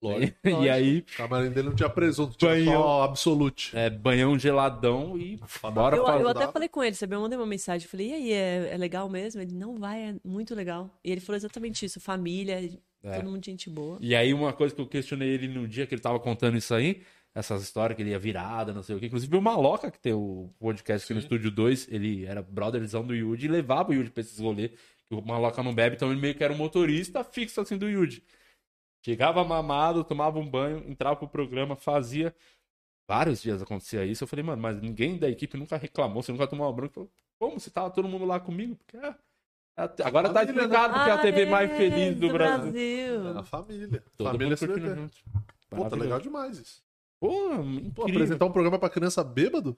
S2: Lógico.
S1: E aí,
S2: O camarim dele não tinha presunto, tinha
S1: Banho.
S2: só absolute.
S1: é, banhão geladão e
S2: Fadada.
S1: bora
S3: Eu,
S1: pra...
S3: eu até
S2: ajudar.
S3: falei com ele, sabe? Eu mandei uma mensagem, eu falei, e aí, é, é legal mesmo? Ele, não vai, é muito legal. E ele falou exatamente isso, família,
S1: É.
S3: todo mundo gente boa.
S1: E aí, uma coisa que eu questionei ele no dia que ele tava contando isso aí, essas histórias que ele ia virada, não sei o quê. Inclusive, o Maloca, que tem o podcast aqui no Estúdio 2, ele era brotherzão do Yudi e levava o Yudi pra esses rolês, que o Maloca não bebe, então ele meio que era um motorista fixo assim do Yudi. Chegava mamado, tomava um banho, entrava pro programa, fazia. Vários dias acontecia isso. Eu falei, mano, mas ninguém da equipe nunca reclamou, você nunca tomou uma branca. Falou, como? Você tava todo mundo lá comigo? Porque é- é- Agora tá
S2: Família, né?
S1: explicado porque é a TV mais
S3: Ah, é,
S1: feliz do Brasil.
S2: É a família.
S1: Todo
S2: família
S1: mundo
S2: se
S1: curtindo
S2: bebê.
S1: junto.
S2: Pô, tá
S1: Maravilhoso.
S2: legal demais isso.
S1: Pô,
S2: Pô,
S1: incrível.
S2: apresentar um programa pra criança bêbado?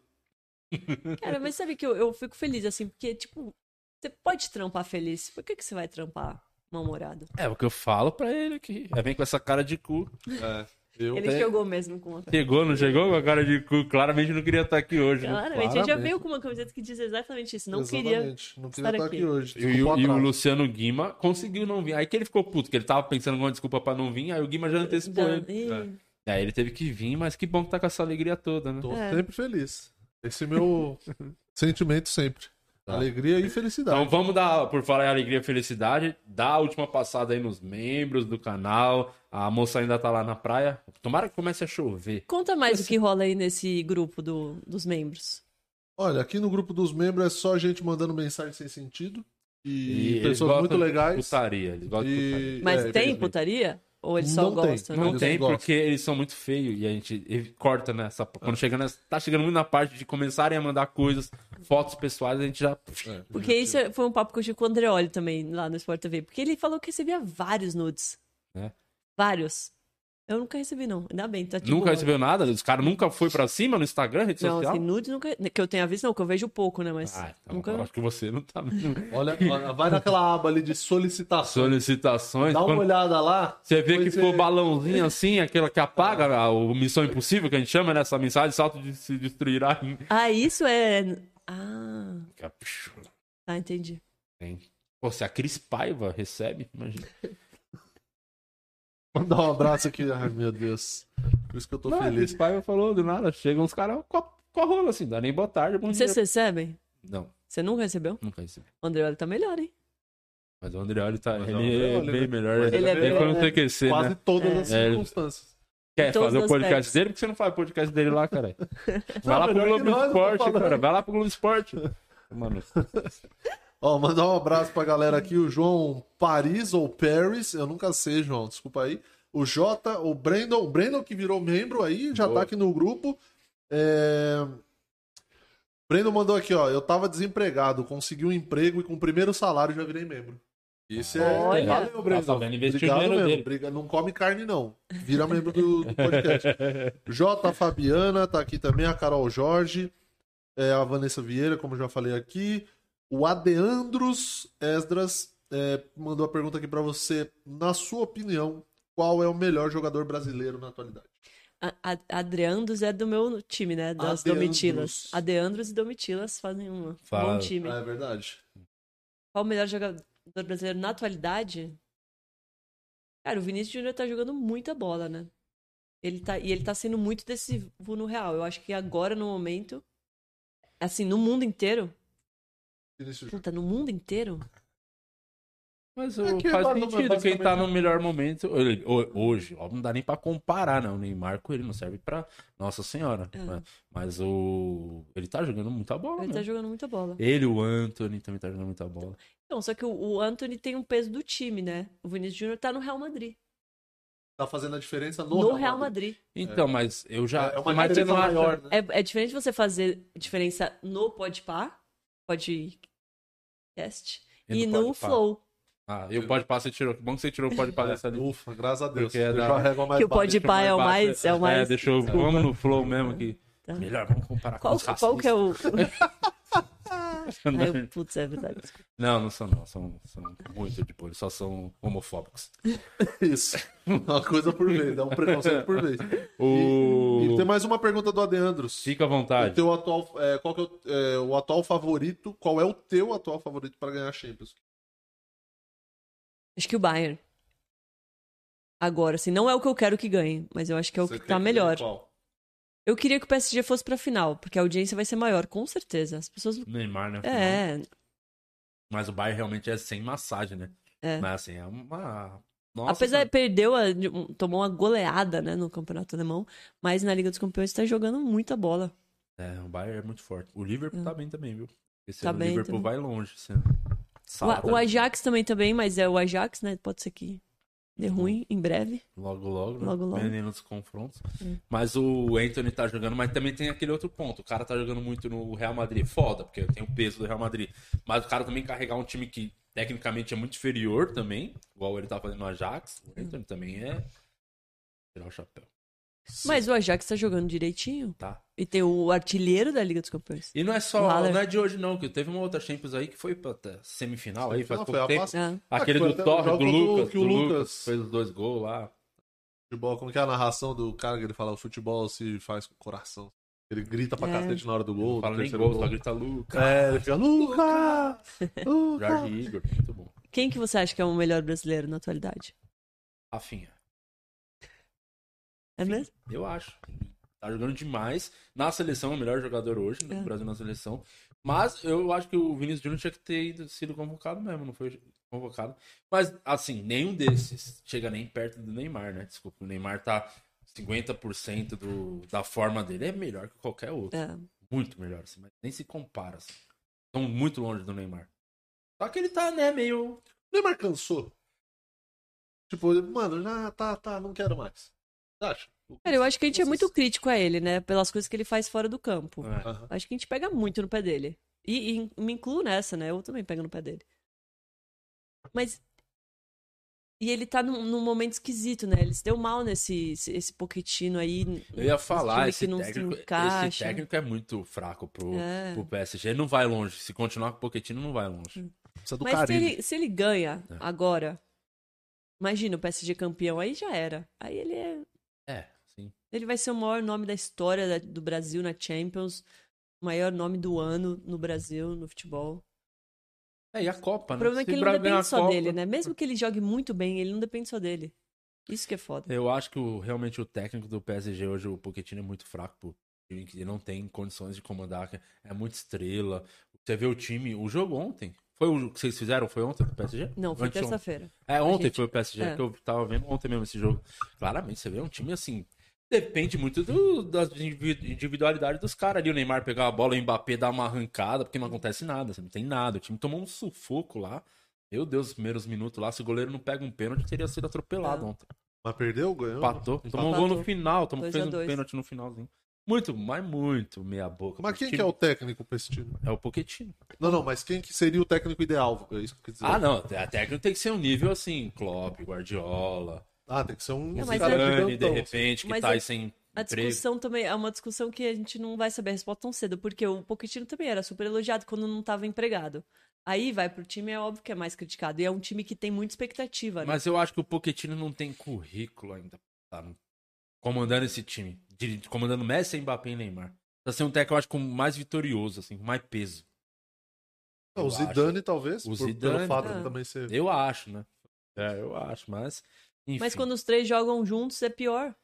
S3: Cara, mas sabe que eu, eu fico feliz, assim, porque, tipo, você pode trampar feliz. Por que, que você vai trampar mal-humorado?
S1: É o que eu falo pra ele aqui. É vem com essa cara de cu.
S2: É. Eu,
S3: Ele
S1: tenho-
S3: chegou mesmo com a...
S1: Chegou, não chegou com a cara de cu? Claramente não queria estar aqui hoje. né?
S3: Claramente, ele já
S2: claramente.
S3: veio com uma camiseta que diz exatamente isso. Não queria...
S2: Exatamente. Não queria
S3: estar
S2: estar
S3: aqui.
S2: aqui hoje.
S1: E, o- e
S2: Desculpa
S1: o
S2: atraso.
S1: Luciano Guima conseguiu não vir. Aí que ele ficou puto, que ele tava pensando em uma desculpa pra não vir, aí o Guima já antecipou
S3: Não,
S1: ele.
S3: Então, e-
S1: Aí ele teve que vir, mas que bom que tá com essa alegria toda, né?
S2: Tô
S3: É.
S2: sempre feliz. Esse é meu sentimento sempre.
S1: Tá.
S2: Alegria e felicidade.
S1: Então vamos dar, por falar em alegria e felicidade, dá a última passada aí nos membros do canal. A moça ainda tá lá na praia. Tomara que comece a chover.
S3: Conta
S1: Assim,
S3: mais o que rola aí nesse grupo do, dos membros.
S2: Olha, aqui no grupo dos membros é só gente mandando mensagem sem sentido. E,
S1: eles
S2: pessoas
S1: gostam
S2: muito
S1: de
S2: legais.
S1: Putaria, eles gostam de putaria.
S2: E,
S3: Mas
S2: é,
S3: tem
S1: infelizmente.
S3: putaria? Ou ele só né?
S2: Não tem.
S3: gosta?
S1: Não
S2: Eles
S1: tem,
S2: gostam.
S1: porque eles são muito feios e a gente ev- corta nessa. Quando chega nessa, tá chegando muito na parte de começarem a mandar coisas, fotos pessoais, a gente já.
S2: é,
S3: Porque isso é- foi um papo que eu tive com o Andreoli também, lá no Sport TV. Porque ele falou que recebia vários nudes.
S1: É.
S3: Vários. Eu nunca recebi, não. Ainda bem, tá tipo...
S1: nunca recebeu nada, os caras nunca foi pra cima no Instagram, rede
S3: Não,
S1: social.
S3: assim, nudes nunca... Que eu tenha visto, não. Que eu vejo pouco, né? Mas
S1: Ah, então,
S3: nunca...
S1: eu acho que você não tá.
S2: Olha, olha, vai naquela aba ali de solicitações.
S1: Solicitações.
S2: Dá uma
S1: quando-
S2: olhada é. lá.
S1: Você vê que
S2: depois
S1: ficou
S2: você-
S1: balãozinho assim, aquela que
S2: É.
S1: apaga a, o Missão Impossível, que a gente chama, né? Essa mensagem, salto de se destruirá. em-
S3: Ah, isso é... Ah, tá, entendi.
S1: Tem. Pô, se a Cris Paiva recebe, imagina.
S2: Mandar um abraço aqui. Ai, meu Deus. Por isso que eu tô
S1: Não, a
S2: feliz.
S1: Cris Paiva falou do nada, chegam uns caras com, a- com a rola assim, dá nem boa tarde, bom dia.
S3: Vocês recebem?
S1: Não,
S3: Você nunca recebeu?
S1: nunca recebi.
S3: O Andreoli tá melhor, hein?
S1: Mas o Andreoli tá.
S2: Mas
S1: ele
S2: o Andreoli,
S1: é bem
S2: né?
S1: melhor.
S2: Mas
S3: ele é
S1: bem
S3: bem-
S1: quando tem que ser,
S2: Quase
S1: né?
S2: todas
S3: É.
S2: as
S1: É.
S2: circunstâncias.
S1: Quer
S3: em todos
S1: fazer o
S3: os
S1: podcast
S3: aspectos.
S1: dele? Por que você não faz o podcast dele lá, cara? Vai lá pro
S2: melhor que
S1: Globo
S2: nós, eu tô
S1: Esporte,
S2: falando.
S1: cara. Vai lá pro Globo Esporte. Mano,
S2: Ó, mandar um abraço pra galera aqui, o João Paris ou Paris, eu nunca sei, João, desculpa aí. O Jota, o Brandon, o Brandon que virou membro aí, já
S1: Boa.
S2: tá aqui no grupo. É... Brandon mandou aqui, ó, eu tava desempregado, consegui um emprego e com o primeiro salário já virei membro. Isso é...
S1: Olha.
S2: Valeu,
S1: tá
S2: Brandon.
S1: sabendo investir o
S2: Obrigado
S1: dinheiro
S2: mesmo.
S1: dele.
S2: Briga- Não come carne, não. Vira membro do, do podcast. J. Fabiana tá aqui também, a Carol Jorge, é, a Vanessa Vieira, como já falei aqui. O Adeandros Esdras é, mandou a pergunta aqui pra você. Na sua opinião, qual é o melhor jogador brasileiro na atualidade?
S3: A, a- Adriandros é do meu time, né? Das
S2: Adeandros.
S3: Domitilas. Adeandros e Domitilas fazem um
S1: Fala.
S3: bom time.
S2: Ah, é verdade.
S3: Qual o melhor jogador brasileiro na atualidade? Cara, o Vinícius Júnior tá jogando muita bola, né? Ele tá, e ele tá sendo muito decisivo no Real. Eu acho que agora, no momento, assim, no mundo inteiro,
S2: Vinícius Júnior.
S3: puta, no mundo inteiro,
S1: Mas
S2: É
S1: o-
S2: que
S1: faz
S2: basi-
S1: sentido. Quem tá
S2: basicamente- é
S1: no melhor momento. ele- ho- Hoje, ó, não dá nem pra comparar, né? O Neymar com ele não serve pra. Nossa Senhora.
S3: É.
S1: né? Mas o. Ele tá jogando muita bola.
S3: ele tá
S1: né?
S3: jogando muita bola.
S1: Ele, o Anthony também tá jogando muita bola.
S3: Então, só que o, o Anthony tem um peso do time, né? O Vinícius Júnior tá no Real Madrid.
S2: Tá fazendo a diferença no,
S3: No, Real Madrid.
S1: Então, mas eu já.
S2: É uma
S1: mas você
S2: diferença
S1: não acha-
S2: maior, né?
S3: É, é diferente você fazer diferença no Podpah, podcast,
S1: E
S3: e
S1: no
S3: no,
S1: Podpah.
S3: Flow.
S1: Ah, e o pode passar, você tirou. Que bom que você tirou o pode passar dessa lista.
S2: Ufa, graças a Deus.
S1: Porque é
S2: Eu
S1: da-
S2: já régua mais
S3: Que o
S2: baixa.
S3: Pode- Podpah é o mais- é o mais-
S1: né? deixa eu. Vamos no flow mesmo aqui.
S3: Tá.
S1: Melhor, vamos comparar
S3: Qual,
S1: com os
S3: qual que é o...
S1: racistas.
S3: Ai, putz, é verdade.
S1: Não, não são, não. São, são muito de boa. Eles só são homofóbicos.
S2: Isso. Uma coisa por vez, é um preconceito por vez.
S1: O...
S2: E tem mais uma pergunta do Adeandros.
S1: Fica à
S2: O
S1: vontade.
S2: teu atual, é, qual que é o, é, o atual favorito? Qual é o teu atual favorito para ganhar a Champions?
S3: Acho que o Bayern. agora, assim. Não é o que eu quero que ganhe, mas eu acho que é o
S1: Você
S3: que
S1: tem
S3: tá
S1: ver
S3: melhor.
S1: qual?
S3: Eu queria que o PSG fosse pra final, porque a audiência vai ser maior, com certeza. As pessoas.
S1: Neymar, né?
S3: um- É,
S1: Mas o Bayern realmente é sem massagem, né?
S3: É.
S1: Mas assim, é uma. Nossa,
S3: apesar
S1: cara.
S3: de perdeu, a- de- um- tomou uma goleada, né, no Campeonato Alemão, mas na Liga dos Campeões tá jogando muita bola.
S1: É, o Bayern é muito forte. O Liverpool tá bem também, viu? Esse
S3: Hum. Tá
S1: ano o
S3: bem
S1: Liverpool
S3: também.
S1: vai longe. esse ano.
S3: O,
S1: Sala
S3: o
S1: tá-
S3: Ajax também tá bem, mas é o Ajax, né? Pode ser que dê
S1: Uhum.
S3: ruim em breve.
S1: Logo, logo, né?
S3: Logo, logo.
S1: Menino dos confrontos. Mas o Anthony tá jogando, mas também tem aquele outro ponto. O cara tá jogando muito no Real Madrid. Foda, porque tem o peso do Real Madrid. Mas o cara também carregar um time que tecnicamente é muito inferior também, igual ele tá fazendo no Ajax. O Anthony também é. Tirar o chapéu,
S3: Mas o Ajax tá jogando direitinho.
S1: tá?
S3: E tem o artilheiro da Liga dos Campeões.
S1: E não é só.
S3: O Haller.
S1: Não é de hoje, não, que teve uma outra Champions aí que foi pra até semifinal aí, faz
S2: Não,
S1: pouco
S2: foi a
S1: tempo.
S2: passa-
S3: Ah,
S1: Aquele
S2: Ah, que foi
S1: do
S2: até o
S1: Torre,
S2: jogo
S1: do
S2: que o-
S1: Lucas.
S2: que o
S1: do Lucas.
S2: Lucas-
S1: Fez os dois gols lá.
S2: Futebol, como que é a narração do cara que ele fala? O futebol se faz com o coração. Ele grita pra
S3: É.
S2: cacete na hora do gol.
S1: Não
S2: do
S1: fala nem
S2: terceiro
S1: gol, só grita Lucas.
S2: É, ele fica, Luca! Luca!
S1: Jorge Igor, muito bom.
S3: Quem que você acha que é o melhor brasileiro na atualidade?
S1: Rafinha.
S3: É mesmo?
S1: Eu acho. Tá jogando demais. Na seleção, é o melhor jogador hoje, no
S3: É.
S1: Brasil na seleção. Mas eu acho que o Vinícius Júnior tinha que ter ido- sido convocado mesmo, não foi convocado. Mas, assim, nenhum desses chega nem perto do Neymar, né? Desculpa, o Neymar tá 50% do, da forma dele. É melhor que qualquer outro.
S3: É.
S1: Muito melhor, assim, mas nem se compara, assim. Estão muito longe do Neymar. Só que ele tá, né, meio.
S2: O Neymar cansou. Tipo, ele, mano, já tá, tá, não quero mais. Você acha?
S3: Cara, eu acho que a gente é muito crítico a ele, né? Pelas coisas que ele faz fora do campo.
S1: É.
S2: Aham.
S3: Acho que a gente pega muito no pé dele. E, e me incluo nessa, né? Eu também pego no pé dele. Mas. E ele tá num, num momento esquisito, né? Ele se deu mal nesse esse, esse Pochettino aí.
S1: Eu ia falar,
S3: time
S1: esse
S3: que não se
S1: técnico,
S3: encaixa.
S1: esse técnico é muito fraco pro,
S3: É. Hum.
S1: pro PSG. Não vai longe. Se continuar com o Pochettino, não vai longe.
S2: Precisa do
S3: Mas se
S2: carinho.
S3: ele, se ele ganha
S1: É.
S3: agora, imagina o PSG campeão, aí já era. Aí ele é.
S1: É, sim.
S3: Ele vai ser o maior nome da história da- do Brasil na Champions, o maior nome do ano no Brasil, no futebol.
S1: É, e a Copa,
S3: O
S1: né?
S3: problema é que
S1: Se
S3: ele
S1: Bra-
S3: não
S1: ganhar a
S3: depende só
S1: Copa-
S3: dele, né? Mesmo que ele jogue muito bem, ele não depende só dele. Isso que é foda.
S1: Eu acho que o- realmente o técnico do PSG hoje, o Pochettino, é muito fraco. Pô. Ele não tem condições de comandar. É muito estrela. Você vê o time, o jogo ontem. Foi o que vocês fizeram? Foi ontem do PSG?
S3: Não, foi
S1: Anteontem.
S3: terça-feira.
S1: É, ontem
S3: gente-
S1: foi o PSG
S3: é.
S1: que eu tava vendo ontem mesmo esse jogo. Claramente, você vê um time assim. Depende muito do, da indivi- individualidade dos caras ali. O Neymar pegar a bola, o Mbappé dar uma arrancada, porque não acontece nada, você não tem nada. O time tomou um sufoco lá. Meu Deus, os primeiros minutos lá, se o goleiro não pega um pênalti, teria sido atropelado
S3: É.
S1: ontem.
S2: Mas perdeu, ganhou.
S1: Empatou, tomou um
S3: Empatou.
S1: gol no final, tomou,
S3: Dois
S1: fez
S3: a
S1: um
S3: dois.
S1: pênalti no finalzinho. Muito, mas muito meia boca.
S2: Mas
S1: pro
S2: quem
S1: time.
S2: que é o técnico pra esse time?
S1: É o Pochettino.
S2: Não, não, mas quem que seria o técnico ideal? É isso que eu quis dizer.
S1: Ah, não, a técnica tem que ser um nível assim, Klopp, Guardiola,
S2: Ah, tem que ser um
S3: Não, mas
S2: cara
S3: é-
S1: Zidane, de
S2: gigantão.
S1: repente, que
S3: Mas
S1: tá
S3: a-
S1: aí sem
S3: A
S1: emprego.
S3: discussão também é uma discussão que a gente não vai saber a resposta tão cedo, porque o Pochettino também era super elogiado quando não estava empregado. Aí vai pro time, é óbvio que é mais criticado. E é um time que tem muita expectativa, né?
S1: Mas eu acho que o Pochettino não tem currículo ainda. Tá? Comandando esse time. Diri- Comandando Messi, Mbappé e Neymar. Pra ser um técnico, eu acho, com mais vitorioso, assim, com mais peso.
S2: Não, o Zidane, talvez.
S1: O
S2: por-
S1: Zidane,
S2: pelo fato
S3: é.
S2: de também ser.
S1: Eu acho, né? É, eu acho, mas. Enfim.
S3: Mas quando os três jogam juntos é pior.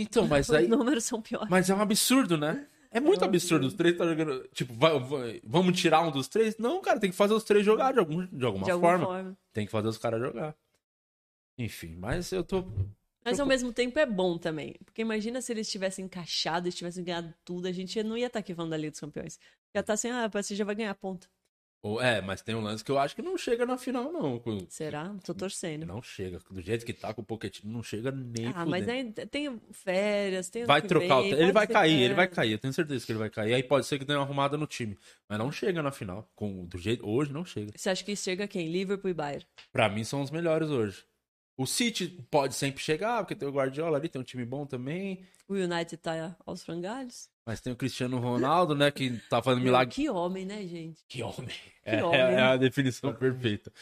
S1: Então, mas
S3: Os
S1: aí.
S3: números são piores.
S1: Mas é um absurdo, né? É muito
S3: um
S1: absurdo. Os três tá jogando. Tipo, vai- vai- vamos tirar um dos três? Não, cara, tem que fazer os três jogar de, algum, de alguma
S3: de alguma
S1: forma.
S3: forma.
S1: Tem que fazer os caras jogar. Enfim, mas eu tô.
S3: Mas ao mesmo tempo é bom também. Porque imagina se eles tivessem encaixado, eles tivessem ganhado tudo, a gente não ia estar aqui falando da Liga dos Campeões. Já tá assim, ah, o PSG já vai ganhar ponto.
S1: Ou- É, mas tem um lance que eu acho que não chega na final, não. com-
S3: Será? Tô torcendo.
S1: Não chega. Do jeito que tá com o Pochettino, não chega nem
S3: Ah,
S1: fudendo.
S3: mas aí tem férias, tem. ano
S1: Vai
S3: que
S1: trocar o
S3: vem,
S1: te- Ele
S3: pode
S1: vai
S3: ser
S1: cair,
S3: que- é.
S1: ele vai cair. Eu tenho certeza que ele vai cair. Aí pode ser que dê uma arrumada no time. Mas não chega na final. Com... Do jeito... Hoje não chega.
S3: Você acha que chega quem? Liverpool e Bayern.
S1: Pra mim são os melhores hoje. O City pode sempre chegar, porque tem o Guardiola ali, tem um time bom também.
S3: O United tá aos frangalhos.
S1: Mas tem o Cristiano Ronaldo, né? Que tá fazendo milagre.
S3: Que homem, né, gente?
S1: Que homem. É,
S3: homem,
S1: é
S3: né?
S1: a definição perfeita.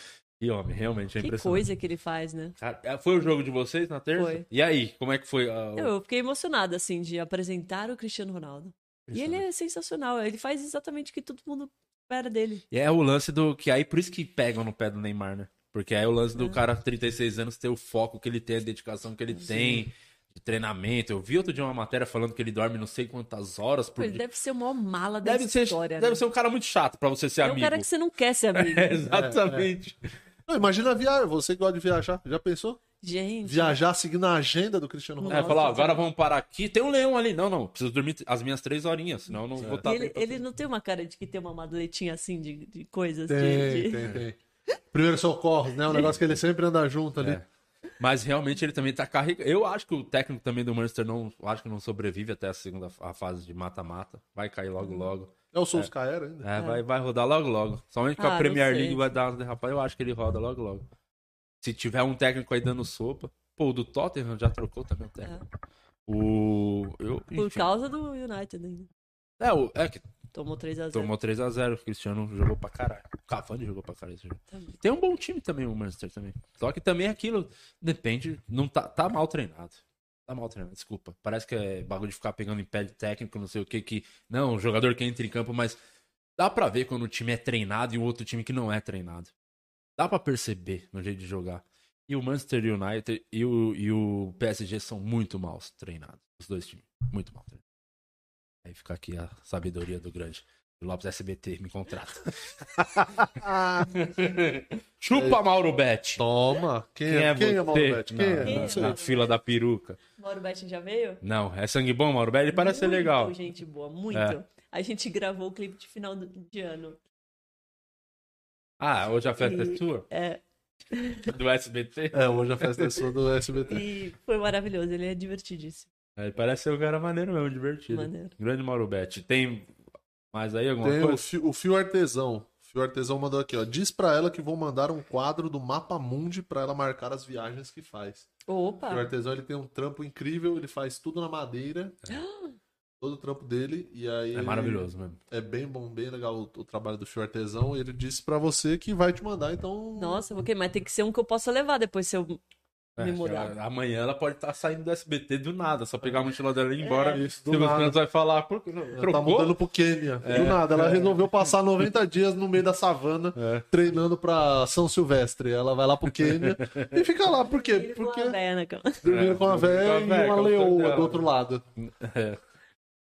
S1: Que homem, realmente. É
S3: que
S1: impressionante.
S3: coisa que ele faz, né?
S1: Cara, é, foi o jogo de vocês na terça?
S3: Foi.
S1: E aí, como é que foi? ah, o-
S3: Eu, eu fiquei emocionada, assim, de apresentar o Cristiano Ronaldo. E ele é sensacional. Ele faz exatamente o que todo mundo espera dele.
S1: E é o lance do que aí por isso que pegam no pé do Neymar, né? Porque aí o lance do cara 36 anos ter o foco que ele tem, a dedicação que ele tem, de treinamento. Eu vi outro dia uma matéria falando que ele dorme não sei quantas horas por
S3: Ele
S1: dia.
S3: deve ser o maior mala da
S1: Deve ser,
S3: história.
S1: deve
S3: né?
S1: ser um cara muito chato pra você ser
S3: é um
S1: amigo.
S3: cara que É, você não quer ser amigo.
S1: É, exatamente.
S3: Ah.
S2: Não, imagina viajar, você que gosta de viajar, já pensou?
S3: Gente.
S2: Viajar seguindo a agenda do Cristiano
S1: É,
S2: Ronaldo.
S1: falar, ó, agora vamos parar aqui. Tem um leão ali. Não, não. Preciso dormir as minhas três horinhas, senão eu não vou estar.
S3: Ele, ele não tem uma cara de que tem uma madeletinha assim de, de coisas. de, de-
S2: Tem, tem, tem. Primeiro socorro, né? Um negócio que ele sempre anda junto ali.
S1: É. Mas realmente ele também tá carregando. Eu acho que o técnico também do Manchester não, eu acho que não sobrevive até a segunda a fase de mata-mata. Vai cair logo,
S3: Uhum.
S1: logo.
S2: É o Solskjaer ainda.
S1: É, Vai, vai rodar logo, logo. Somente com
S3: Ah,
S1: a
S3: não
S1: Premier
S3: sei.
S1: League vai dar uma derrapada. Eu acho que ele roda logo, logo. Se tiver um técnico aí dando sopa. Pô, o do Tottenham já trocou também o técnico. O. Eu,
S3: É. Por
S1: enfim.
S3: causa do United ainda.
S1: É, o, é que
S3: Tomou 3x0.
S1: tomou 3x0. O Cristiano jogou pra caralho. O Cavani jogou pra caralho. esse jogo. Tem um bom time também, o Manchester também. Só que também é aquilo depende. Não tá, tá mal treinado. Tá mal treinado, desculpa. Parece que é bagulho de ficar pegando em pé de técnico, não sei o que que. Não, o jogador que entra em campo, mas dá pra ver quando o time é treinado e o outro time que não é treinado. Dá pra perceber no jeito de jogar. E o Manchester United e o, e o PSG são muito mal treinados. Os dois times. Muito mal treinados. Aí fica aqui a sabedoria do grande. Lopes SBT, me contrata. Ah. Chupa, Mauro Bet!
S2: Toma! Quem,
S1: Quem é,
S2: é, quem é
S1: você?
S2: Mauro Betti? Quem
S1: Não,
S2: é?
S1: não,
S2: Não sei.
S1: Na fila da peruca.
S3: Mauro Betting já veio?
S1: Não, é sangue bom, Mauro Belli? Parece ser
S3: Muito
S1: legal.
S3: gente boa, muito.
S1: É.
S3: A gente gravou o clipe de final do- de ano.
S1: Ah, hoje a festa é sua?
S3: É,
S1: Do SBT?
S2: É, hoje a festa é sua do SBT.
S3: e foi maravilhoso, ele é divertidíssimo.
S1: É, parece ser um cara maneiro mesmo, divertido.
S3: Maneiro.
S1: Grande Mauro Betti. Tem mais aí alguma
S2: Tem o
S1: coisa?
S2: fio, o Fio Artesão. O Fio Artesão mandou aqui, ó. Diz pra ela que vou mandar um quadro do Mapa Mundi pra ela marcar as viagens que faz. O
S1: Tá.
S2: Fio
S3: Opa!
S2: Artesão, ele tem um trampo incrível, ele faz tudo na madeira.
S1: Ah.
S2: Todo o trampo dele. E aí...
S1: É maravilhoso mesmo.
S2: É bem bom, bem legal o, o trabalho do Fio Artesão. Ele disse pra você que vai te mandar, então...
S3: Nossa, vou queimar. Tem que ser um que eu possa levar depois se eu me mudar.
S1: É, amanhã ela pode estar saindo do SBT do nada, só pegar a mochila dela e ir embora.
S2: É, Isso, do
S1: Silvio
S2: nada.
S1: Santos vai falar, por... não,
S2: Ela tá
S1: trocou?
S2: mudando pro Quênia. Do nada, ela resolveu passar 90 dias no meio da savana,
S1: É.
S2: treinando pra São Silvestre. Ela vai lá pro Quênia e fica lá. Por quê?
S3: Ele com
S2: Porque
S3: a véia na cama.
S2: dormindo com uma
S1: dormindo É, com a véia,
S2: véia e
S1: com
S2: uma
S1: a
S2: leoa
S1: dela.
S2: do outro lado.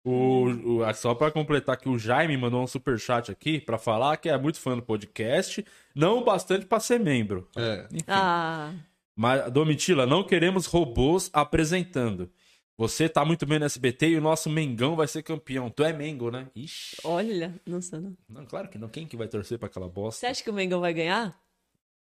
S1: O, o- ah, só pra completar que o Jaime mandou um superchat aqui pra falar que é muito fã do podcast, não o bastante pra ser membro.
S2: É.
S1: Enfim.
S3: Ah,
S1: Mas, Domitila, não queremos robôs apresentando. Você tá muito bem no SBT e o nosso Mengão vai ser campeão. Tu é Mengo, né? Ixi.
S3: olha, não sei não.
S1: Não, claro que não. Quem que vai torcer pra aquela
S3: Você
S1: bosta?
S3: acha que o Mengão vai ganhar?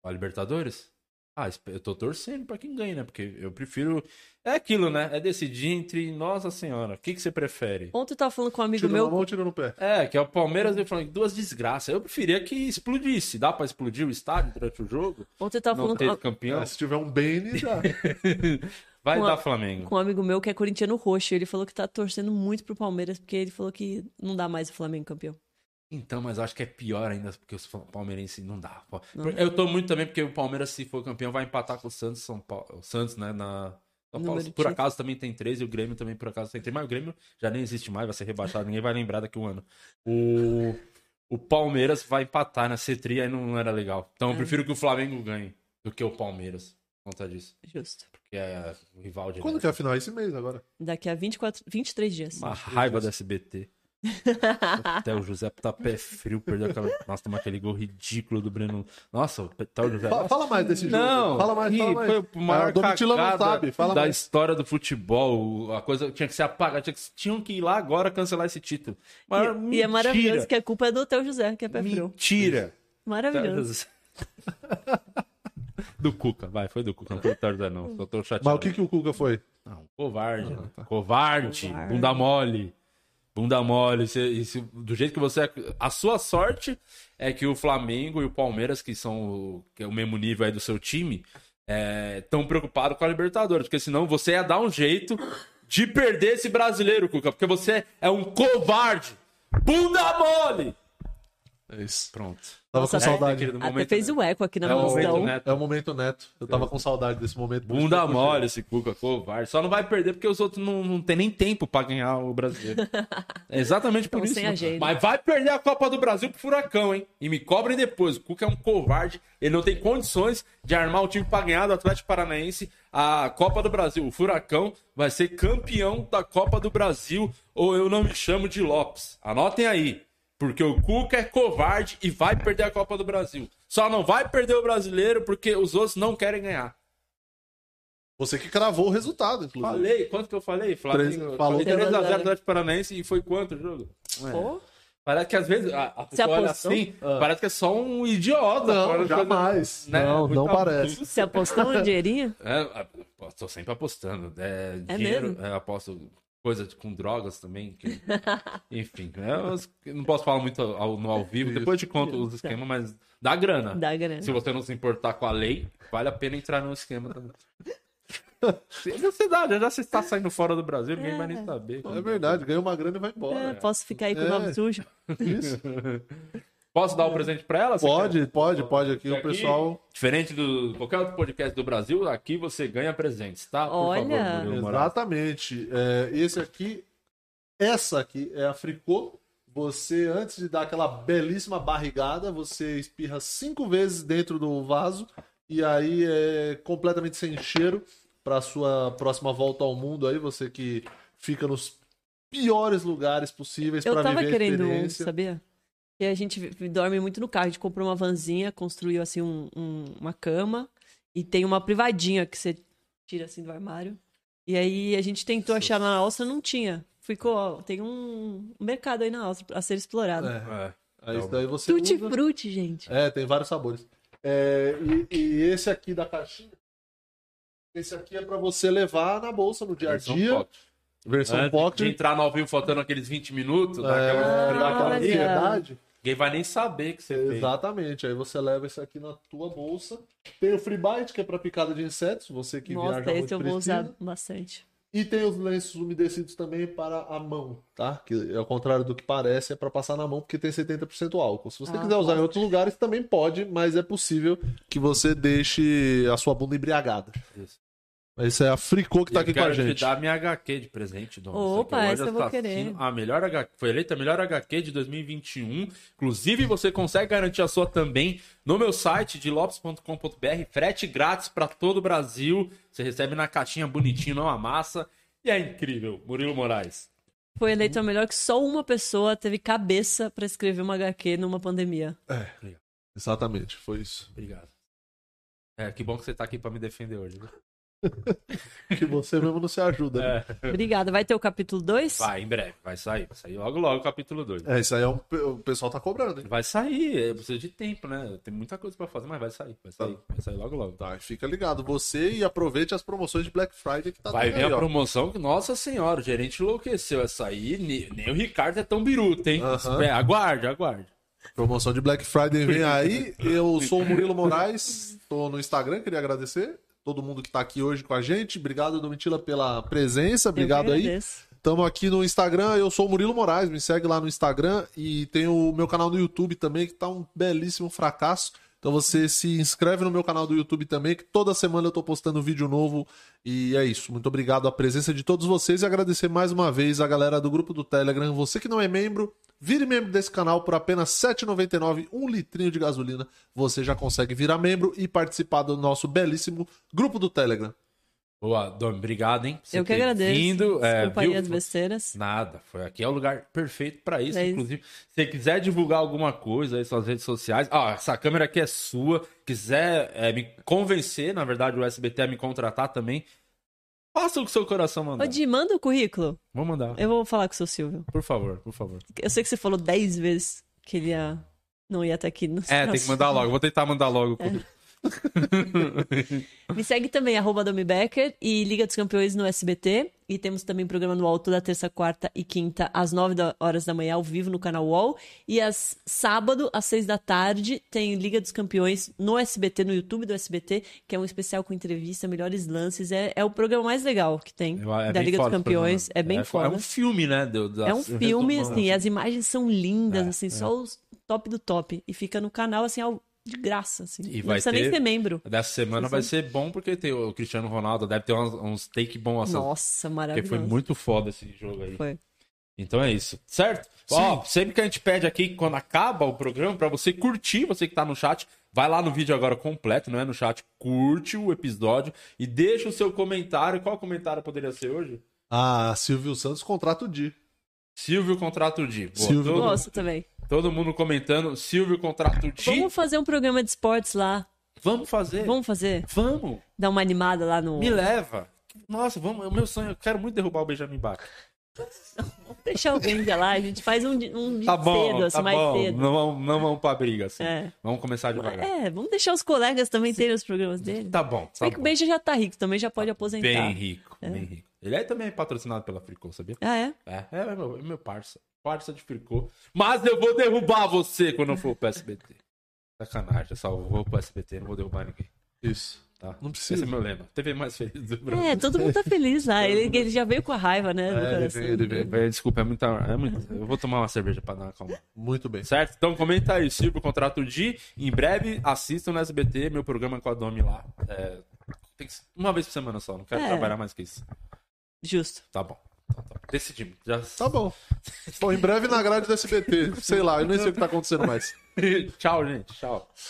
S1: A Libertadores? Ah, esp- eu tô torcendo pra quem ganha, né? Porque eu prefiro. É aquilo, né? É decidir entre Nossa Senhora. O que, que você prefere?
S3: Ontem eu tava falando com um amigo
S2: Tira na
S3: meu.
S2: mão, tira no pé.
S1: É, que é o Palmeiras e o Flamengo. Duas desgraças. Eu preferia que explodisse. Dá pra explodir o estádio durante o jogo?
S3: Ontem eu tava
S1: Não
S3: falando
S1: ter
S3: com,
S1: campeão?
S2: Ah, se tiver um Bane, já.
S1: é, Vai
S3: Com a-
S1: dar Flamengo.
S3: com um amigo meu que é corintiano roxo. Ele falou que tá torcendo muito pro Palmeiras, porque ele falou que não dá mais o Flamengo campeão.
S1: Então, mas eu acho que é pior ainda, porque os palmeirenses não dá. pô.
S3: Não dá.
S1: Eu tô muito também, porque o Palmeiras, se for campeão, vai empatar com o Santos, São Paulo. O Santos, né? Na... São
S3: Número
S1: Paulo,
S3: de
S1: por
S3: títulos.
S1: acaso, também tem 13, e o Grêmio também, por acaso, tem 13. Mas o Grêmio já nem existe mais, vai ser rebaixado, ninguém vai lembrar daqui a um ano. O, o Palmeiras vai empatar na C3, aí não, não era legal. Então, eu
S3: É.
S1: prefiro que o Flamengo ganhe do que o Palmeiras, por conta disso.
S3: Justo.
S1: Porque é o rival de
S2: Quando que é a final? Esse mês agora.
S3: Daqui a 24, 23 dias.
S1: Uma raiva do SBT. Até o José tá pé frio, perdeu aquela. Nossa, tomou aquele gol ridículo do Breno. Nossa, o Petal José.
S2: Fa- Fala mais desse jogo.
S1: Não,
S2: fala mais,
S1: Ih,
S2: fala mais.
S1: foi o maior
S2: Ah, Domitila não
S1: cagada
S2: sabe, fala
S1: da
S2: mais.
S1: história do futebol. A coisa tinha que ser apagada, tinha que, tinham que ir lá agora cancelar esse título. Maior
S3: E, e é maravilhoso que a culpa é do Hotel José, que é pé frio.
S1: Mentira.
S3: Maravilhoso.
S1: Do Cuca, vai, foi do Cuca, não foi do Tarda, não. Só tô chateado.
S2: Mas o que, que o Cuca foi?
S1: Não, covarde, né? covarde,
S3: Covarde.
S1: bunda mole. Bunda mole, Cê- e se- do jeito que você. é, A sua sorte é que o Flamengo e o Palmeiras, que são o, que é o mesmo nível aí do seu time, estão preocupados com a Libertadores, porque senão você ia dar um jeito de perder esse brasileiro, Cuca, porque você é um covarde, bunda mole!
S2: É isso.
S1: Pronto.
S2: Tava
S3: Nossa,
S2: com saudade.
S1: Querido,
S3: Até
S1: momento,
S3: fez
S1: né?
S3: um eco aqui na
S1: É o
S3: minha
S1: momento,
S3: missão.
S1: né?
S2: É o momento neto. Eu tava com saudade desse momento. por isso que
S1: Bunda
S2: eu fugi.
S1: mole esse Cuca covarde. Só não vai perder porque os outros não, não tem nem tempo pra ganhar o brasileiro. É exatamente por
S3: Tão
S1: isso.
S3: sem
S1: né?
S3: agenda.
S1: Mas vai perder a Copa do Brasil pro Furacão, hein? E me cobrem depois. O Cuca é um covarde. Ele não tem condições de armar o time pra ganhar do Atlético Paranaense a Copa do Brasil. O Furacão vai ser campeão da Copa do Brasil ou eu não me chamo de Lopes. Anotem aí. Porque o Cuca é covarde e vai perder a Copa do Brasil. Só não vai perder o brasileiro porque os outros não querem ganhar.
S2: Você que cravou o resultado, inclusive.
S1: Falei, quanto que eu falei?
S2: Três-
S1: Flamengo.
S2: falou.
S1: Falei 3 a 0
S3: 3 a 0
S1: Atlético Paranaense e foi quanto o jogo? Ué,
S3: Pô,
S1: Parece que às vezes a, a
S3: Você
S1: pessoa olha
S3: apostou?
S1: assim, parece que é só um idiota.
S2: Ah. Não,
S1: fora-
S2: jamais.
S1: né?
S2: Não,
S1: Muito
S2: não
S1: absurdo.
S2: parece.
S3: você apostou um dinheirinho?
S1: É, a- pô, tô sempre apostando. É,
S3: É
S1: dinheiro,
S3: mesmo?
S1: é, aposto coisa de- com drogas também. que- Enfim, é, umas- eu não posso falar muito ao, no ao vivo, depois eu te conto os esquemas, mas dá grana.
S3: Dá grana.
S1: Se você não se importar com a lei, vale a pena entrar no esquema também. Já você dá, já você está saindo fora do Brasil, ninguém vai nem saber.
S2: É verdade, ganhou uma grana e vai embora.
S1: né?
S3: Ah, posso ficar aí com o
S2: É.
S3: nome sujo?
S2: Isso.
S1: Posso dar o presente pra ela? Você quer?
S2: Pode, pode, pode. Aqui o
S1: Aqui,
S2: pessoal.
S1: Diferente do qualquer outro podcast do Brasil, aqui você ganha presentes, tá? Por
S3: Olha.
S1: favor, Murilo Moraes.
S2: Exatamente. É, esse aqui, essa aqui é a Fricô. Você, antes de dar aquela belíssima barrigada, você espirra cinco vezes dentro do vaso e aí é completamente sem cheiro para sua próxima volta ao mundo aí, você que fica nos piores lugares possíveis
S3: Eu
S2: para
S3: tava
S2: viver a
S3: querendo um,
S2: experiência.
S3: sabia? E a gente vi- dorme muito no carro. A gente comprou uma vanzinha, construiu assim um- um- uma cama e tem uma privadinha que você tira assim do armário. E aí a gente tentou achar na Áustria, não tinha. Ficou, ó, tem um mercado aí na Áustria a ser explorado.
S2: É,
S1: É.
S2: aí isso daí você
S3: Tutti
S2: usa.
S3: frutti, gente.
S2: É, tem vários sabores. É, e, e esse aqui da caixinha, esse aqui é pra você levar na bolsa no dia a
S1: Versão
S2: dia.
S1: pocket.
S2: Versão
S1: Antes de
S2: pocket.
S1: entrar no ao vivo faltando aqueles 20 minutos,
S2: É,
S1: dá aquela- dá aquela-
S2: daquela
S3: olha.
S2: ansiedade.
S1: ninguém vai nem saber que você fez.
S2: Exatamente. Aí você leva esse aqui na tua bolsa. Tem o Free Bite, que é pra picada de insetos. Você É, que
S3: Nossa,
S2: viaja muito
S3: esse eu vou
S2: precisa.
S3: usar bastante.
S2: E tem os lenços umedecidos também para a mão, tá? Que ao contrário do que parece, é para passar na mão porque tem 70% álcool. Se você
S3: Ah,
S2: quiser usar em outros lugares, também pode, mas é possível que você deixe a sua bunda embriagada.
S1: Isso.
S2: Essa é a Fricô que tá
S1: Eu
S2: aqui com
S1: quero
S2: a gente.
S1: te dar minha HQ de presente, Dom.
S3: Opa,
S1: Isso aqui,
S3: essa eu
S1: Olho
S3: vou
S1: Assassino,
S3: querer.
S1: A melhor HQ, foi eleita a melhor HQ de 2021. Inclusive, você consegue garantir a sua também no meu site de lopes.com.br. Frete grátis para todo o Brasil. Você recebe na caixinha bonitinho, não amassa. E é incrível. Murilo Moraes.
S3: Foi eleito
S2: Uhum.
S3: a melhor que só uma pessoa teve cabeça pra escrever uma HQ numa pandemia.
S2: Exatamente, foi isso.
S1: Obrigado. É, que bom que você tá aqui para me defender hoje. viu?
S2: Que você mesmo não se ajuda. né?
S3: Obrigada. Vai ter o capítulo 2?
S1: Vai, em breve. Vai sair. Vai sair logo, logo, capítulo 2.
S2: É, isso aí é um... o pessoal tá cobrando, hein?
S1: Vai sair, é, precisa de tempo, né? Tem muita coisa para fazer, mas vai sair, vai sair, vai sair logo logo.
S2: Tá, fica ligado. Você e aproveite as promoções de Black Friday que tá
S1: Vai
S2: tendo
S1: ver
S2: aí,
S1: a
S2: ó.
S1: promoção que, nossa senhora, o gerente enlouqueceu. Essa aí, ne- nem, o Ricardo é tão biruta, hein?
S2: Aham.
S1: Espera, aguarde, aguarde.
S2: Promoção de Black Friday vem aí. Eu sou o Murilo Moraes, tô no Instagram, queria agradecer todo mundo que tá aqui hoje com a gente. Obrigado, Domitila, pela presença. Obrigado aí. Tamo aqui no Instagram, eu sou o Murilo Moraes, me segue lá no Instagram e tem o meu canal no YouTube também, que tá um belíssimo fracasso. Então você se inscreve no meu canal do YouTube também, que toda semana eu tô postando vídeo novo. E é isso. Muito obrigado à presença de todos vocês e agradecer mais uma vez a galera do grupo do Telegram. Você que não é membro, vire membro desse canal por apenas R$ 7,99, um litrinho de gasolina. Você já consegue virar membro e participar do nosso belíssimo grupo do Telegram.
S1: Boa, Dom, obrigado, hein? por você
S3: Eu que
S1: ter
S3: agradeço.
S1: Vindo, é,
S3: Desculpa aí
S1: viu?
S3: as besteiras.
S1: Nada, foi aqui é o lugar perfeito pra isso.
S3: É isso.
S1: Inclusive, se você quiser divulgar alguma coisa aí suas redes sociais, ó, essa câmera aqui é sua. Quiser é, me convencer, na verdade, o SBT a me contratar também, faça o que seu coração
S3: Ô,
S1: mandar.
S3: Di, manda o currículo.
S1: Vou mandar,
S3: Eu vou falar com o seu Silvio.
S1: por favor, por favor.
S3: Eu sei que você falou 10 vezes que ele ia... não ia estar aqui no
S1: É, tem que mandar logo. Vou tentar mandar logo.
S3: É. Me segue também, arroba Domi Becker e Liga dos Campeões no SBT. E temos também programa no UOL toda terça, quarta e quinta, às 9 da- horas da manhã, ao vivo no canal UOL. E às sábado, às 6 da tarde, tem Liga dos Campeões no SBT, no YouTube do SBT, que é um especial com entrevista, melhores lances. É, é o programa mais legal que tem da
S1: é bem
S3: Liga dos
S1: foda esse programa.
S3: Campeões. É bem
S1: é,
S3: foda.
S1: É um filme, né? do- da-
S3: É um filme,
S1: resumão,
S3: assim, as imagens são lindas,
S1: É,
S3: assim, só os top do top. E fica no canal, assim, ao- de graça, assim.
S1: E
S3: não
S1: vai
S3: precisa
S1: ter-
S3: nem ser membro.
S1: É Dessa semana vai ser bom porque tem o Cristiano Ronaldo, deve ter uns, uns take bom essa.
S3: Nossa,
S1: Porque
S3: maravilhoso.
S1: foi muito foda esse jogo aí.
S3: Foi.
S1: Então é isso, certo? Ó, sempre que a gente pede aqui, quando acaba o programa, pra você curtir, você que tá no chat, vai lá no vídeo agora completo, não é no chat, curte o episódio e deixa o seu comentário. Qual comentário poderia ser hoje?
S2: Ah, Silvio Santos contrata o Di.
S1: Silvio contrata o Di. Boa,
S2: Silvio-
S1: todo,
S3: Gosto também.
S1: todo mundo comentando, Silvio contrata o Di.
S3: Vamos
S1: Vamos,
S3: fazer um programa de esportes lá.
S1: fazer. Vamos.
S3: Vamos fazer? Dar uma animada lá no.
S1: Me leva. Nossa, vamos, é o meu sonho, eu quero muito derrubar o Benjamin Bach.
S3: Deixar alguém de lá, a gente faz um, de- um de
S1: Tá bom,
S3: cedo, assim,
S1: tá
S3: mais
S1: bom.
S3: cedo.
S1: Não, vamos- não vamos pra briga, assim.
S3: É.
S1: Vamos começar devagar.
S3: É, vamos deixar os colegas também terem os programas dele.
S1: Tá bom,
S3: Se
S1: tá
S3: bem que
S1: bom.
S3: o Benja já tá rico, também já pode aposentar.
S1: Bem rico, bem rico. Ele aí também é patrocinado pela Fricô, sabia?
S3: Ah, é?
S1: É, é, meu, é meu parça. Parça de Fricô. Mas eu vou derrubar você quando eu for pro SBT. Sacanagem, eu só vou pro SBT, não vou derrubar ninguém.
S2: Isso.
S1: Tá?
S2: Não precisa.
S1: Esse é meu lema. TV mais feliz do Brasil.
S3: É, todo mundo tá feliz lá. Ele, ele já veio com a raiva, né? do
S2: É, ele
S3: coração.
S2: vem, ele vem.
S1: É, Desculpa, é muita, é muita. Eu vou tomar uma cerveja pra dar uma calma.
S2: Muito bem.
S1: Certo? Então comenta aí, Silvio, contrato de. Em breve assistam no SBT, meu programa com a Domi lá. É, tem que ser uma vez por semana só, não quero
S3: É.
S1: trabalhar mais que isso.
S3: Justo.
S1: Tá bom. Tá, tá. Decidimos. Já...
S2: Tá bom. Bom, em breve na grade do SBT. Sei lá, eu nem sei o que tá acontecendo mais.
S1: Tchau, gente. Tchau.